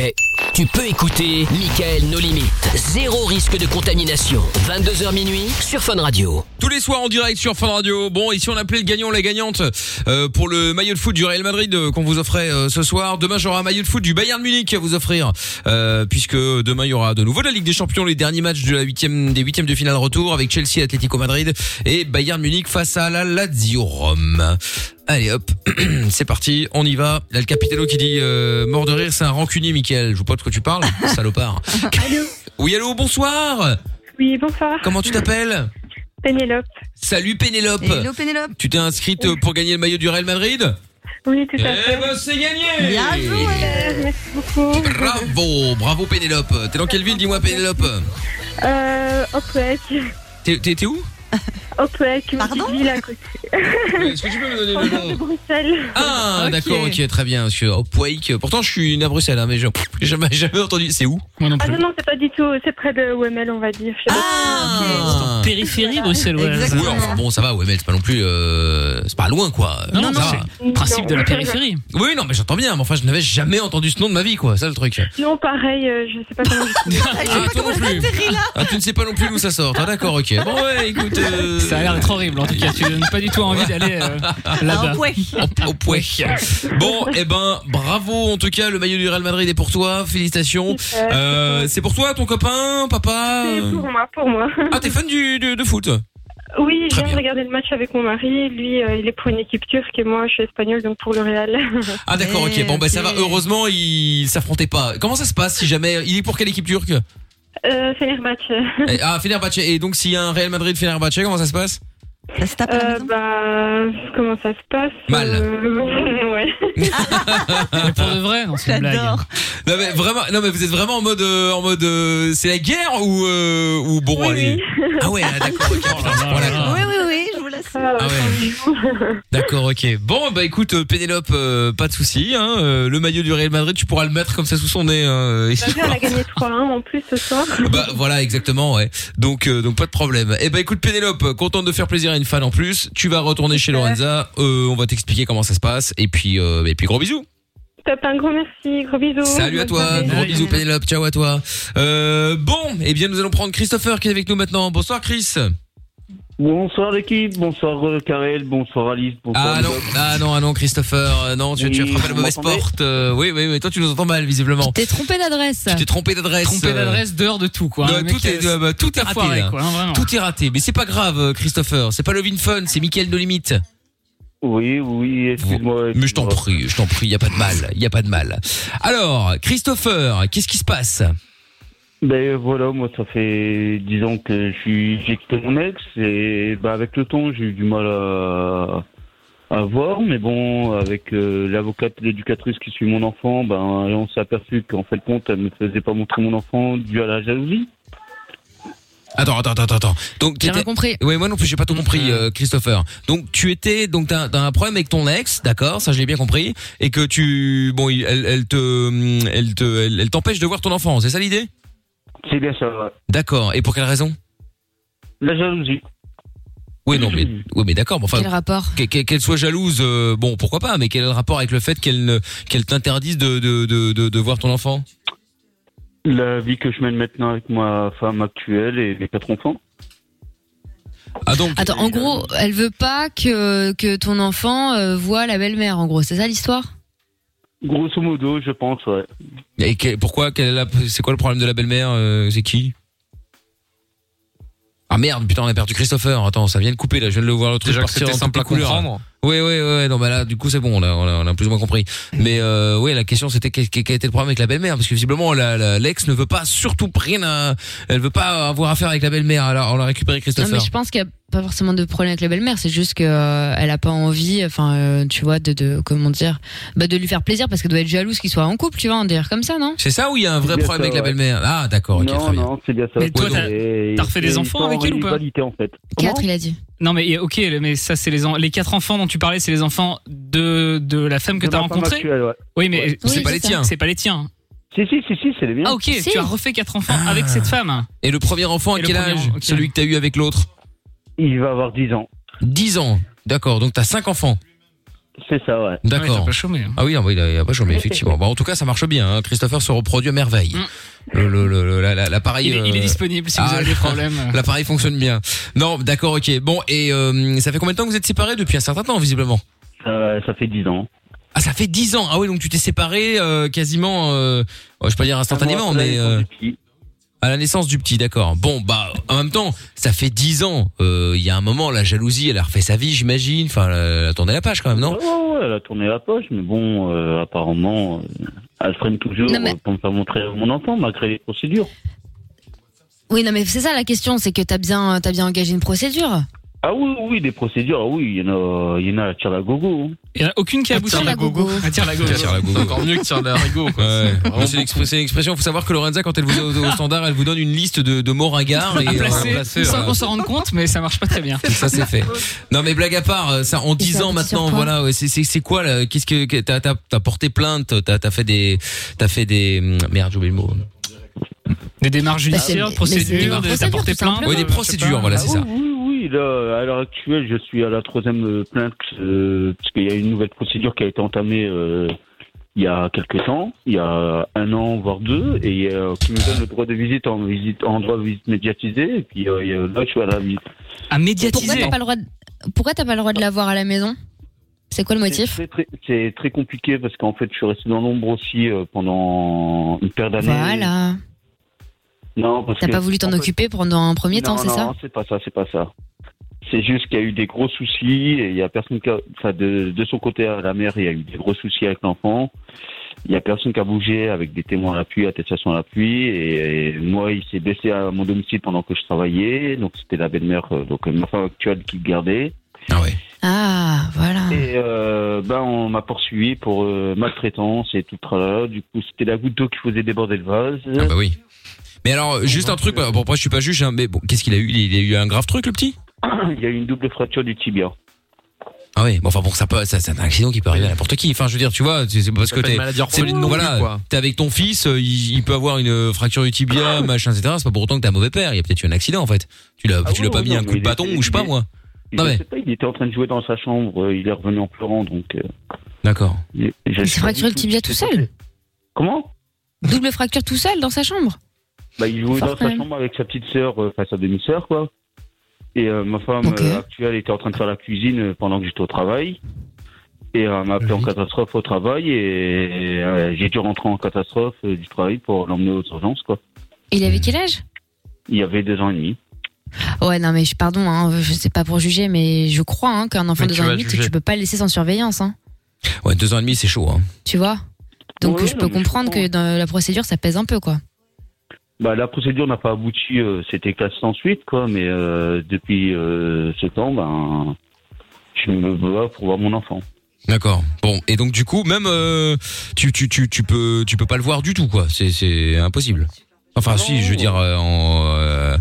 Speaker 1: Tu peux écouter Michael No Limites. Zéro risque de contamination. 22h minuit sur Fun Radio.
Speaker 2: Tous les soirs en direct sur Fun Radio. Bon, ici on appelait le gagnant, la gagnante euh, pour le maillot de foot du Real Madrid euh, qu'on vous offrait euh, ce soir. Demain j'aurai un maillot de foot du Bayern Munich à vous offrir euh, puisque demain il y aura de nouveau la Ligue des Champions, les derniers matchs de la huitième des huitièmes de finale retour avec Chelsea, Atlético Madrid et Bayern Munich face à la Lazio Rome. Allez hop, c'est parti, on y va. Là le capitano qui dit euh, mort de rire, c'est un rancunier, Michael. Je vois pas de quoi tu parles, salopard.
Speaker 14: Allô
Speaker 2: Oui allô, bonsoir.
Speaker 14: Oui, bonsoir.
Speaker 2: Comment tu t'appelles
Speaker 14: Pénélope.
Speaker 2: Salut Pénélope.
Speaker 14: Hello, Pénélope.
Speaker 2: Tu t'es inscrite euh, pour gagner le maillot du Real Madrid
Speaker 14: Oui, tout à
Speaker 2: Eh
Speaker 14: fait.
Speaker 2: ben, c'est gagné
Speaker 14: Bien
Speaker 5: Euh,
Speaker 14: joué Merci beaucoup.
Speaker 2: Bravo, bravo Pénélope. T'es dans quelle ville, dis-moi Pénélope
Speaker 14: Euh, Oprek.
Speaker 2: T'es- T'es t'es où
Speaker 14: Oprek, une petite ville à côté.
Speaker 2: Est-ce que tu peux me donner le nom
Speaker 14: de Bruxelles.
Speaker 2: Ah d'accord, ok, très bien. Parce que Hopwake, euh, pourtant je suis né à Bruxelles, hein, mais j'ai j'ai jamais, jamais entendu. C'est où
Speaker 14: Ah non, non, c'est pas du tout, c'est près de OML, on va dire.
Speaker 2: Ah.
Speaker 6: Périphérie Bruxelles. ouais.
Speaker 2: Ouais, enfin bon, ça va, ouais, mais c'est pas non plus, euh, c'est pas loin quoi.
Speaker 6: Non, non,
Speaker 2: Ça va.
Speaker 6: c'est le principe de la périphérie.
Speaker 2: Oui, non, mais j'entends bien, mais enfin, je n'avais jamais entendu ce nom de ma vie, quoi, ça le truc.
Speaker 14: Non, pareil, euh, je sais pas comment je
Speaker 9: Ah,
Speaker 2: Ah, tu ne sais pas non plus d'où ça sort. Ah, d'accord, ok. Bon, ouais, écoute. euh,
Speaker 6: Ça a l'air d'être horrible en tout cas. Tu donnes pas du tout envie d'aller euh,
Speaker 2: Ah,
Speaker 6: là-bas.
Speaker 2: Au pouet. Bon, eh ben, bravo en tout cas, le maillot du Real Madrid est pour toi, félicitations.
Speaker 14: Super.
Speaker 2: Euh, c'est pour toi, ton copain, papa
Speaker 14: C'est
Speaker 2: euh,
Speaker 14: pour moi, pour moi.
Speaker 2: Ah, t'es fan du, du- de foot
Speaker 14: Oui, je viens de regarder le match avec mon mari. Lui, euh, il est pour une équipe turque et moi, je suis espagnole, donc pour le Real.
Speaker 2: Ah, d'accord, ok. Bon, bah ça
Speaker 9: Eh,
Speaker 2: va, heureusement, il s'affrontait pas. Comment ça se passe si jamais. Il est pour quelle équipe turque
Speaker 14: Euh, Fenerbahçe.
Speaker 2: Eh, Ah, Fenerbahçe. Et donc, s'il y a un Real Madrid-Fenerbahçe, comment ça se passe
Speaker 14: Euh, bah, comment ça se passe
Speaker 2: Mal.
Speaker 14: Euh, ouais.
Speaker 6: Mais pour de vrai, non, c'est une blague.
Speaker 2: Non mais vraiment, non mais vous êtes vraiment en mode, euh, en mode, euh, c'est la guerre ou euh, ou bon allez. Ah ouais, ah, d'accord. ok, putain, à ce point-là, quoi.
Speaker 9: Oui, oui, oui, je vous la
Speaker 14: ça.
Speaker 2: Ah ouais. D'accord, ok. Bon, bah écoute, euh, Pénélope, euh, pas de souci. Hein, euh, le maillot du Real Madrid, tu pourras le mettre comme ça sous son nez. hein, et-
Speaker 5: Bah,
Speaker 14: T'as vu, on Bah, a gagné 3-1 en plus ce soir.
Speaker 2: bah voilà, exactement, ouais. Donc, euh, donc pas de problème. Eh bah écoute, Pénélope, contente de faire plaisir à une fan en plus. Tu vas retourner chez Lorenza. euh, on va t'expliquer comment ça se passe. Et puis, euh, et puis gros bisous.
Speaker 14: Top, un gros merci, gros bisous.
Speaker 2: Salut à
Speaker 14: Bonne
Speaker 2: toi,
Speaker 14: soirée.
Speaker 2: gros bisous Pénélope, ciao à toi. Euh, bon, eh bien nous allons prendre Christopher qui est avec nous maintenant. Bonsoir Chris.
Speaker 15: Bonsoir l'équipe, bonsoir euh, Karel, bonsoir Alice, bonsoir.
Speaker 2: Ah non,
Speaker 15: Bob.
Speaker 2: ah non, ah non Christopher, euh, non, tu, tu as
Speaker 15: Oui,
Speaker 2: frappé la
Speaker 15: vous
Speaker 2: mauvaise
Speaker 15: m'entendez
Speaker 2: porte. euh, oui, oui, oui, toi tu nous entends mal visiblement.
Speaker 3: T'es trompé d'adresse.
Speaker 2: Tu t'es trompé d'adresse.
Speaker 6: Trompé
Speaker 2: euh,
Speaker 6: d'adresse, d'heure, de tout, quoi.
Speaker 2: Ouais,
Speaker 6: Le mec,
Speaker 2: tout, est,
Speaker 6: euh,
Speaker 2: ouais, bah, tout est
Speaker 6: un
Speaker 2: raté.
Speaker 6: foiré,
Speaker 2: là.
Speaker 6: quoi, hein, vraiment.
Speaker 2: tout est raté, mais c'est pas grave, euh, Christopher. C'est pas Lovin Fun, c'est Mickaël de Limite.
Speaker 15: Oui, oui, excuse-moi.
Speaker 2: Mais je t'en prie, je t'en prie, y a pas de mal, y a pas de mal. Alors, Christopher, qu'est-ce qui se passe
Speaker 15: Ben voilà, moi ça fait 10 ans que je suis j'ai quitté mon ex et ben, avec le temps j'ai eu du mal à, à voir, mais bon, avec euh, l'avocate, l'éducatrice qui suit mon enfant, ben on s'est aperçu qu'en fait compte elle me faisait pas montrer mon enfant dû à la jalousie.
Speaker 2: Attends, attends, attends, attends. Donc,
Speaker 15: J'ai rien
Speaker 3: compris.
Speaker 2: Oui, moi non plus, j'ai pas tout compris, euh, Christopher. Donc, tu étais, donc, t'as t'as un problème avec ton ex, d'accord, ça je l'ai bien compris, et que tu, bon, il- elle, elle te, hum, elle te, elle, elle t'empêche de voir ton enfant, c'est ça l'idée
Speaker 15: C'est bien ça. ouais.
Speaker 2: D'accord. Et pour quelle raison
Speaker 15: La jalousie.
Speaker 2: Oui, non, mais, oui, mais d'accord, mais enfin.
Speaker 3: Quel rapport
Speaker 2: que- que- Qu'elle soit jalouse, euh, bon, pourquoi pas, mais quel est le rapport avec le fait qu'elle ne- qu'elle t'interdise de, de, de, de, de voir ton enfant
Speaker 15: La vie que je mène maintenant avec ma femme actuelle et mes quatre enfants.
Speaker 2: Ah donc
Speaker 3: Attends, en gros, elle veut pas que, que ton enfant euh, voit la belle-mère, en gros. C'est ça l'histoire
Speaker 15: Grosso modo, je pense, ouais.
Speaker 2: Et que- pourquoi quelle est la- C'est quoi le problème de la belle-mère euh, C'est qui Ah merde, putain, on a perdu Christopher. Attends, ça vient de couper là. Je viens de le voir le truc
Speaker 4: Déjà que
Speaker 2: partir
Speaker 4: c'était
Speaker 2: en
Speaker 4: simple
Speaker 2: toutes
Speaker 4: à
Speaker 2: les couleurs.
Speaker 4: comprendre.
Speaker 2: Oui, oui, oui. Non, bah là, du coup, c'est bon. Là, on a, on a plus ou moins compris. Mais euh, oui, la question, c'était quel, quel était le problème avec la belle-mère Parce que visiblement, la- la- l'ex ne veut pas surtout rien. à- elle veut pas avoir affaire avec la belle-mère. Alors, on a récupéré
Speaker 3: Non,
Speaker 2: Christopher.
Speaker 3: mais je pense qu'il n'y a pas forcément de problème avec la belle-mère. C'est juste que euh, elle a pas envie, enfin, euh, tu vois, de, de comment dire, bah, de lui faire plaisir parce qu'elle doit être jalouse qu'il soit en couple, tu vois, un délire comme ça, non
Speaker 2: C'est ça ou il y a un vrai
Speaker 15: C'est bien
Speaker 2: problème
Speaker 15: ça,
Speaker 2: avec la
Speaker 15: ouais.
Speaker 2: belle-mère Ah, d'accord. ok,
Speaker 15: non,
Speaker 2: très bien.
Speaker 15: non, c'est bien ça.
Speaker 6: Mais toi,
Speaker 15: Ouais,
Speaker 6: t'as-
Speaker 15: donc,
Speaker 6: t'as refait
Speaker 15: et-
Speaker 6: des
Speaker 15: et
Speaker 6: enfants
Speaker 15: sans
Speaker 6: avec elle ou pas
Speaker 15: rivalité, en fait.
Speaker 3: Quatre, il a dit.
Speaker 6: Non mais ok, mais ça c'est les en- les quatre enfants dont tu parlais, c'est les enfants de de la femme que
Speaker 15: De
Speaker 6: t'as
Speaker 15: ma femme
Speaker 6: rencontrée.
Speaker 15: actuelle, ouais.
Speaker 6: Oui mais
Speaker 15: Ouais. Oui, c'est ça.
Speaker 6: C'est pas les tiens.
Speaker 15: Si si si si, c'est les miens.
Speaker 6: Ah ok, tu as refait quatre enfants
Speaker 2: Ah.
Speaker 6: avec cette femme.
Speaker 2: Et le premier enfant, à
Speaker 6: Et le
Speaker 2: quel
Speaker 6: premier
Speaker 2: âge
Speaker 6: enfant, ok.
Speaker 2: Celui que t'as eu avec l'autre
Speaker 15: Il va avoir 10 ans.
Speaker 2: 10 ans D'accord, donc t'as 5 enfants
Speaker 15: C'est ça, ouais.
Speaker 2: D'accord.
Speaker 6: Ouais, Ah t'as pas chômé, hein.
Speaker 2: Ah oui, non, oui, il a, il a pas chômé, effectivement. Bah, en tout cas, ça marche bien. hein. Christopher se reproduit à merveille. Le- le- le- le- la- la- L'appareil.
Speaker 6: Mm.
Speaker 2: euh, ah,
Speaker 6: Il est- il est disponible si vous avez des problèmes.
Speaker 2: L'appareil fonctionne bien. Non, d'accord, ok. Bon, et euh, ça fait combien de temps que vous êtes séparés depuis un certain temps, visiblement
Speaker 15: Euh, Ça, ça fait 10 ans.
Speaker 2: Ah, ça fait 10 ans. Ah oui, donc tu t'es séparé euh, quasiment, euh, ouais, je peux pas dire instantanément,
Speaker 15: Un mois après
Speaker 2: mais
Speaker 15: Ah, la naissance
Speaker 2: euh, à la naissance du petit, d'accord. Bon, bah, en même temps, ça fait 10 ans. Euh, Il y a un moment, la jalousie, elle a refait sa vie, j'imagine. Enfin, elle a tourné la page quand même, non
Speaker 15: Ouais, ouais, elle a tourné la poche, mais bon, euh, apparemment, euh, elle freine toujours
Speaker 3: Non, mais-
Speaker 15: euh, pour me faire montrer mon enfant, malgré les procédures.
Speaker 3: Oui, non, mais c'est ça la question, c'est que t'as bien, t'as bien engagé une procédure.
Speaker 15: Ah oui, oui, des procédures, ah oui, il y en a, il y en a à hein. tirer la gogo.
Speaker 6: Il y en a aucune qui a abouti.
Speaker 2: Tire la gogo.
Speaker 6: Attire la gogo.
Speaker 2: Tire la gogo.
Speaker 4: Encore mieux que tire l'arigot, quoi.
Speaker 2: Ouais.
Speaker 4: C'est vraiment
Speaker 2: C'est l'expr- c'est l'expression. Il faut savoir que Lorenza, quand elle vous a au, au standard, elle vous donne une liste de, de mots ringards et
Speaker 6: À
Speaker 2: euh,
Speaker 6: placer,
Speaker 2: placer,
Speaker 6: sans
Speaker 2: euh,
Speaker 6: qu'on s'en rende compte, mais ça marche pas très bien.
Speaker 2: ça c'est fait. Non mais blague à part, euh, ça en 10 ans maintenant, voilà, ouais, c'est c'est c'est quoi là Qu'est-ce que que- t'as t'as t'as porté plainte T'as t'as fait des t'as fait des hum, merde j'ai oublié le mot.
Speaker 6: Des démarches
Speaker 2: Bah,
Speaker 6: judiciaires, procédures, des- Euh, t'as porté plainte.
Speaker 2: Oui des procédures, voilà
Speaker 15: Ah
Speaker 2: c'est
Speaker 15: oui,
Speaker 2: ça.
Speaker 15: Oui, oui, là, à l'heure actuelle, je suis à la troisième euh, plainte, euh, parce qu'il y a une nouvelle procédure qui a été entamée euh, il y a quelques temps, il y a un an, voire deux, et euh, qui me donne le droit de visite en, visite, en droit de visite médiatisé, et puis euh, il y a- là, je suis à la visite.
Speaker 6: À
Speaker 3: Pourquoi t'as pas le droit de, pourquoi t'as pas le droit de l'avoir à la maison C'est quoi le motif
Speaker 15: C'est très, c'est très compliqué parce qu'en fait, je suis resté dans l'ombre aussi euh, pendant une paire d'années.
Speaker 3: Voilà.
Speaker 15: Non, parce
Speaker 3: T'as
Speaker 15: que-
Speaker 3: pas voulu t'en
Speaker 15: en fait,
Speaker 3: occuper pendant un premier temps,
Speaker 15: non,
Speaker 3: c'est ça
Speaker 15: Non, c'est pas ça, c'est pas ça. C'est juste qu'il y a eu des gros soucis et il y a personne qui a- enfin, de, de son côté à la mère, il y a eu des gros soucis avec l'enfant. Il y a personne qui a bougé avec des témoins à l'appui, attestations à l'appui. Et, et moi, il s'est blessé à mon domicile pendant que je travaillais. Donc, c'était la belle-mère, euh, donc euh, ma femme actuelle qui le gardait.
Speaker 3: Ah, voilà.
Speaker 15: Et euh, ben, on m'a poursuivi pour euh, maltraitance et tout le tralala. Du coup, c'était la goutte d'eau qui faisait déborder le vase.
Speaker 2: Ah euh, bah oui. Mais alors juste un truc, bah, bon, moi je suis pas juge, hein, mais bon qu'est-ce qu'il a eu il, a eu un grave truc le petit
Speaker 15: il y a eu une double fracture du tibia.
Speaker 2: Ah oui, bon, enfin bon, ça peut, ça, c'est un accident qui peut arriver à n'importe qui. Enfin, je veux dire, tu vois, c'est c'est parce
Speaker 15: Ça
Speaker 2: que
Speaker 15: fait
Speaker 2: t'es,
Speaker 15: une maladie
Speaker 2: c'est-
Speaker 15: orpheline non plus,
Speaker 2: voilà,
Speaker 15: quoi.
Speaker 2: t'es avec ton fils, euh, il, il peut avoir une euh, fracture du tibia, machin, etc. C'est pas pour autant que t'es un mauvais père. Il y a peut-être eu un accident en fait. Tu l'as,
Speaker 15: Ah
Speaker 2: tu l'as pas mis un coup de bâton ou je sais pas moi.
Speaker 15: Il, je sais pas, il était en train de jouer dans sa chambre, euh, il est revenu en pleurant, donc. euh,
Speaker 2: D'accord.
Speaker 15: Il je-
Speaker 3: Il s'est fracturé le tibia tout seul.
Speaker 15: Comment
Speaker 3: Double fracture tout seul dans sa chambre.
Speaker 15: bah, il jouait
Speaker 3: Fort
Speaker 15: dans
Speaker 3: quand
Speaker 15: sa
Speaker 3: même.
Speaker 15: chambre avec sa petite sœur, euh, enfin sa demi-sœur, quoi. Et euh, ma femme euh, actuelle était en train de faire la cuisine euh, pendant que j'étais au travail. Et euh, elle m'a appelé en catastrophe au travail et euh, j'ai dû rentrer en catastrophe euh, du travail pour l'emmener aux urgences, quoi.
Speaker 3: Et il avait quel âge
Speaker 15: Il y avait deux ans et demi.
Speaker 3: Ouais, non, mais je, pardon, hein, je sais pas pour juger, mais je crois hein, qu'un enfant
Speaker 2: Mais
Speaker 3: de
Speaker 2: tu
Speaker 3: 2 ans et
Speaker 2: vas
Speaker 3: demi, tu
Speaker 2: juger.
Speaker 3: tu peux pas le laisser sans surveillance, hein,
Speaker 2: Ouais, deux ans et demi, c'est chaud. Hein.
Speaker 3: tu vois Donc
Speaker 15: Ouais,
Speaker 3: je
Speaker 15: non,
Speaker 3: peux
Speaker 15: mais je
Speaker 3: comprendre que dans la procédure, ça pèse un peu, quoi.
Speaker 15: Bah, la procédure n'a pas abouti, euh, c'était classe sans suite, quoi, mais euh, depuis euh, ce temps, ben, je me bats pour voir mon enfant.
Speaker 2: D'accord. Bon, et donc du coup, même euh, tu, tu, tu, tu peux, tu peux pas le voir du tout, quoi. C'est, c'est impossible. Enfin, si, je veux dire, euh, en, euh,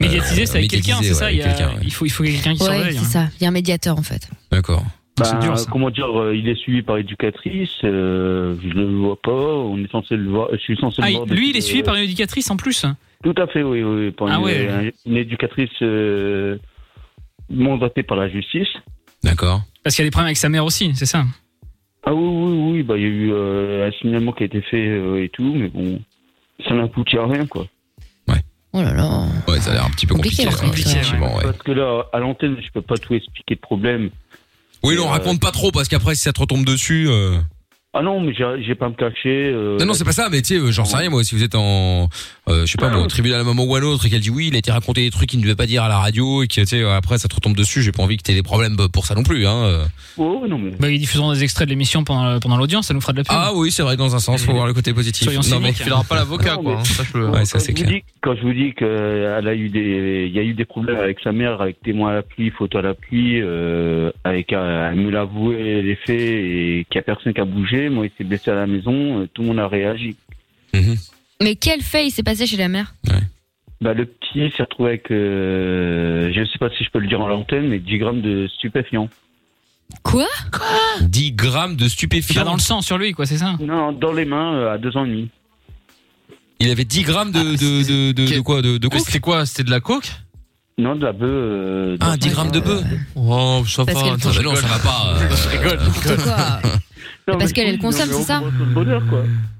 Speaker 6: Médiatiser, c'est avec
Speaker 2: médiatiser,
Speaker 6: quelqu'un, c'est
Speaker 2: Euh, ouais,
Speaker 6: ça
Speaker 2: avec
Speaker 6: il, y a-
Speaker 2: quelqu'un, ouais.
Speaker 6: il faut, il faut quelqu'un qui
Speaker 3: Ouais,
Speaker 6: surveille.
Speaker 3: c'est ça. Il y a un médiateur, en fait.
Speaker 2: D'accord.
Speaker 6: Bah,
Speaker 15: Ben, Comment dire, euh, il est suivi par éducatrice, euh, je le vois pas, on est censé le voir, je suis censé
Speaker 6: Ah,
Speaker 15: le
Speaker 6: il-
Speaker 15: voir.
Speaker 6: lui,
Speaker 15: depuis,
Speaker 6: il est suivi
Speaker 15: euh,
Speaker 6: par une éducatrice en plus.
Speaker 15: Tout à fait, oui, oui, par
Speaker 6: Ah
Speaker 15: une,
Speaker 6: ouais.
Speaker 15: un- une éducatrice euh, mandatée par la justice.
Speaker 2: D'accord.
Speaker 6: Parce qu'il y a des problèmes avec sa mère aussi, c'est ça
Speaker 15: Ah oui, oui, oui, bah, il y a eu euh, un signalement qui a été fait euh, et tout, mais bon, ça n'aboutit à rien, quoi.
Speaker 3: Oh là là.
Speaker 2: Ouais, ça a l'air un petit peu compliqué.
Speaker 15: hein.
Speaker 2: ouais, effectivement, ouais.
Speaker 15: Parce que là, à l'antenne, je peux pas tout expliquer de problème. Euh,
Speaker 2: Oui, non, raconte pas trop parce qu'après, si ça te retombe dessus. euh,
Speaker 15: Ah non, mais j'ai j'ai pas à me cacher. euh,
Speaker 2: Non, non, c'est pas ça, mais tu sais, euh, j'en sais rien, moi, si vous êtes en, euh, je sais pas, moi, au tribunal à un moment ou à un autre et qu'elle dit oui, il a été raconté des trucs qu'il ne devait pas dire à la radio et que, tu sais, euh, après, ça te retombe dessus, j'ai pas envie que t'aies des problèmes pour ça non plus, hein. euh.
Speaker 15: Oh, non, mais.
Speaker 6: Bah, ils diffuseront des extraits de l'émission pendant, pendant l'audience, ça nous fera de la pub.
Speaker 2: Ah oui, c'est vrai, dans un sens, faut voir le côté positif.
Speaker 6: Soyons
Speaker 2: non, mais
Speaker 6: cyniques.
Speaker 2: tu pas
Speaker 6: l'avocat,
Speaker 15: quoi, hein, ça,
Speaker 2: Ouais, ça, c'est
Speaker 15: Quand je vous
Speaker 2: clair.
Speaker 15: dis- quand je vous dis qu'il a eu des, il y a eu des problèmes avec sa mère, avec témoins à la pluie, photo à la pluie, euh, avec euh, elle me l'a avoué les faits et qu'il y a personne qui a bougé. Moi, il s'est blessé à la maison. euh, tout le monde a réagi.
Speaker 3: Mais quel fait il s'est passé chez la mère
Speaker 15: Bah, le petit s'est retrouvé avec, euh, je sais pas si je peux le dire en l'antenne, mais 10 grammes de stupéfiants.
Speaker 3: Quoi
Speaker 2: 10 grammes de stupéfiants.
Speaker 6: dans le sang sur lui, quoi, c'est ça
Speaker 15: Non, dans les mains euh, à deux ans et demi.
Speaker 2: Il avait 10 grammes de,
Speaker 15: Ah,
Speaker 2: de, de, de, de quoi de, de coke
Speaker 4: C'était quoi C'était de la coke
Speaker 15: Non, de la bœuf.
Speaker 2: Ah, 10 grammes de bœuf Oh, ça
Speaker 4: Parce
Speaker 2: va,
Speaker 4: qu'elle
Speaker 2: attends,
Speaker 4: fait-
Speaker 2: bah non, ça va pas.
Speaker 4: Je rigole. N'importe
Speaker 3: quoi. Parce qu'elle elle consomme, c'est ça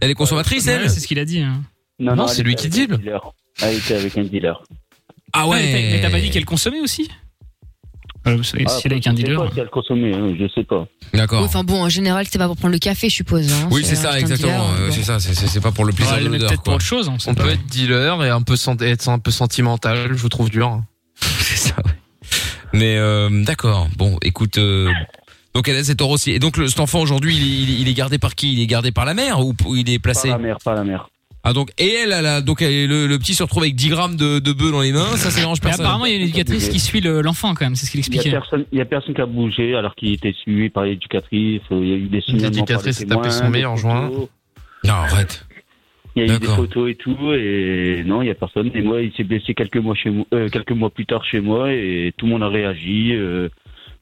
Speaker 2: Elle est consommatrice, elle
Speaker 6: Ouais, C'est ce qu'il a dit. hein.
Speaker 15: Non,
Speaker 6: Non,
Speaker 15: non,
Speaker 6: c'est
Speaker 15: elle
Speaker 6: lui
Speaker 15: était
Speaker 6: qui
Speaker 15: avec un dealer. Elle était avec un dealer.
Speaker 2: Ah
Speaker 6: ouais Mais t'as- mais t'as pas dit qu'elle consommait aussi
Speaker 15: Ah,
Speaker 6: si elle est avec un
Speaker 15: je sais
Speaker 6: dealer.
Speaker 15: pas si elle consommait, hein, je sais pas.
Speaker 3: Oui,
Speaker 2: D'accord.
Speaker 3: Enfin bon, en général, c'est pas pour prendre le café, je suppose. hein.
Speaker 2: Oui, c'est ça,
Speaker 3: un
Speaker 2: exactement.
Speaker 3: dealer.
Speaker 2: euh, C'est ça, c'est- c'est c'est pas pour le plaisir
Speaker 4: Ouais,
Speaker 2: de
Speaker 4: elle aimait
Speaker 2: l'odeur.
Speaker 4: peut-être
Speaker 2: quoi.
Speaker 4: pour autre chose,
Speaker 6: hein.
Speaker 4: on, peut être dealer et un peu sent- être un peu sentimental, je trouve dur.
Speaker 2: Mais euh, d'accord. Bon, écoute. euh, donc elle a cet or aussi. Et donc le- cet enfant aujourd'hui, il, il- il est gardé par qui Il est gardé par la mère ou p- il est placé Par la
Speaker 15: mère, par la mère.
Speaker 2: Ah donc et elle, elle a- donc elle- le, le petit se retrouve avec 10 grammes de, de bœuf dans les mains. Ça, ça dérange
Speaker 6: Mais
Speaker 2: personne.
Speaker 6: apparemment, il y a une éducatrice qui suit le- l'enfant quand même, c'est ce qu'il
Speaker 15: Il y a
Speaker 6: expliquait.
Speaker 15: personne, il y a personne qui a bougé alors qu'il était suivi par l'éducatrice. euh, Il y a eu des signalements
Speaker 4: L'éducatrice
Speaker 15: par
Speaker 4: a
Speaker 15: les témoins,
Speaker 4: tapé son
Speaker 15: des
Speaker 4: meilleur joint.
Speaker 15: photos.
Speaker 2: Non, arrête.
Speaker 15: Il y a eu des
Speaker 2: D'accord.
Speaker 15: photos et tout et non, il y a personne. Et moi, il s'est blessé quelques mois chez moi, euh, quelques mois plus tard chez moi et tout le monde a réagi. Euh,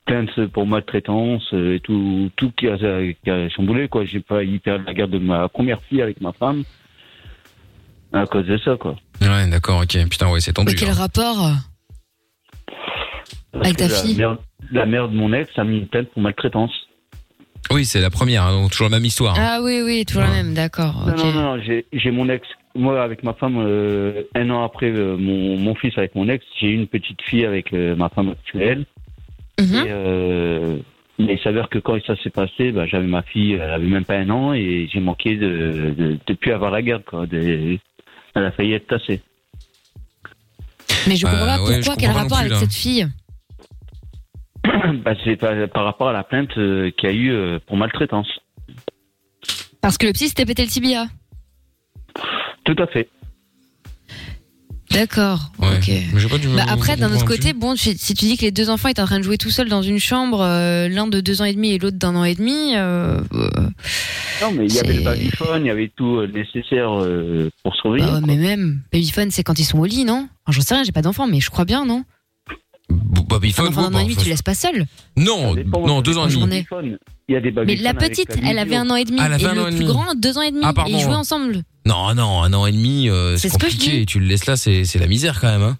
Speaker 15: plainte pour maltraitance euh, et tout, tout qui a, qui a chamboulé quoi. J'ai pas perdre la garde de ma première fille avec ma femme à cause de ça quoi.
Speaker 2: Ouais, d'accord, ok. Putain, ouais, c'est
Speaker 3: Mais
Speaker 2: tendu.
Speaker 3: quel
Speaker 2: hein.
Speaker 3: rapport euh,
Speaker 15: Parce
Speaker 3: Avec
Speaker 15: que
Speaker 3: ta
Speaker 15: la
Speaker 3: fille
Speaker 15: mère- La mère de mon ex a mis une plainte pour maltraitance.
Speaker 2: Oui, c'est la première. hein, donc toujours la même histoire. hein.
Speaker 3: Ah oui, oui, toujours la même, d'accord.
Speaker 15: Non,
Speaker 3: ok.
Speaker 15: non, non, j'ai j'ai mon ex, moi avec ma femme, euh, un an après euh, mon, mon fils avec mon ex, j'ai eu une petite fille avec euh, ma femme actuelle.
Speaker 3: Mhm.
Speaker 15: Et, euh, mais il s'avère que quand ça s'est passé, bah, j'avais ma fille, elle avait même pas un an et j'ai manqué de, de, de plus avoir la garde. Quoi, de- elle a failli être tassée.
Speaker 3: Mais Bah, je comprends
Speaker 15: Euh,
Speaker 3: pas
Speaker 15: ouais, je comprends
Speaker 3: pourquoi, quel
Speaker 15: pas non
Speaker 3: rapport
Speaker 15: plus,
Speaker 3: avec
Speaker 15: là.
Speaker 3: cette fille
Speaker 15: bah, C'est par, par rapport à la plainte euh, qu'il y a eu euh, pour maltraitance.
Speaker 3: Parce que le psy s'était pété le tibia.
Speaker 15: Tout à fait.
Speaker 3: D'accord.
Speaker 2: Ouais. Mais j'ai pas du-
Speaker 3: Bah après, d'un autre
Speaker 2: comprends
Speaker 3: côté, bon, tu- si tu dis que les deux enfants étaient en train de jouer tout seuls dans une chambre, euh, l'un de deux ans et demi et l'autre d'un an et demi, euh,
Speaker 15: Non, mais il y avait le babyphone, il y avait tout euh, nécessaire euh, pour survivre.
Speaker 2: Bah,
Speaker 3: bah ouais, mais même, babyphone, c'est quand ils sont au lit, non Enfin, J'en sais rien, j'ai pas d'enfant, mais je crois bien, non
Speaker 2: Bah, il faut
Speaker 3: Enfin, un an et demi, tu laisses pas seul.
Speaker 2: Non, non, deux ans et demi.
Speaker 15: Il y a des
Speaker 3: Mais la petite, elle avait un an et demi.
Speaker 2: Ah, elle avait
Speaker 3: et
Speaker 2: un an
Speaker 3: le
Speaker 2: et
Speaker 3: plus
Speaker 2: demi.
Speaker 3: grand, deux ans et demi.
Speaker 2: Ah,
Speaker 3: et
Speaker 2: pardon.
Speaker 3: ils jouaient ensemble.
Speaker 2: Non, non, un an et demi, euh,
Speaker 3: C'est
Speaker 2: c'est
Speaker 3: ce que je
Speaker 2: compliqué.
Speaker 3: dis.
Speaker 2: Tu le laisses là, c'est c'est la misère quand même. Hein.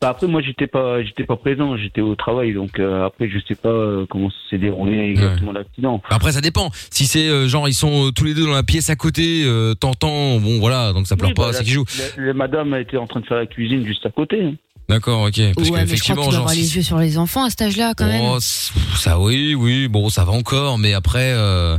Speaker 15: Bah, après, moi, j'étais pas, j'étais pas présent, j'étais au travail, donc euh, après, je sais pas euh, comment s'est déroulé exactement l'accident.
Speaker 2: Après, ça dépend. Si c'est euh, genre ils sont euh, tous les deux dans la pièce à côté, euh, t'entends, bon voilà, donc ça pleure
Speaker 15: Oui,
Speaker 2: pas,
Speaker 15: bah,
Speaker 2: c'est
Speaker 15: la-
Speaker 2: qui joue.
Speaker 15: la- la madame était en train de faire la cuisine juste à côté. hein.
Speaker 2: D'accord, ok. Parce
Speaker 3: ouais, mais je crois que
Speaker 2: qu'effectivement,
Speaker 3: tu dois
Speaker 2: genre,
Speaker 3: avoir
Speaker 2: si
Speaker 3: les yeux sur les enfants à cet âge-là, quand même.
Speaker 2: Oh, c- ça oui, oui, bon, ça va encore, mais après, euh,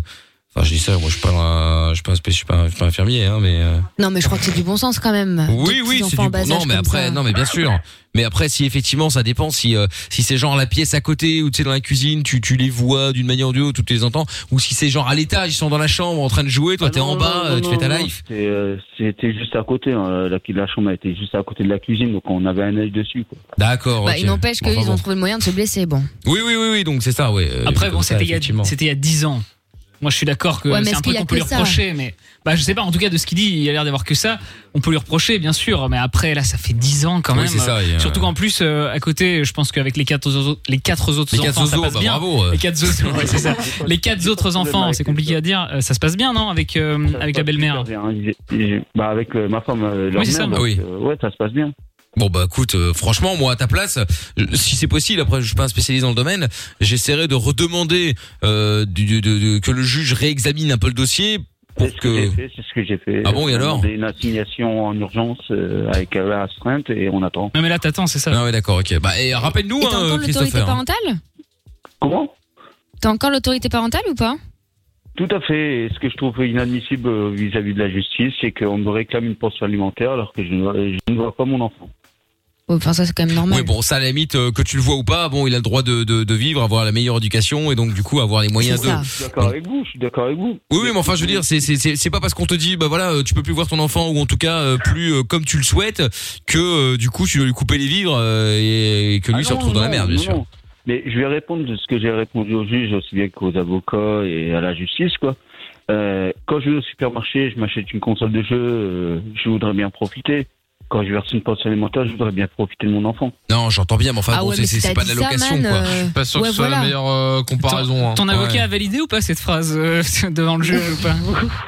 Speaker 2: enfin, je dis ça, moi, je suis pas, un- je suis pas, un spé- je suis pas, un- je suis pas infirmier, hein, mais. euh,
Speaker 3: Non, mais je crois que c'est du bon sens quand même.
Speaker 2: Oui,
Speaker 3: Des
Speaker 2: oui,
Speaker 3: petits
Speaker 2: c'est
Speaker 3: enfants
Speaker 2: du
Speaker 3: en bas
Speaker 2: non,
Speaker 3: âge
Speaker 2: mais
Speaker 3: comme
Speaker 2: après,
Speaker 3: ça.
Speaker 2: non, mais bien sûr. Mais après, si effectivement, ça dépend si euh, si c'est genre la pièce à côté ou tu sais dans la cuisine, tu tu les vois d'une manière ou d'une autre, tu les entends, ou si c'est genre à l'étage, ils sont dans la chambre en train de jouer, toi t'es en bas, euh, tu fais ta
Speaker 15: Non, non,
Speaker 2: life.
Speaker 15: c'était, euh, C'était juste à côté. hein. La, la chambre était juste à côté de la cuisine, donc on avait un œil dessus. quoi.
Speaker 2: D'accord.
Speaker 3: Bah,
Speaker 2: oh, ok.
Speaker 3: il n'empêche
Speaker 2: Bon,
Speaker 3: qu'ils
Speaker 2: enfin,
Speaker 3: ont
Speaker 2: bon.
Speaker 3: trouvé le moyen de se blesser, bon.
Speaker 2: Oui, oui, oui, oui, donc c'est ça, ouais. euh,
Speaker 6: Après, bon,
Speaker 2: comme ça,
Speaker 6: c'était il, y a-
Speaker 2: effectivement.
Speaker 6: c'était il y a 10 ans. Moi, je suis d'accord que
Speaker 3: Ouais, mais
Speaker 6: c'est
Speaker 3: est-ce
Speaker 6: un peu
Speaker 3: qu'il y a
Speaker 6: qu'on peut
Speaker 3: que
Speaker 6: lui
Speaker 3: ça
Speaker 6: reprocher, mais bah, je sais pas, en tout cas, de ce qu'il dit, il a l'air d'avoir que ça. On peut lui reprocher, bien sûr, mais après, là, ça fait 10 ans quand
Speaker 2: Oui,
Speaker 6: même.
Speaker 2: c'est ça,
Speaker 6: Euh,
Speaker 2: il y a-
Speaker 6: Surtout qu'en plus, euh, à côté, je pense qu'avec les quatre autres, les quatre autres
Speaker 2: Les
Speaker 6: enfants,
Speaker 2: quatre
Speaker 6: ça
Speaker 2: zozos,
Speaker 6: passe
Speaker 2: bah,
Speaker 6: bien.
Speaker 2: bravo, euh.
Speaker 6: Les quatre zozos, ouais, c'est ça. Les quatre autres enfants, c'est compliqué à dire, euh, ça se passe bien, non, avec, euh, avec la belle-mère.
Speaker 15: Bien, j'ai- j'ai- Hein, bah, avec euh, ma femme, euh, leur
Speaker 6: Oui, c'est
Speaker 15: mère,
Speaker 6: ça.
Speaker 15: donc,
Speaker 6: Ah oui.
Speaker 15: euh, ouais, ça se passe bien.
Speaker 2: Bon bah écoute, euh, franchement moi à ta place, euh, si c'est possible, après je suis pas un spécialiste dans le domaine, j'essaierai de redemander euh, du- du- de- de- que le juge réexamine un peu le dossier pour que.
Speaker 15: J'ai fait, C'est ce que j'ai fait.
Speaker 2: Ah bon,
Speaker 15: On
Speaker 2: et
Speaker 15: a
Speaker 2: alors
Speaker 15: demandé Une assignation en urgence euh, avec euh, la astreinte et on attend.
Speaker 6: Non mais là t'attends, c'est ça.
Speaker 2: Ah ouais d'accord, ok. Bah et rappelle-nous
Speaker 3: Et t'as
Speaker 2: hein,
Speaker 3: encore l'autorité
Speaker 2: Christopher.
Speaker 3: parentale
Speaker 15: Comment
Speaker 3: T'as encore l'autorité parentale ou pas
Speaker 15: Tout à fait. Et ce que je trouve inadmissible euh, vis-à-vis de la justice, c'est qu'on me réclame une pension alimentaire alors que je ne, vois- je ne vois pas mon enfant.
Speaker 3: Ouais, Enfin, ça, c'est quand même normal.
Speaker 2: Oui bon ça à la limite euh, que tu le vois ou pas, bon il a le droit de, de, de vivre, avoir la meilleure éducation et donc du coup avoir les moyens
Speaker 15: C'est
Speaker 2: de.
Speaker 15: ça. Je suis d'accord avec vous, je suis d'accord avec vous.
Speaker 2: Oui, oui, mais enfin, je veux dire, c'est c'est c'est c'est pas parce qu'on te dit, bah voilà, euh, tu peux plus voir ton enfant ou en tout cas euh, plus euh, comme tu le souhaites, que euh, du coup tu dois lui couper les vivres euh, et, et que lui
Speaker 15: Ah
Speaker 2: se
Speaker 15: non,
Speaker 2: retrouve dans la
Speaker 15: non,
Speaker 2: merde, bien
Speaker 15: non,
Speaker 2: sûr.
Speaker 15: non. Mais je vais répondre de ce que j'ai répondu au juge, aussi bien qu'aux avocats et à la justice, quoi. Euh, quand je vais au supermarché, je m'achète une console de jeu, euh, je voudrais bien profiter. Quand je verse une pension alimentaire, je voudrais bien profiter de mon enfant.
Speaker 2: Non, j'entends bien, mais enfin,
Speaker 3: Ah
Speaker 2: bon,
Speaker 3: ouais,
Speaker 2: c'est-
Speaker 3: mais
Speaker 2: c'est
Speaker 3: si
Speaker 2: c'est
Speaker 3: t'as
Speaker 2: pas de
Speaker 3: dit
Speaker 2: la
Speaker 3: ça,
Speaker 2: location,
Speaker 3: man,
Speaker 2: quoi.
Speaker 3: euh, Je suis pas sûr que ce ouais, soit la voilà. meilleure,
Speaker 2: euh,
Speaker 6: euh,
Speaker 2: comparaison. hein.
Speaker 6: Ton avocat a validé ou pas cette phrase euh, devant le juge ou pas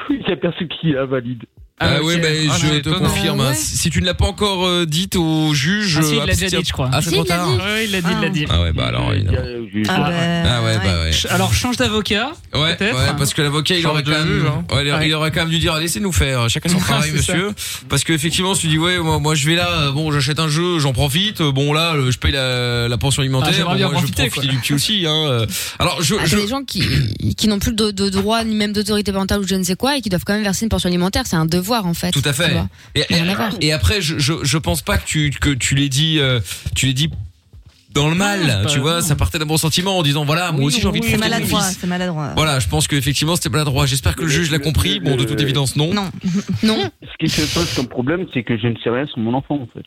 Speaker 15: Il y a personne qui la valide.
Speaker 2: Ah,
Speaker 6: Ah, ok.
Speaker 2: ouais, bah,
Speaker 6: Ah,
Speaker 2: je
Speaker 6: non,
Speaker 2: te
Speaker 6: étonnant.
Speaker 2: confirme. hein,
Speaker 6: Ouais.
Speaker 2: Si si tu ne l'as pas encore euh, dite au juge,
Speaker 6: Ah si,
Speaker 2: euh,
Speaker 6: il l'a déjà
Speaker 2: abstir-
Speaker 6: dit, je crois.
Speaker 2: Ah, c'est
Speaker 6: Si,
Speaker 2: trop
Speaker 6: il l'a
Speaker 2: tard.
Speaker 6: dit. Ouais, il l'a dit, il l'a dit.
Speaker 2: Ah ouais, bah alors. il-
Speaker 6: Ah bah,
Speaker 2: Ah ouais, bah ouais.
Speaker 6: Ch- Alors change d'avocat.
Speaker 2: Ouais,
Speaker 6: peut-être.
Speaker 2: ouais, parce que l'avocat, il
Speaker 6: Change
Speaker 2: aurait
Speaker 6: de
Speaker 2: quand même,
Speaker 6: juge, hein. Ah,
Speaker 2: ouais, il aurait- il aurait quand même dû dire, laissez-nous faire, chacun son travail,
Speaker 6: C'est ça.
Speaker 2: monsieur. Parce que effectivement, tu dis, ouais, moi, moi, je vais là, euh, bon, j'achète un jeu, j'en profite, euh, bon, là, euh, je paye la, la pension alimentaire,
Speaker 6: Ah, j'aimerais
Speaker 2: bon,
Speaker 6: bien
Speaker 2: moi, je
Speaker 6: profiter,
Speaker 2: profite
Speaker 6: quoi.
Speaker 2: du petit aussi, hein. euh. Alors, je,
Speaker 3: Ah, t'as
Speaker 2: je,
Speaker 3: des gens qui, qui n'ont plus de, de droit ni même d'autorité parentale ou je ne sais quoi et qui doivent quand même verser une pension alimentaire. C'est un devoir en fait.
Speaker 2: Tout à
Speaker 3: tu
Speaker 2: fait.
Speaker 3: vois.
Speaker 2: Et, et- et après, je, je, je pense pas que tu, que tu l'aies dit, euh, tu l'aies dit dans le mal,
Speaker 9: c'est pas-
Speaker 2: tu vois, ça partait d'un bon sentiment en disant, voilà, Ah, moi aussi j'ai envie de
Speaker 9: C'est
Speaker 2: profiter de mon
Speaker 9: maladroit,
Speaker 2: fils.
Speaker 9: c'est maladroit.
Speaker 2: Voilà, je pense qu'effectivement c'était maladroit. J'espère que le juge l'a compris. Bon, de toute évidence, non.
Speaker 3: Non.
Speaker 15: Ce qui se pose comme problème, c'est que je ne sais rien sur mon enfant, en fait.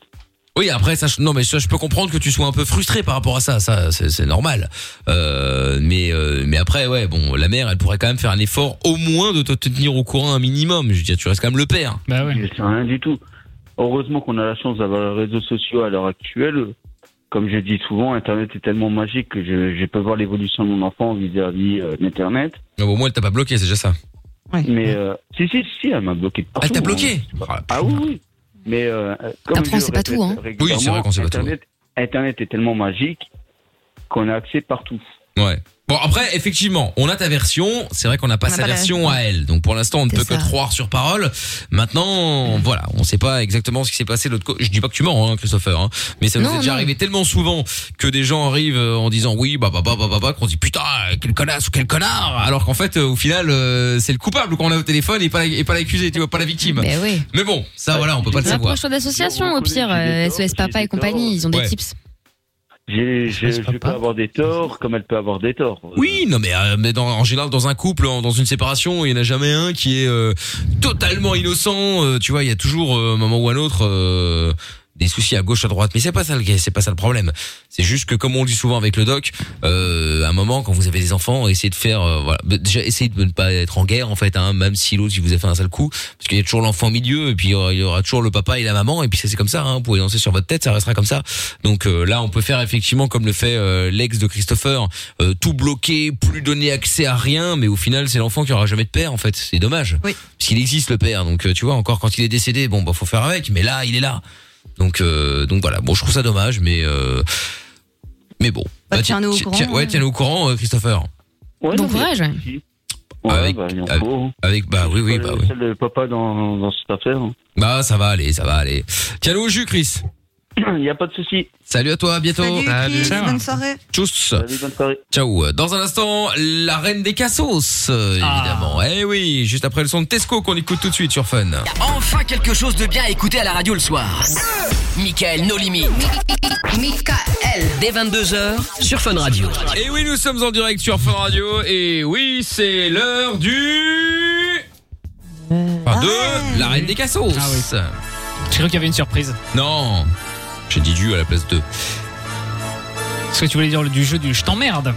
Speaker 2: Oui, après ça, je- non, mais ça, je peux comprendre que tu sois un peu frustré par rapport à ça. Ça, c'est c'est normal. Euh, mais, euh, mais après, ouais, bon, la mère, elle pourrait quand même faire un effort, au moins, de te tenir au courant un minimum. Je veux dire, tu restes quand même le père.
Speaker 6: Bah ouais.
Speaker 15: Je sais rien du tout. Heureusement qu'on a la chance d'avoir les réseaux sociaux à l'heure actuelle. Comme je dis souvent, Internet est tellement magique que je, je peux voir l'évolution de mon enfant vis-à-vis euh, d'Internet.
Speaker 2: Non, mais au moins, elle t'a pas bloqué, c'est déjà ça.
Speaker 15: Mais euh, si, si, si, elle m'a bloqué. de partout,
Speaker 2: Elle t'a
Speaker 15: hein.
Speaker 2: bloqué
Speaker 15: Ah oui, oui. Mais euh, comme
Speaker 3: Après, on
Speaker 15: je
Speaker 3: sait pas
Speaker 15: répète
Speaker 3: tout, hein.
Speaker 15: régulièrement,
Speaker 2: Oui, c'est vrai qu'on sait pas tout.
Speaker 15: Internet, Internet est tellement magique qu'on a accès partout.
Speaker 2: Ouais. Bon après effectivement on a ta version c'est vrai qu'on n'a pas
Speaker 15: On a
Speaker 2: sa
Speaker 15: pas la-
Speaker 2: version à elle donc pour l'instant on ne
Speaker 15: C'est
Speaker 2: peut
Speaker 15: ça.
Speaker 2: que te croire sur parole maintenant voilà on sait pas exactement ce qui s'est passé de l'autre côté je dis pas que tu mens hein, Christopher hein, mais ça nous
Speaker 6: Non,
Speaker 2: est déjà
Speaker 6: non.
Speaker 2: arrivé tellement souvent que des gens arrivent euh, en disant oui bah bah bah bah bah, bah qu'on se dit putain euh, quel connasse ou quel connard alors qu'en fait euh, au final euh, c'est le coupable qu'on a au téléphone et pas la- et pas l'accusé tu vois pas la victime
Speaker 15: Ben
Speaker 3: Mais oui.
Speaker 2: bon ça voilà on peut pas le savoir
Speaker 3: Rapproche-toi d'associations au pire. euh, SOS Papa et compagnie, ils ont des
Speaker 15: Ouais.
Speaker 3: tips.
Speaker 15: J'ai- Je, je peux avoir des torts comme elle peut avoir des torts.
Speaker 2: Oui, non mais, euh, mais dans, en général dans un couple, en- dans une séparation, il n'y en a jamais un qui est euh, totalement innocent. euh, tu vois, il y a toujours euh, un moment ou un autre euh, des soucis à gauche à droite mais c'est pas ça le c'est pas ça le problème c'est juste que comme on le dit souvent avec le doc euh, à un moment quand vous avez des enfants essayez de faire euh, voilà déjà essayez de ne pas être en guerre en fait hein, même si l'autre il vous a fait un sale coup parce qu'il y a toujours l'enfant au milieu et puis euh, il y aura toujours le papa et la maman et puis ça c'est comme ça hein, vous pouvez lancer sur votre tête ça restera comme ça donc euh, là on peut faire effectivement comme le fait euh, l'ex de Christopher euh, tout bloquer plus donner accès à rien mais au final c'est l'enfant qui aura jamais de père en fait c'est dommage
Speaker 9: oui.
Speaker 2: parce qu'il existe le père donc euh, tu vois encore quand il est décédé bon bah faut faire avec mais là il est là donc, euh, donc voilà. Bon, je trouve ça dommage, mais euh, mais bon.
Speaker 9: Bah, tiens-nous au
Speaker 2: ti-
Speaker 9: courant,
Speaker 2: tiens- ouais,
Speaker 9: ouais.
Speaker 2: tiens-nous au courant, euh, Christopher.
Speaker 9: bon courage, ouais.
Speaker 2: avec, Ah
Speaker 15: bah,
Speaker 2: avec, avec- bah oui, oui, bah oui.
Speaker 15: C'est hein. le papa dans, dans cette affaire. hein.
Speaker 2: Bah ça va aller, ça va aller. Tiens-nous au jus, Chris.
Speaker 15: Il n'y a pas de souci.
Speaker 2: Salut à toi, à bientôt.
Speaker 9: Salut, Chris, bonne soirée.
Speaker 2: Tchuss. Ciao. euh, Dans un instant, la reine des cassos, euh,
Speaker 16: Ah.
Speaker 2: évidemment. Eh oui, juste après le son de Tesco qu'on écoute tout de suite sur Fun.
Speaker 1: Enfin quelque chose de bien à écouter à la radio le soir. Michael No Limit. Michael. Dès 22h sur Fun Radio.
Speaker 2: Et Eh oui, nous sommes en direct sur Fun Radio. Et oui, c'est l'heure du. Enfin, de la reine des cassos.
Speaker 6: Ah oui. J'ai cru qu'il y avait une surprise.
Speaker 2: Non. J'ai dit du à la place de.
Speaker 6: Parce que tu voulais dire le- du jeu du je t'emmerde.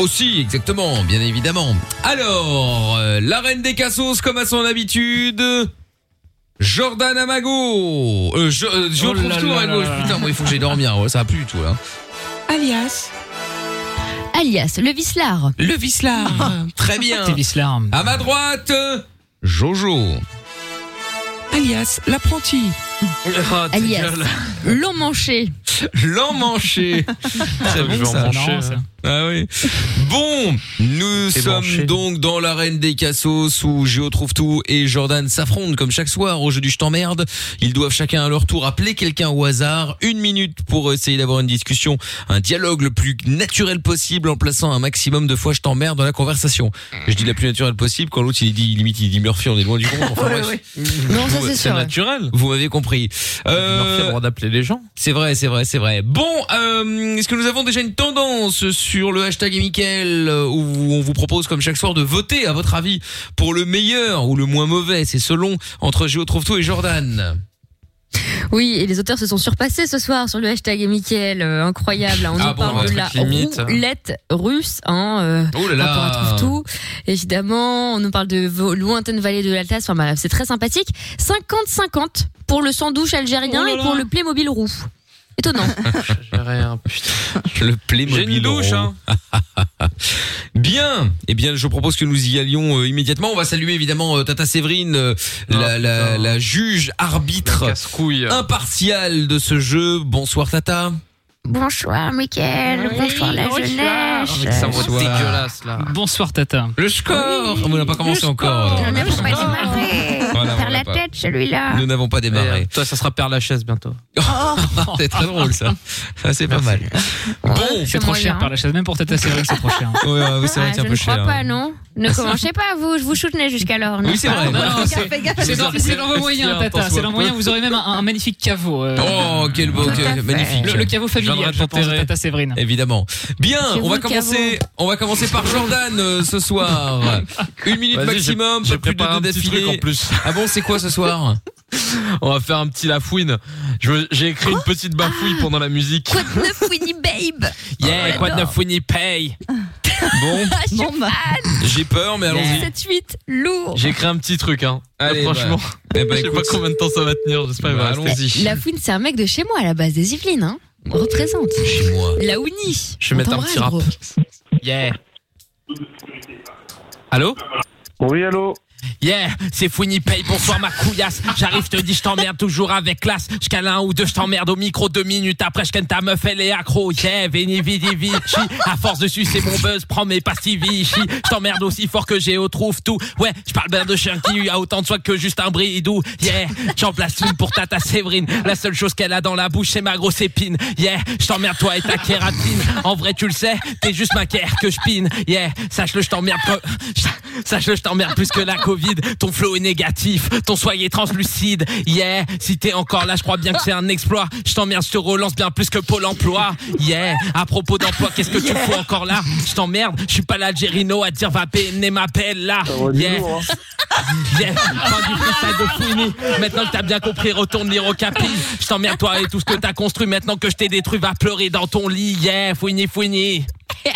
Speaker 2: Aussi, Oh, exactement, bien évidemment. Alors, euh, la reine des cassos, comme à son habitude. Jordan Amago. Euh, je euh, je
Speaker 16: Oh
Speaker 2: retrouve
Speaker 16: là
Speaker 2: tout
Speaker 16: là
Speaker 2: à
Speaker 16: là
Speaker 2: gauche.
Speaker 16: là là.
Speaker 2: Putain, moi, il faut que j'aille dormir. Ouais, ça va plus du tout, là.
Speaker 3: Alias. Alias, le vislard.
Speaker 2: Le vislard. Ah, Très bien. À ma droite, Jojo.
Speaker 16: Alias, l'apprenti.
Speaker 6: Ah,
Speaker 3: Alias, l'emmanché.
Speaker 2: L'emmanché. Très
Speaker 4: bon, ça. Marrant, ça.
Speaker 2: Ah oui. Bon, nous
Speaker 4: C'est
Speaker 2: sommes
Speaker 4: branché.
Speaker 2: donc dans l'arène des cassos où Géo trouve tout et Jordan s'affrontent comme chaque soir au jeu du je t'emmerde. Ils doivent chacun à leur tour appeler quelqu'un au hasard, une minute pour essayer d'avoir une discussion, un dialogue le plus naturel possible en plaçant un maximum de fois je t'emmerde dans la conversation. Je dis la plus naturelle possible quand l'autre il dit limite il dit Murphy on est loin du compte. Enfin, bref.
Speaker 4: Non, ça,
Speaker 2: Vous-
Speaker 4: c'est sûr, ouais. naturel.
Speaker 2: Vous m'avez compris.
Speaker 4: Murphy a le droit
Speaker 2: d'appeler les gens. C'est vrai, c'est vrai, c'est vrai. Bon, euh, est-ce que nous avons déjà une tendance sur le hashtag Michael euh, où on vous propose comme chaque soir de voter à votre avis pour le meilleur ou le moins mauvais, c'est selon entre Géo Trouve-Tout et Jordan.
Speaker 3: Oui, et les auteurs se sont surpassés ce soir sur le hashtag Michael. euh, incroyable. hein. On
Speaker 2: Ah
Speaker 3: nous
Speaker 2: bon, un
Speaker 3: parle de
Speaker 2: truc
Speaker 3: la
Speaker 2: limite.
Speaker 3: roulette russe. Hein, euh,
Speaker 2: Oh là là.
Speaker 3: rapport à trouve tout. Évidemment, on nous parle de vos lointaines vallées de l'Alsace. Enfin, bref, c'est très sympathique. 50-50 pour le sandwich algérien
Speaker 4: Oh là
Speaker 3: et
Speaker 4: là.
Speaker 3: pour le Playmobil roux. Étonnant.
Speaker 2: Le Playmobil.
Speaker 4: J'ai une douche, hein.
Speaker 2: rond. bien. Eh bien, je propose que nous y allions euh, immédiatement. On va saluer évidemment euh, Tata Séverine, euh, la, la- la juge arbitre impartiale de ce jeu. Bonsoir Tata.
Speaker 17: Bonsoir Mickaël, bonsoir la
Speaker 6: Ah, oh,
Speaker 17: jeunesse.
Speaker 2: Bonsoir.
Speaker 6: là. Bonsoir Tata.
Speaker 2: Le score On n'a pas commencé encore.
Speaker 17: On n'a pas démarré.
Speaker 2: Voilà,
Speaker 17: Par
Speaker 2: on l'a
Speaker 17: la
Speaker 2: pas.
Speaker 17: tête celui-là.
Speaker 2: Nous n'avons pas démarré.
Speaker 4: Toi, ça sera Père Lachaise bientôt.
Speaker 2: c'est très drôle ça. Ça, c'est pas mal. Bon,
Speaker 17: Ah,
Speaker 6: c'est trop cher par la chaise. Même pour Tata Séverine, c'est trop cher.
Speaker 2: Ouais, ouais, oui, c'est vrai que c'est un
Speaker 17: Ah, je
Speaker 2: peu
Speaker 17: ne crois
Speaker 2: cher.
Speaker 17: pas, non Ne commencez pas, vous, je vous soutenais jusqu'alors.
Speaker 2: Oui,
Speaker 17: n'est-ce
Speaker 2: c'est hein,
Speaker 17: pas
Speaker 2: vrai.
Speaker 6: Non, non,
Speaker 17: Fais gaffe,
Speaker 6: c'est-
Speaker 17: fais
Speaker 6: c'est dans
Speaker 17: gaffe.
Speaker 6: c'est dans vos moyens, Tata. C'est dans vos moyens. Vous aurez même un, un magnifique caveau. euh.
Speaker 2: Oh, quel beau, quel- magnifique.
Speaker 6: Le, le caveau familial,
Speaker 2: Viendra
Speaker 6: je pense, de
Speaker 2: t'enterrer.
Speaker 6: Tata Séverine.
Speaker 2: Évidemment. Bien,
Speaker 6: C'est
Speaker 2: on
Speaker 6: vous
Speaker 2: va
Speaker 6: le
Speaker 2: commencer. On va commencer par Jordan euh, ce soir. Une minute
Speaker 4: Vas-y,
Speaker 2: maximum.
Speaker 4: j'ai- j'ai
Speaker 2: pas plus de
Speaker 4: préparé
Speaker 2: deux
Speaker 4: un petit
Speaker 2: d'affilée.
Speaker 4: truc en plus.
Speaker 2: Ah bon, c'est quoi ce soir
Speaker 4: On va faire un petit lafouine. Je- J'ai écrit une petite bafouille pendant la musique.
Speaker 17: Ah Quoi de neuf, Winnie Babe
Speaker 4: Yeah,
Speaker 17: Oh,
Speaker 4: quoi de
Speaker 17: j'adore.
Speaker 4: neuf Winnie paye Bon,
Speaker 17: Ah, je suis fan.
Speaker 2: j'ai peur, mais allons-y.
Speaker 17: 7, 8, lourd.
Speaker 4: J'ai écrit un petit truc, hein.
Speaker 2: Allez,
Speaker 4: franchement,
Speaker 2: bah. Eh
Speaker 4: je
Speaker 2: ben,
Speaker 4: sais pas
Speaker 2: écoute.
Speaker 4: combien de temps ça va tenir. J'espère.
Speaker 2: Bah,
Speaker 4: allons-y.
Speaker 3: La Fouine, c'est un mec de chez moi à la base des Yvelines. Hein. On Représente.
Speaker 2: Chez moi.
Speaker 3: La Ouni.
Speaker 4: Oh, Je vais
Speaker 3: On
Speaker 4: mettre un
Speaker 3: t'embrasse,
Speaker 4: petit rap.
Speaker 3: gros.
Speaker 4: Yeah. Allô
Speaker 11: Oui, allô
Speaker 16: Yeah, c'est Fouini Paye, bonsoir ma couillasse. J'arrive, je te dis, je t'emmerde toujours avec classe. Je cale un ou deux, je t'emmerde au micro deux minutes. Après, je ken ta meuf, elle est accro. Yeah, veni vidi vici. À force de sucer mon buzz, prends mes pastilles Vichy. Je t'emmerde aussi fort que j'ai au trouve tout. Ouais, je parle bien de chien qui a autant de soin que juste un bridou. Yeah, j'en place une pour Tata Séverine. La seule chose qu'elle a dans la bouche, c'est ma grosse épine. Yeah, je t'emmerde toi et ta kératine. En vrai, tu le sais, t'es juste ma kère que je pine. Yeah, sache-le, je t'emmerde. que- Sache-le, je t'emmerde plus que la Covid. vide, ton flow est négatif, ton soyez translucide. Yeah, si t'es encore là, je crois bien que c'est un exploit. Je t'emmerde, je te relance bien plus que Pôle emploi. Yeah, à propos d'emploi, qu'est-ce que tu fous encore là Je t'emmerde, je suis pas l'Algérino à dire va péner ma pelle là. Yeah. Yeah, fin du freestyle de Fouini. Maintenant que t'as bien compris, retourne lire au capi. Je t'emmerde toi et tout ce que t'as construit. Maintenant que je t'ai détruit, va pleurer dans ton lit. Yeah, Fouini, Fouini.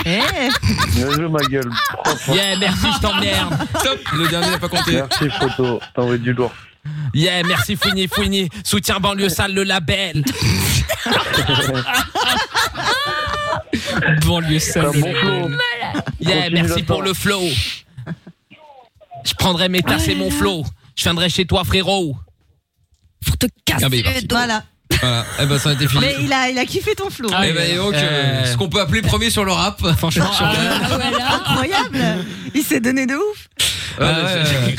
Speaker 15: Bien joué, ma gueule.
Speaker 16: Yeah, merci, je t'emmerde.
Speaker 2: Stop, le dernier n'a pas compté.
Speaker 15: Merci, photo. T'envoies du lourd.
Speaker 16: Yeah, merci Fouini Fouini, soutien banlieue sale le label.
Speaker 6: banlieue sale.
Speaker 15: T'as un bon flow.
Speaker 16: Yeah,
Speaker 15: Continue
Speaker 16: merci
Speaker 15: là-dedans.
Speaker 16: pour le flow. Je prendrai mes tasses et mon flow. Je viendrai chez toi frérot.
Speaker 9: Pour te casser
Speaker 2: Ah, mais il est
Speaker 9: le
Speaker 2: parti.
Speaker 9: doigt là.
Speaker 2: Voilà, eh ben ça a été fini.
Speaker 9: Mais il a, il a kiffé ton flow.
Speaker 2: Eh ben, et donc, euh,
Speaker 16: Euh.
Speaker 2: ce qu'on peut appeler premier sur le rap, franchement.
Speaker 9: Incroyable. Ah, Il s'est donné de ouf.
Speaker 2: Euh, ouais, ouais.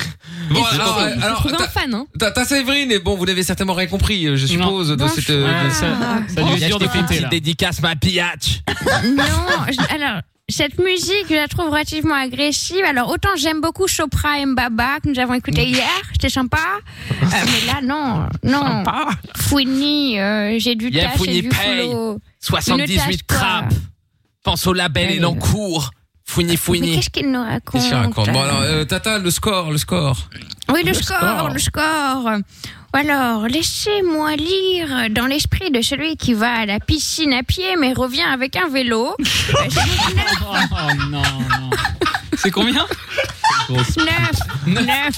Speaker 2: Bon, alors, euh, alors,
Speaker 3: trouvé un fan, hein.
Speaker 2: t'as t'as Séverine, et bon, vous n'avez certainement rien compris, euh, je suppose, de
Speaker 3: Non,
Speaker 2: cette.
Speaker 3: je-
Speaker 2: euh, de-
Speaker 3: ouais, ça- ça
Speaker 16: a dû être dur de
Speaker 2: Je t'ai fait une
Speaker 16: compter,
Speaker 2: petite
Speaker 16: là.
Speaker 2: dédicace.
Speaker 16: Casse ma pillache.
Speaker 17: Non, je- alors, cette musique, je la trouve relativement agressive. Alors, autant j'aime beaucoup Chopra et Mbaba que nous avons écouté hier, c'était sympa. Euh, mais là, non, non. Founi, euh, j'ai du
Speaker 16: Yeah,
Speaker 17: tâche et
Speaker 16: Founi
Speaker 17: du
Speaker 16: paye.
Speaker 17: flow. Ne tâche
Speaker 16: 78
Speaker 17: pas.
Speaker 16: trappes. Pense au label et l'encours. Fouini
Speaker 17: Mais
Speaker 16: Fouini.
Speaker 17: qu'est-ce qu'il nous raconte
Speaker 2: Qu'est-ce qu'il raconte Bon, alors, euh, Tata, le score, le score.
Speaker 17: Oui, le,
Speaker 2: Le
Speaker 17: score,
Speaker 2: score.
Speaker 17: le score. Alors, laissez-moi lire dans l'esprit de celui qui va à la piscine à pied mais revient avec un vélo.
Speaker 6: Oh non, non. C'est combien
Speaker 17: Neuf, neuf,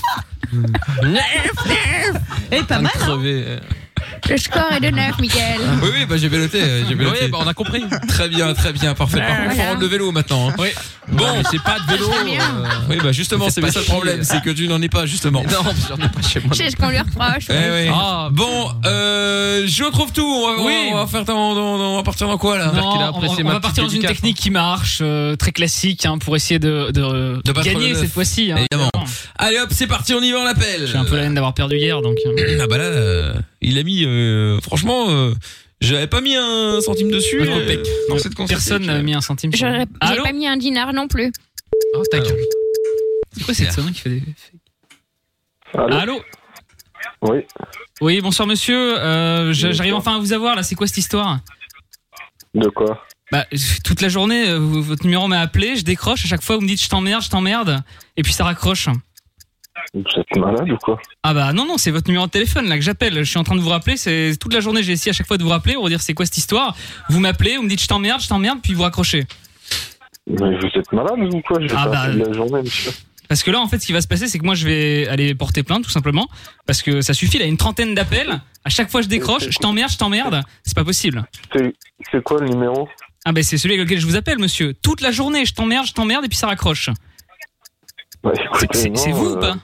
Speaker 17: neuf, neuf.
Speaker 9: Et pas
Speaker 17: hein.
Speaker 2: mal. hein. Crevé.
Speaker 17: Le score est de neuf, Miguel.
Speaker 2: Oui, oui, bah j'ai véloté. euh, J'ai véloté.
Speaker 4: Oui, bah,
Speaker 2: on a compris. Très bien, très bien, parfait. Par
Speaker 4: Ouais,
Speaker 2: contre, faut
Speaker 4: voilà.
Speaker 2: rendre le vélo maintenant. hein. Bon, c'est pas de vélo. Oui, bah justement,
Speaker 4: Faites
Speaker 2: c'est
Speaker 4: pas
Speaker 2: ça le
Speaker 4: chier.
Speaker 2: problème, c'est que tu n'en es pas justement. Non, j'en ai pas chez moi.
Speaker 17: C'est ce qu'on lui reproche.
Speaker 2: Eh oui. bon, euh, je retrouve tout. On va,
Speaker 6: Oui.
Speaker 2: on va faire dans- dans- dans- on va partir dans quoi là
Speaker 6: Non, on, va- on va partir dans une technique qui marche, euh, très classique, hein, pour essayer de, de,
Speaker 2: De pas trop
Speaker 6: gagner
Speaker 2: le neuf.
Speaker 6: cette fois-ci. hein.
Speaker 2: Évidemment. Allez hop, c'est parti, on y va, on l'appelle. J'ai un peu
Speaker 6: la haine d'avoir perdu hier, donc.
Speaker 2: ah bah là, euh, il a mis. euh, franchement, euh, j'avais pas mis un centime dessus. euh,
Speaker 6: Votre pec.
Speaker 2: dans cette conversation.
Speaker 6: Personne n'a mis un centime. sur-
Speaker 17: J'aurais j'ai
Speaker 6: Allô
Speaker 17: pas mis un dinar non plus.
Speaker 6: Oh, ta gueule. C'est quoi cette sonnerie qui fait des. Allô,
Speaker 11: Oui.
Speaker 6: Oui, bonsoir monsieur. Euh, je- J'arrive enfin à vous avoir là. C'est quoi cette histoire
Speaker 11: De quoi
Speaker 6: Bah, toute la journée, euh, vous- votre numéro m'a appelé. Je décroche. À chaque fois, vous me dites je t'emmerde, je t'emmerde. Et puis ça raccroche.
Speaker 11: Vous êtes malade ou quoi
Speaker 6: Ah bah non non c'est votre numéro de téléphone là que j'appelle. Je suis en train de vous rappeler. C'est toute la journée j'ai essayé à chaque fois de vous rappeler pour vous dire c'est quoi cette histoire. Vous m'appelez, vous me dites je t'emmerde, je t'emmerde, puis vous raccrochez.
Speaker 11: Mais vous êtes malade ou quoi J'ai
Speaker 6: Ah
Speaker 11: pas
Speaker 6: bah.
Speaker 11: fait de la journée, monsieur.
Speaker 6: Parce que là en fait ce qui va se passer c'est que moi je vais aller porter plainte tout simplement parce que ça suffit. Là une trentaine d'appels. À chaque fois je décroche, je t'emmerde, je t'emmerde. C'est pas possible.
Speaker 11: C'est- C'est quoi le numéro
Speaker 6: Ah bah c'est celui avec lequel je vous appelle monsieur. Toute la journée je t'emmerde, je t'emmerde et puis ça raccroche.
Speaker 11: Bah, écoutez,
Speaker 6: C'est-
Speaker 11: non,
Speaker 6: C'est vous
Speaker 11: euh,
Speaker 6: ou pas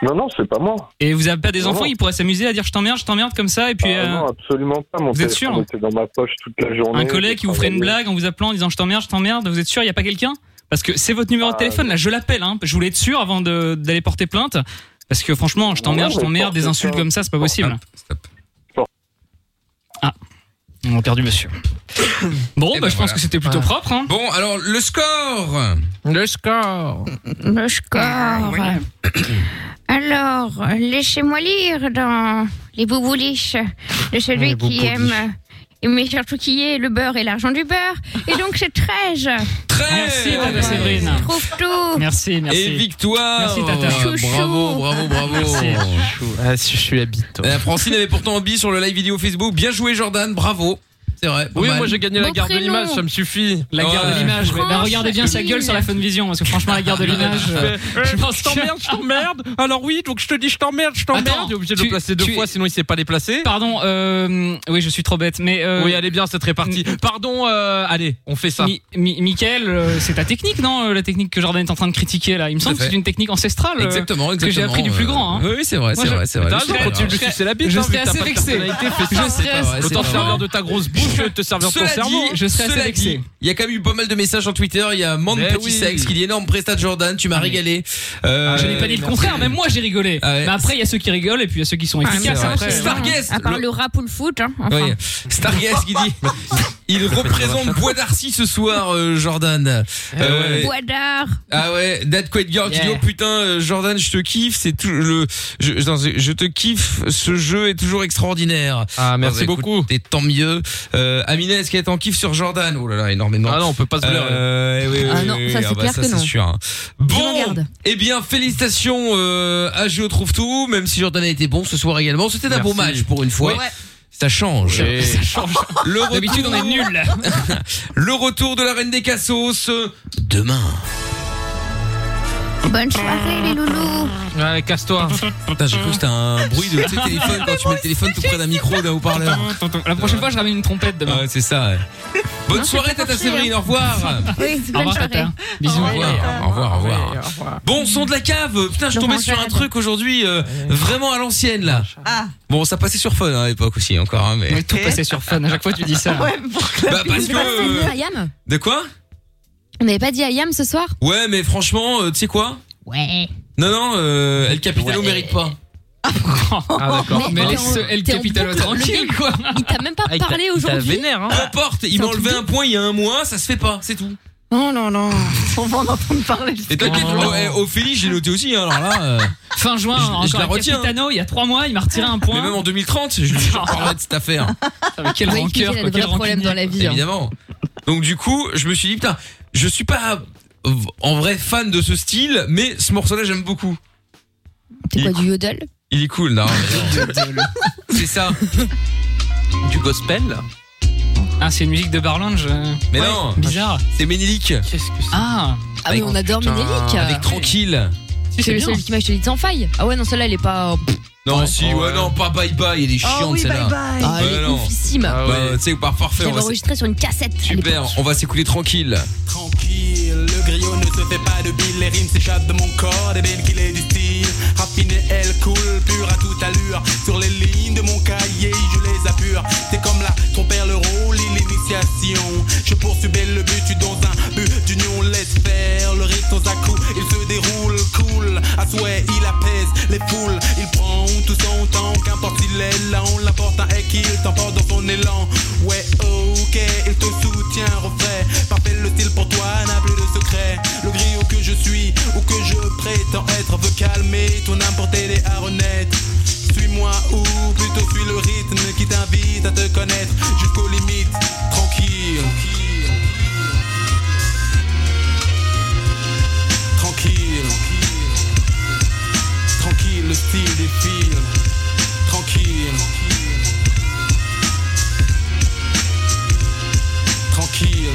Speaker 11: Non, non, c'est pas moi.
Speaker 6: Et vous avez pas des
Speaker 11: Non,
Speaker 6: enfants
Speaker 11: non.
Speaker 6: ils pourraient s'amuser à dire je t'emmerde, je t'emmerde comme ça et puis.
Speaker 11: Ah
Speaker 6: euh,
Speaker 11: Non, absolument pas. Mon
Speaker 6: vous êtes
Speaker 11: téléphone
Speaker 6: sûr
Speaker 11: était dans ma poche toute la journée.
Speaker 6: Un collègue qui vous ferait une blague en vous appelant en disant je t'emmerde, je t'emmerde, vous êtes sûr, il n'y a pas quelqu'un Parce que c'est votre numéro de
Speaker 11: Ah,
Speaker 6: téléphone, là je l'appelle, hein. je voulais être sûr avant de- d'aller porter plainte. Parce que franchement, je t'emmerde,
Speaker 11: Non,
Speaker 6: je
Speaker 11: mais
Speaker 6: t'emmerde, des
Speaker 11: porte
Speaker 6: insultes
Speaker 11: plainte.
Speaker 6: comme ça, c'est pas possible. Ah, on a perdu
Speaker 4: Eh
Speaker 6: monsieur.
Speaker 4: ben
Speaker 6: Bon,
Speaker 2: Eh
Speaker 6: bah, je pense que c'était plutôt propre. Hein.
Speaker 2: ben, Bon, alors le score. Ah,
Speaker 16: Le score.
Speaker 17: Le score. Alors, laissez-moi lire dans les boubouliches de celui
Speaker 14: Les
Speaker 17: qui aime,
Speaker 14: boubouliches.
Speaker 17: euh, mais surtout qui est le beurre et l'argent du beurre. Et donc, c'est 13.
Speaker 6: Merci, Tata Séverine.
Speaker 17: Trouve tout.
Speaker 6: Merci, merci.
Speaker 2: Et victoire.
Speaker 6: Merci, Tata.
Speaker 2: Bravo, bravo, bravo.
Speaker 6: Merci.
Speaker 2: Ah, si je suis la bite.
Speaker 4: Euh,
Speaker 2: Francine avait pourtant un bi sur le live vidéo Facebook. Bien joué, Jordan. Bravo. C'est vrai. pas
Speaker 4: Oui,
Speaker 2: mal.
Speaker 4: moi j'ai gagné la garde de l'image, ça me suffit.
Speaker 6: La garde
Speaker 2: Ouais.
Speaker 6: de l'image, ouais. Bah, regardez bien sa gueule sur la Funvision, parce que franchement, la garde de l'image. euh,
Speaker 4: Je pense, je t'emmerde, je t'emmerde. Alors oui, donc je te dis, je t'emmerde, je
Speaker 6: Attends,
Speaker 4: t'emmerde. Il est obligé de
Speaker 6: tu-
Speaker 4: le placer deux
Speaker 6: tu es-
Speaker 4: fois, sinon il sait pas les placer.
Speaker 6: Pardon, euh, oui, je suis trop bête, mais. euh,
Speaker 4: Oui, allez bien cette répartie. Pardon, euh, allez, on fait ça.
Speaker 6: Mm. Mi- Mi- Mickaël, euh, c'est ta technique, non euh, La technique que Jordan est en train de critiquer là. Il me semble que
Speaker 2: fait.
Speaker 6: c'est une technique ancestrale. euh,
Speaker 2: Exactement,
Speaker 6: Que j'ai
Speaker 2: exactement,
Speaker 6: appris du plus
Speaker 2: euh,
Speaker 6: grand. Hein.
Speaker 2: oui, oui, c'est vrai,
Speaker 6: Moi,
Speaker 2: c'est
Speaker 6: je-
Speaker 2: vrai, c'est vrai.
Speaker 6: T'as
Speaker 2: C'est
Speaker 6: raison,
Speaker 2: vrai.
Speaker 6: continue de
Speaker 2: Je
Speaker 6: me sucer la bite, Je
Speaker 4: hein, vu
Speaker 6: serais
Speaker 4: que t'as
Speaker 6: assez
Speaker 4: pas de
Speaker 6: vexé.
Speaker 4: personnalité, fais ça,
Speaker 6: Je
Speaker 4: c'est
Speaker 6: serais
Speaker 4: pas vrai,
Speaker 6: assez-
Speaker 4: c'est
Speaker 6: autant te
Speaker 4: pas
Speaker 6: faire
Speaker 4: vrai.
Speaker 6: de ta grosse bouche que de te servir ton
Speaker 2: Cela
Speaker 6: cerveau. hein.
Speaker 2: dit,
Speaker 6: Je serais assez
Speaker 2: cela
Speaker 6: vexé.
Speaker 2: dit, Il y a quand même eu pas mal de messages sur Twitter. Il y a Mande
Speaker 6: Mais
Speaker 2: Petit
Speaker 6: oui. Ah,
Speaker 2: Sexe qui dit énorme prestat de Jordan. Tu m'as régalé. Euh,
Speaker 6: Je n'ai pas dit le contraire, même moi j'ai rigolé.
Speaker 2: Ah ouais.
Speaker 6: Mais après, il y a ceux qui rigolent et puis il y a ceux qui sont
Speaker 2: Ah, mais
Speaker 6: efficaces.
Speaker 2: c'est vrai.
Speaker 6: après.
Speaker 2: Starguest,
Speaker 17: À part
Speaker 2: le-
Speaker 17: le rap ou le foot. hein, enfin.
Speaker 2: Oui. Starguest qui dit Il représente Bois d'Arcy ce soir, euh, Jordan.
Speaker 6: Eh
Speaker 2: Euh,
Speaker 17: Bois d'art.
Speaker 2: Ah ouais, Dad Quaid Girl qui dit oh putain euh, Jordan je te kiffe c'est tout le je, non, c'est- je te kiffe ce jeu est toujours extraordinaire. Ah
Speaker 4: merci
Speaker 2: beaucoup. Et tant mieux. Euh, Amina est-ce qu'elle est en kiff sur Jordan Oh là là énormément. Euh, eh Ah non on peut pas
Speaker 4: se blairer.
Speaker 3: Ah non, ça, c'est clair que non.
Speaker 2: sûr, hein. Bon eh bien félicitations euh, à Géo trouve tout même si Jordan a été bon ce soir également c'était un
Speaker 4: Merci.
Speaker 2: bon match pour une fois.
Speaker 4: Ouais.
Speaker 2: Ça change.
Speaker 4: Ouais.
Speaker 2: Ça change. Le retour-
Speaker 6: D'habitude, on est nuls.
Speaker 2: Le retour de la reine des cassos euh, demain.
Speaker 17: Bonne soirée, les loulous.
Speaker 2: Ouais, casse-toi. Putain, j'ai cru que c'était un bruit de tu sais, téléphone quand tu mets le téléphone tout près d'un micro, d'un haut-parleur.
Speaker 6: La prochaine fois, je ramène une trompette demain.
Speaker 2: Ouais, c'est ça. ouais. Bonne
Speaker 6: Non, c'est
Speaker 2: soirée,
Speaker 6: pas
Speaker 2: Tata
Speaker 6: parti, hein.
Speaker 2: Séverine. Au revoir.
Speaker 6: Oui, bonne Au revoir, soirée. Tata. Bisous.
Speaker 2: Au revoir. Au revoir. Au revoir. Bon, son de la cave. Putain, je tombais sur un truc aujourd'hui euh, vraiment à l'ancienne là.
Speaker 6: Ah.
Speaker 2: Bon, ça passait sur fun hein, à l'époque aussi, encore. hein, mais...
Speaker 6: Mais tout passait sur fun. À chaque fois, tu dis ça.
Speaker 2: Ouais, Bah, parce que. euh,
Speaker 3: Ayam
Speaker 2: de quoi
Speaker 3: On n'avait pas dit Ayam ce soir
Speaker 2: Ouais, mais franchement, euh, tu sais quoi
Speaker 3: Ouais.
Speaker 2: Non, non, euh, El Capitano
Speaker 3: eh.
Speaker 2: mérite pas. Ah,
Speaker 6: d'accord. Mais laisse El Capitano tranquille, quoi.
Speaker 3: Il t'a même pas
Speaker 2: Ah, il t'a-
Speaker 3: parlé
Speaker 2: il t'a
Speaker 3: aujourd'hui.
Speaker 2: vénère, hein. Peu importe, il m'a enlevé un point il y a un mois, ça se fait pas, c'est tout.
Speaker 3: Oh non, non.
Speaker 9: On va en entendre parler.
Speaker 2: Et t'inquiète,
Speaker 6: Oh.
Speaker 2: oh, eh, Ophélie, j'ai noté aussi, hein, alors là. euh,
Speaker 6: Fin juin,
Speaker 2: je- je
Speaker 6: encore
Speaker 2: la
Speaker 6: un
Speaker 2: retiens.
Speaker 6: Capitano, il y a trois mois, il m'a retiré un point.
Speaker 2: Mais même en 2030, je lui parlerai de cette affaire.
Speaker 6: mais quel
Speaker 3: On va expliquer
Speaker 6: rancœur, quoi,
Speaker 3: les vrais
Speaker 6: quel
Speaker 3: problèmes dans la vie. hein.
Speaker 2: Évidemment. Donc du coup, je me suis dit, putain, je suis pas euh, en vrai fan de ce style, mais ce morceau-là, j'aime beaucoup.
Speaker 3: T'es quoi, du yodel
Speaker 2: Il est cool, non, mais non. C'est ça.
Speaker 4: Du gospel
Speaker 6: Ah, c'est une musique de Barlange euh,
Speaker 2: Mais non.
Speaker 6: Bizarre.
Speaker 2: C'est Ménélique. Qu'est-ce que
Speaker 6: Ah,
Speaker 3: Ah oui, on adore Ménélique.
Speaker 2: Avec Tranquille.
Speaker 3: C'est le
Speaker 2: bien.
Speaker 3: seul qui m'a, je te dis, sans faille. Ah ouais, non, celle-là, elle est pas.
Speaker 2: Non, si, ouais, non, pas bye bye, il est
Speaker 3: Oh
Speaker 2: chiant
Speaker 3: oui,
Speaker 2: celle-là.
Speaker 3: Bye Bye. Ah, elle est
Speaker 2: non.
Speaker 3: oufissime.
Speaker 2: Bah, tu sais, par parfait,
Speaker 3: Je
Speaker 2: on
Speaker 3: l'avais
Speaker 2: va
Speaker 3: enregistrée sur une cassette. à l'époque.
Speaker 2: Super, on va s'écouler tranquille.
Speaker 18: Tranquille, le griot ne se fait pas de bile, les rimes s'échappent de mon corps, des belles qu'il est du style. Raffiné, elle coule, pure à toute allure. Sur les lignes de mon cahier, je les appure. C'est comme la trompère, le rôle et l'initiation. Je poursuivais le but, tu dans un but d'union. Laisse faire le rythme sans à coup, il se déroule, cool. À souhait, il apaise les foules. Il prend tout son temps, qu'importe il est lent. L'important est qu'il t'emporte dans son élan. Ouais, ok, il te soutient, refait. Parfait le style pour toi, n'a plus de secret. Le griot que je suis ou que je prétends être veut calmer ton importé des haronnettes. Suis-moi ou plutôt suis le rythme qui t'invite à te connaître jusqu'aux limites. Tranquille. Tranquille. Tranquille, le style défile. Tranquille. Tranquille.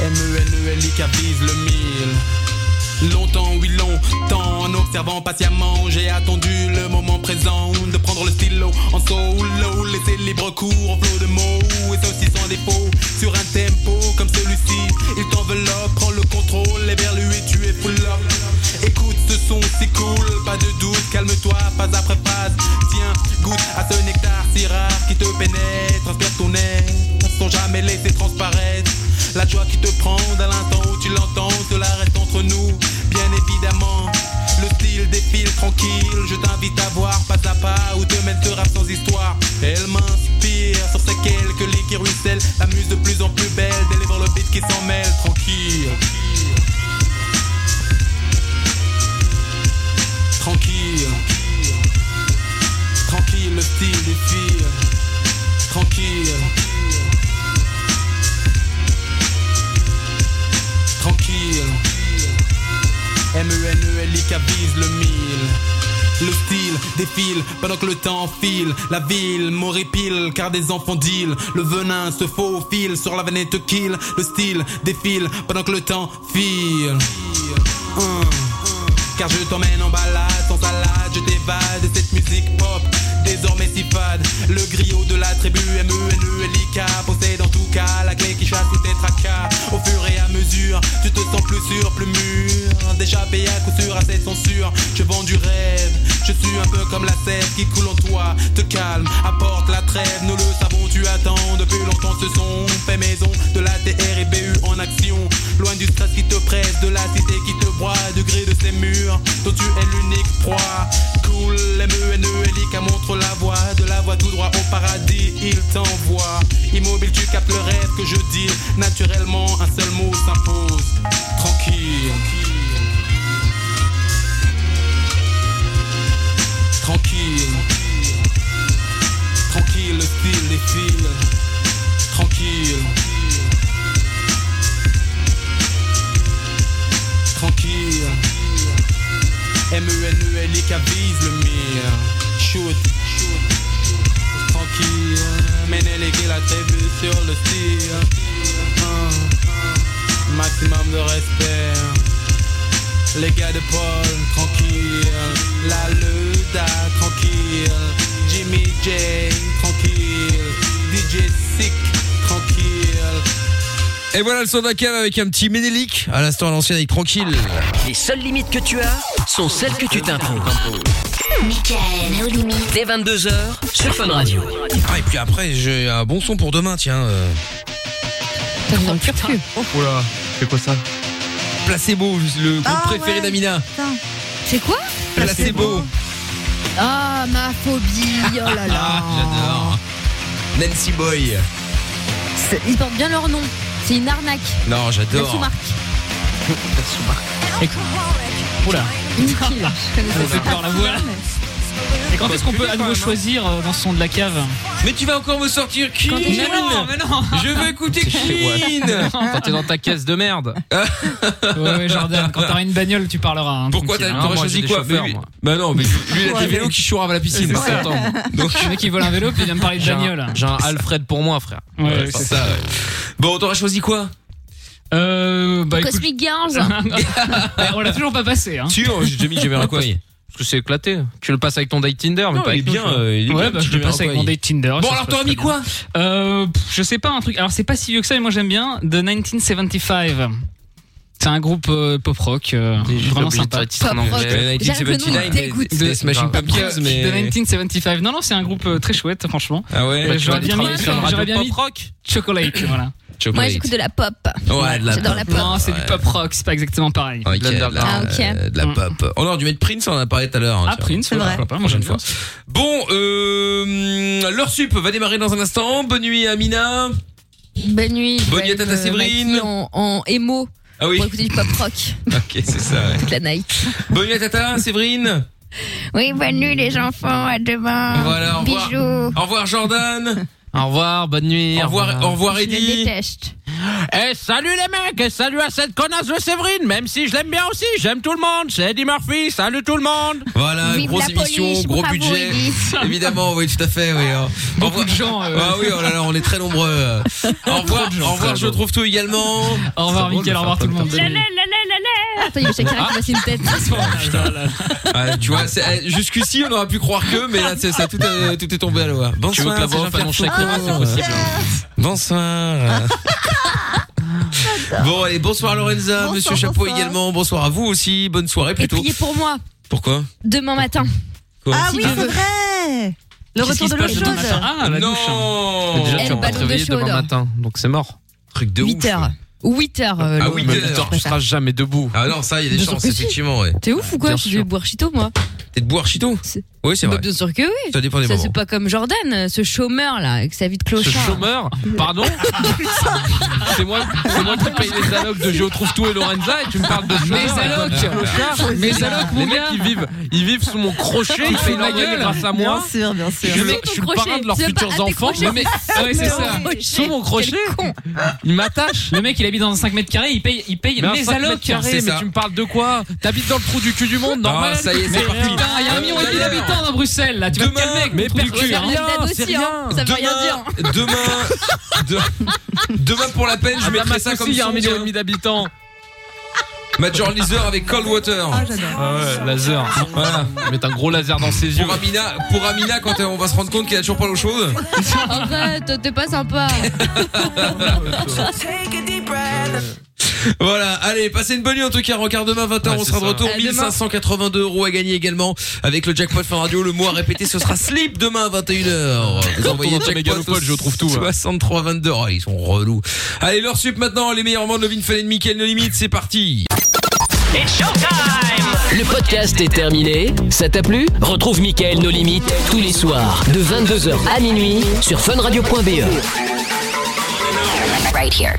Speaker 18: E M-E-N-E-L-I-K vise le mille. Longtemps, oui, longtemps, en observant patiemment, j'ai attendu le moment présent de prendre le stylo en solo, laisser libre cours au flot de mots, et ceci sans défaut, sur un tempo comme celui-ci. Il t'enveloppe, prend le contrôle, et vers lui, tu es full up. Écoute ce son, c'est cool, pas de doute, calme-toi, pas après phase. Tiens, goûte à ce nectar si rare qui te pénètre, inspire ton être, sans jamais laisser transparaître. La joie qui te prend à l'instant où tu l'entends, cela reste entre nous, bien évidemment. Le style défile tranquille, je t'invite à voir pas à pas où te mène ce rap sans histoire. Elle m'inspire sur ces quelques lits qui ruissellent, la muse de plus en plus belle, délivre le beat qui s'en mêle, tranquille. Tranquille. Tranquille, le style défile. Tranquille. Tranquille. E M-E-N-E-L-I-K vise le mille. Le style défile pendant que le temps file. La ville m'horripile car des enfants deal. Le venin se faufile sur la veine et te kill. Le style défile pendant que le temps file. Hum. Car je t'emmène en balade, sans salade, je t'évade de cette musique pop, désormais si fade. Le griot de la tribu E M.E.N.E.L.I.K. possède en tout cas la clé qui chasse tous tes tracas. Au fur et à mesure, tu te sens plus sûr, plus mûr. Déjà payé à coup sûr à cette censure. Je vends du rêve, je suis un peu comme la sève qui coule en toi. Te calme, apporte la trêve, nous le savons, tu attends depuis longtemps ce son. Fait maison de la TRBU en action, loin du stress qui te presse, de la cité qui te broie, du gré de ses murs, dont tu es l'unique proie. Cool, M-E-N-E-L-I montre la voie, de la voie tout droit au paradis, il t'envoie. Immobile, tu captes le rêve que je dis. Naturellement, un seul mot s'impose. Tranquille. Tranquille. Tranquille, le style, les fils. Tranquille. Tranquille. E M-E-N-E-L-I-K vise E le mire. Shoot. Tranquille. Ménez les guilles, la tête sur le style. Hein. Maximum de respect. Les gars de Paul, tranquille. La Luda, tranquille. Jimmy J, tranquille. DJ Sick, tranquille.
Speaker 2: Et voilà le son d'un cave avec un petit Ménélique à l'instant à l'ancienne avec tranquille.
Speaker 1: Les seules limites que tu as sont celles que tu t'imposes.
Speaker 10: Michael, nos limites.
Speaker 1: Dès 22h sur Fun Radio.
Speaker 2: Ah, et puis après j'ai un bon son pour demain tiens. euh. Oh là, c'est quoi ça Placebo, le groupe
Speaker 3: Ah,
Speaker 2: préféré
Speaker 3: ouais.
Speaker 2: d'Amina.
Speaker 3: Putain. C'est quoi
Speaker 2: Placebo.
Speaker 3: Ah, ma phobie, oh là
Speaker 2: Ah.
Speaker 3: là.
Speaker 2: J'adore. Nancy Boy.
Speaker 3: C'est- Ils portent bien leur nom. C'est une arnaque.
Speaker 2: Non,
Speaker 3: La
Speaker 2: j'adore.
Speaker 3: sous-marque.
Speaker 6: Oula.
Speaker 3: Nickel.
Speaker 6: Ça fait peur la voix. Et quand est-ce qu'on peut à nouveau choisir euh, dans ce son de la cave
Speaker 2: Mais tu vas encore me sortir qui
Speaker 6: Mais non, mais non.
Speaker 2: Je veux écouter Keane.
Speaker 4: Quand t'es dans ta caisse de merde.
Speaker 6: Ouais, ouais, Jordan, quand t'auras une bagnole, tu parleras. hein,
Speaker 2: Pourquoi
Speaker 6: tranquille,
Speaker 2: t'as-
Speaker 6: hein.
Speaker 2: t'aurais
Speaker 6: Moi,
Speaker 2: choisi
Speaker 6: j'ai des
Speaker 2: quoi
Speaker 6: chauffeurs,
Speaker 2: Mais lui-
Speaker 6: moi.
Speaker 2: Bah non, mais lui, il a des vélos qui chourave à la piscine,
Speaker 6: C'est
Speaker 2: par
Speaker 6: ça.
Speaker 2: contre, hein.
Speaker 6: Donc, le mec, il vole un vélo, puis il vient me parler de
Speaker 4: J'ai un-
Speaker 6: bagnole.
Speaker 4: J'ai un Alfred pour moi, frère.
Speaker 6: Ouais, ouais,
Speaker 2: c'est ça. Bon, t'aurais choisi quoi
Speaker 6: Euh. Bah écoute.
Speaker 17: Cosmic Girls.
Speaker 6: Ouais, on l'a toujours pas passé, hein.
Speaker 2: Sûr, j'ai mis j'avais un coin.
Speaker 4: Parce que c'est éclaté. Tu le passes avec ton date Tinder, mais
Speaker 6: Non,
Speaker 4: pas
Speaker 6: il
Speaker 4: avec
Speaker 6: est
Speaker 4: nous,
Speaker 6: bien,
Speaker 4: tu vois. bah,
Speaker 6: euh, il est bien, petit Jamie Rockway. Bon, alors, t'aurais mis quoi Euh. pff, Je sais pas, un truc. Alors, c'est pas si vieux que ça, mais moi, j'aime bien The 1975. C'est un groupe euh, pop rock euh, vraiment
Speaker 2: oublié de
Speaker 6: sympa.
Speaker 2: dire le titre en Pop anglais. rock. J'arrive que nous, on 1979, dégoûte. des- des Smashing Pumpkins,
Speaker 6: The
Speaker 2: mais-
Speaker 6: 1975. Non, non, c'est un groupe euh, très chouette, franchement.
Speaker 2: Ah ouais
Speaker 6: Euh, J'aurais
Speaker 2: Tu
Speaker 6: bien mis,
Speaker 2: travailles sur une radio
Speaker 6: j'aurais bien mis
Speaker 2: pop
Speaker 6: Chocolate, voilà.
Speaker 17: Moi, j'écoute de la pop.
Speaker 2: Ouais, de la pop.
Speaker 17: J'adore la pop.
Speaker 6: Non, c'est du pop rock, c'est pas exactement pareil. Mm.
Speaker 2: Ok, de la,
Speaker 17: Ah, ok.
Speaker 2: euh, de la pop. On aurait dû mettre Prince, on en a parlé tout à l'heure. hein,
Speaker 6: Ah,
Speaker 2: tiens.
Speaker 6: Prince, C'est ouais, vrai. pourquoi pas, moi, j'aime
Speaker 2: Prochaine fois. Bon, euh, l'heure sup va démarrer dans un instant. Bonne nuit, Amina.
Speaker 3: Bonne nuit. je
Speaker 2: Bonne
Speaker 3: vais
Speaker 2: nuit à Tata
Speaker 3: me
Speaker 2: Séverine.
Speaker 3: maquiller En, en émo.
Speaker 2: Ah oui.
Speaker 3: Pour écouter du pop rock
Speaker 2: Ok, c'est ça. ouais.
Speaker 3: toute la night.
Speaker 2: Bonne nuit à Tata, Séverine.
Speaker 17: Oui, bonne nuit les enfants, à demain.
Speaker 2: Voilà, au revoir.
Speaker 17: Ah, Bisous.
Speaker 2: Au revoir, Jordan.
Speaker 4: Au
Speaker 6: Ah,
Speaker 4: revoir, bonne nuit.
Speaker 2: Au revoir, au revoir,
Speaker 17: Je le
Speaker 2: Eddy.
Speaker 17: déteste.
Speaker 16: Eh, salut les mecs et salut à cette connasse de Séverine, même si je l'aime bien aussi, j'aime tout le monde, c'est Eddie Murphy, salut tout le monde
Speaker 2: Voilà, grosse émission, gros budget. Évidemment, oui, tout à fait. Oui, hein. Au revoir.
Speaker 6: gens.
Speaker 2: Ah oui, oh là là, on est très nombreux. euh. Au revoir, au revoir, je trouve tout également.
Speaker 6: Au revoir, Mickaël, au revoir tout le monde.
Speaker 17: La la la la la la. Attends, il y a Shakira
Speaker 2: Ah.
Speaker 17: qui passe une tête.
Speaker 2: Ouais, tu vois, c'est- eh, jusqu'ici, on aurait pu croire que, mais là, c'est- ça, tout, euh, tout est tombé à l'eau. Bonsoir,
Speaker 4: Tu veux que la voix
Speaker 2: c'est
Speaker 4: off annonce
Speaker 2: Jean-Pierre
Speaker 4: Shakira,
Speaker 2: Foucault.
Speaker 4: c'est possible.
Speaker 2: Bonsoir. Bon, allez, bonsoir Lorenza, monsieur Chapeau également, bonsoir à vous aussi, bonne soirée
Speaker 3: Et
Speaker 2: plutôt.
Speaker 3: priez pour moi
Speaker 2: Pourquoi
Speaker 3: demain matin.
Speaker 2: Quoi
Speaker 9: Ah oui,
Speaker 3: Si tu
Speaker 9: c'est
Speaker 3: veux.
Speaker 9: vrai Le
Speaker 3: Qu'est-ce
Speaker 9: retour
Speaker 3: qui
Speaker 9: de
Speaker 3: se
Speaker 9: l'eau
Speaker 3: passe demain
Speaker 9: chaude
Speaker 3: matin
Speaker 4: Ah, la
Speaker 2: Non.
Speaker 4: douche. hein. Déjà,
Speaker 3: Elle
Speaker 4: tu vas pas
Speaker 3: balance
Speaker 4: te
Speaker 3: de
Speaker 4: réveiller demain
Speaker 3: chaude.
Speaker 4: matin, donc c'est mort.
Speaker 2: Truc de
Speaker 3: 8 h 8 h
Speaker 4: Ah oui, mais Victor, tu seras jamais debout.
Speaker 2: Ah non, ça, il y a des
Speaker 3: Bien sûr
Speaker 2: chances,
Speaker 3: que si.
Speaker 2: effectivement, ouais.
Speaker 3: T'es ouf ou quoi
Speaker 2: Bien
Speaker 3: Je
Speaker 2: sûr.
Speaker 3: vais boire chito moi.
Speaker 2: T'es de boire chito Oui, c'est
Speaker 3: Bah,
Speaker 2: vrai.
Speaker 3: bien sûr que oui.
Speaker 2: Ça dépend des moments.
Speaker 3: c'est pas comme Jordan, euh, ce chômeur là, avec sa vie de
Speaker 4: Ce
Speaker 3: clochard.
Speaker 4: chômeur, pardon C'est moi, c'est moi qui paye les allocs de Géo Trouve Tout et Lorenza et tu me parles de chômeur
Speaker 6: Mes allocs.
Speaker 4: et de clochard.
Speaker 6: Mes allocs, mon
Speaker 4: Les mecs,
Speaker 6: gars.
Speaker 4: ils vivent, ils vivent sous mon crochet, ils
Speaker 6: Ils
Speaker 4: payent
Speaker 6: foutent ma
Speaker 4: la gueule
Speaker 6: gueule.
Speaker 4: grâce à
Speaker 9: Bien
Speaker 4: moi.
Speaker 9: sûr, bien
Speaker 4: Je
Speaker 9: sûr.
Speaker 4: suis le, je suis le
Speaker 3: crochet,
Speaker 4: parrain de leurs
Speaker 3: c'est
Speaker 6: bah,
Speaker 3: pas
Speaker 4: futurs
Speaker 3: à tes
Speaker 4: enfants.
Speaker 3: crochets.
Speaker 4: mais-
Speaker 6: Ah ouais, c'est ça.
Speaker 4: Sous mon crochet, ils m'attachent.
Speaker 6: Le mec, il habite dans un 5 mètres carrés, il paye, il paye
Speaker 4: Mais un
Speaker 6: mes
Speaker 4: 5 mètres
Speaker 6: allocs.
Speaker 4: carrés,
Speaker 6: C'est
Speaker 4: mais
Speaker 6: ça.
Speaker 4: tu me parles de quoi T'habites dans le trou du cul du monde, normal.
Speaker 2: ça y est, c'est
Speaker 4: Mais
Speaker 2: parti.
Speaker 4: putain,
Speaker 6: Putain, il y a un million et demi d'habitants dans Bruxelles, là. Tu vas te
Speaker 2: Demain,
Speaker 6: calmer avec
Speaker 4: mais
Speaker 6: ton trou du
Speaker 4: personne
Speaker 6: cul,
Speaker 4: n'a
Speaker 6: hein.
Speaker 4: rien.
Speaker 3: Dad
Speaker 4: c'est
Speaker 3: aussi, hein. Ça veut rien dire.
Speaker 2: demain, demain, de- demain pour la peine, je mettrai ça
Speaker 4: Damas aussi, Ah, bah,
Speaker 2: comme
Speaker 4: il y a un
Speaker 2: son,
Speaker 4: million et
Speaker 2: tiens.
Speaker 4: demi d'habitants.
Speaker 2: Major Laser avec Cold Water.
Speaker 4: Ah ouais, laser.
Speaker 2: Voilà.
Speaker 4: Mettre un gros laser dans ses yeux.
Speaker 2: Pour Amina, pour Amina, quand euh, on va se rendre compte qu'il a toujours pas l'eau chaude.
Speaker 3: Arrête, t'es pas sympa.
Speaker 2: Voilà, allez, passez une bonne nuit en tout cas. Regarde demain 20h,
Speaker 4: Ouais,
Speaker 2: on
Speaker 4: c'est
Speaker 2: sera de
Speaker 4: ça.
Speaker 2: retour.
Speaker 3: À demain.
Speaker 2: 1582 euros à gagner également avec le jackpot fin radio. Le mois répété, ce sera slip demain à 21h.
Speaker 4: Ah,
Speaker 2: Vous envoyez
Speaker 4: dans ta mégalopole, je trouve tout, hein.
Speaker 2: 63 22. Oh, ils sont relous. Allez, leur sup maintenant. Les meilleurs moments de Levin Fun et de Mickaël No Limite, c'est parti.
Speaker 1: Le podcast est terminé. Ça t'a plu Retrouve E. Mickaël Nos Limites tous les soirs de 22h à minuit sur funradio.be.
Speaker 7: right here.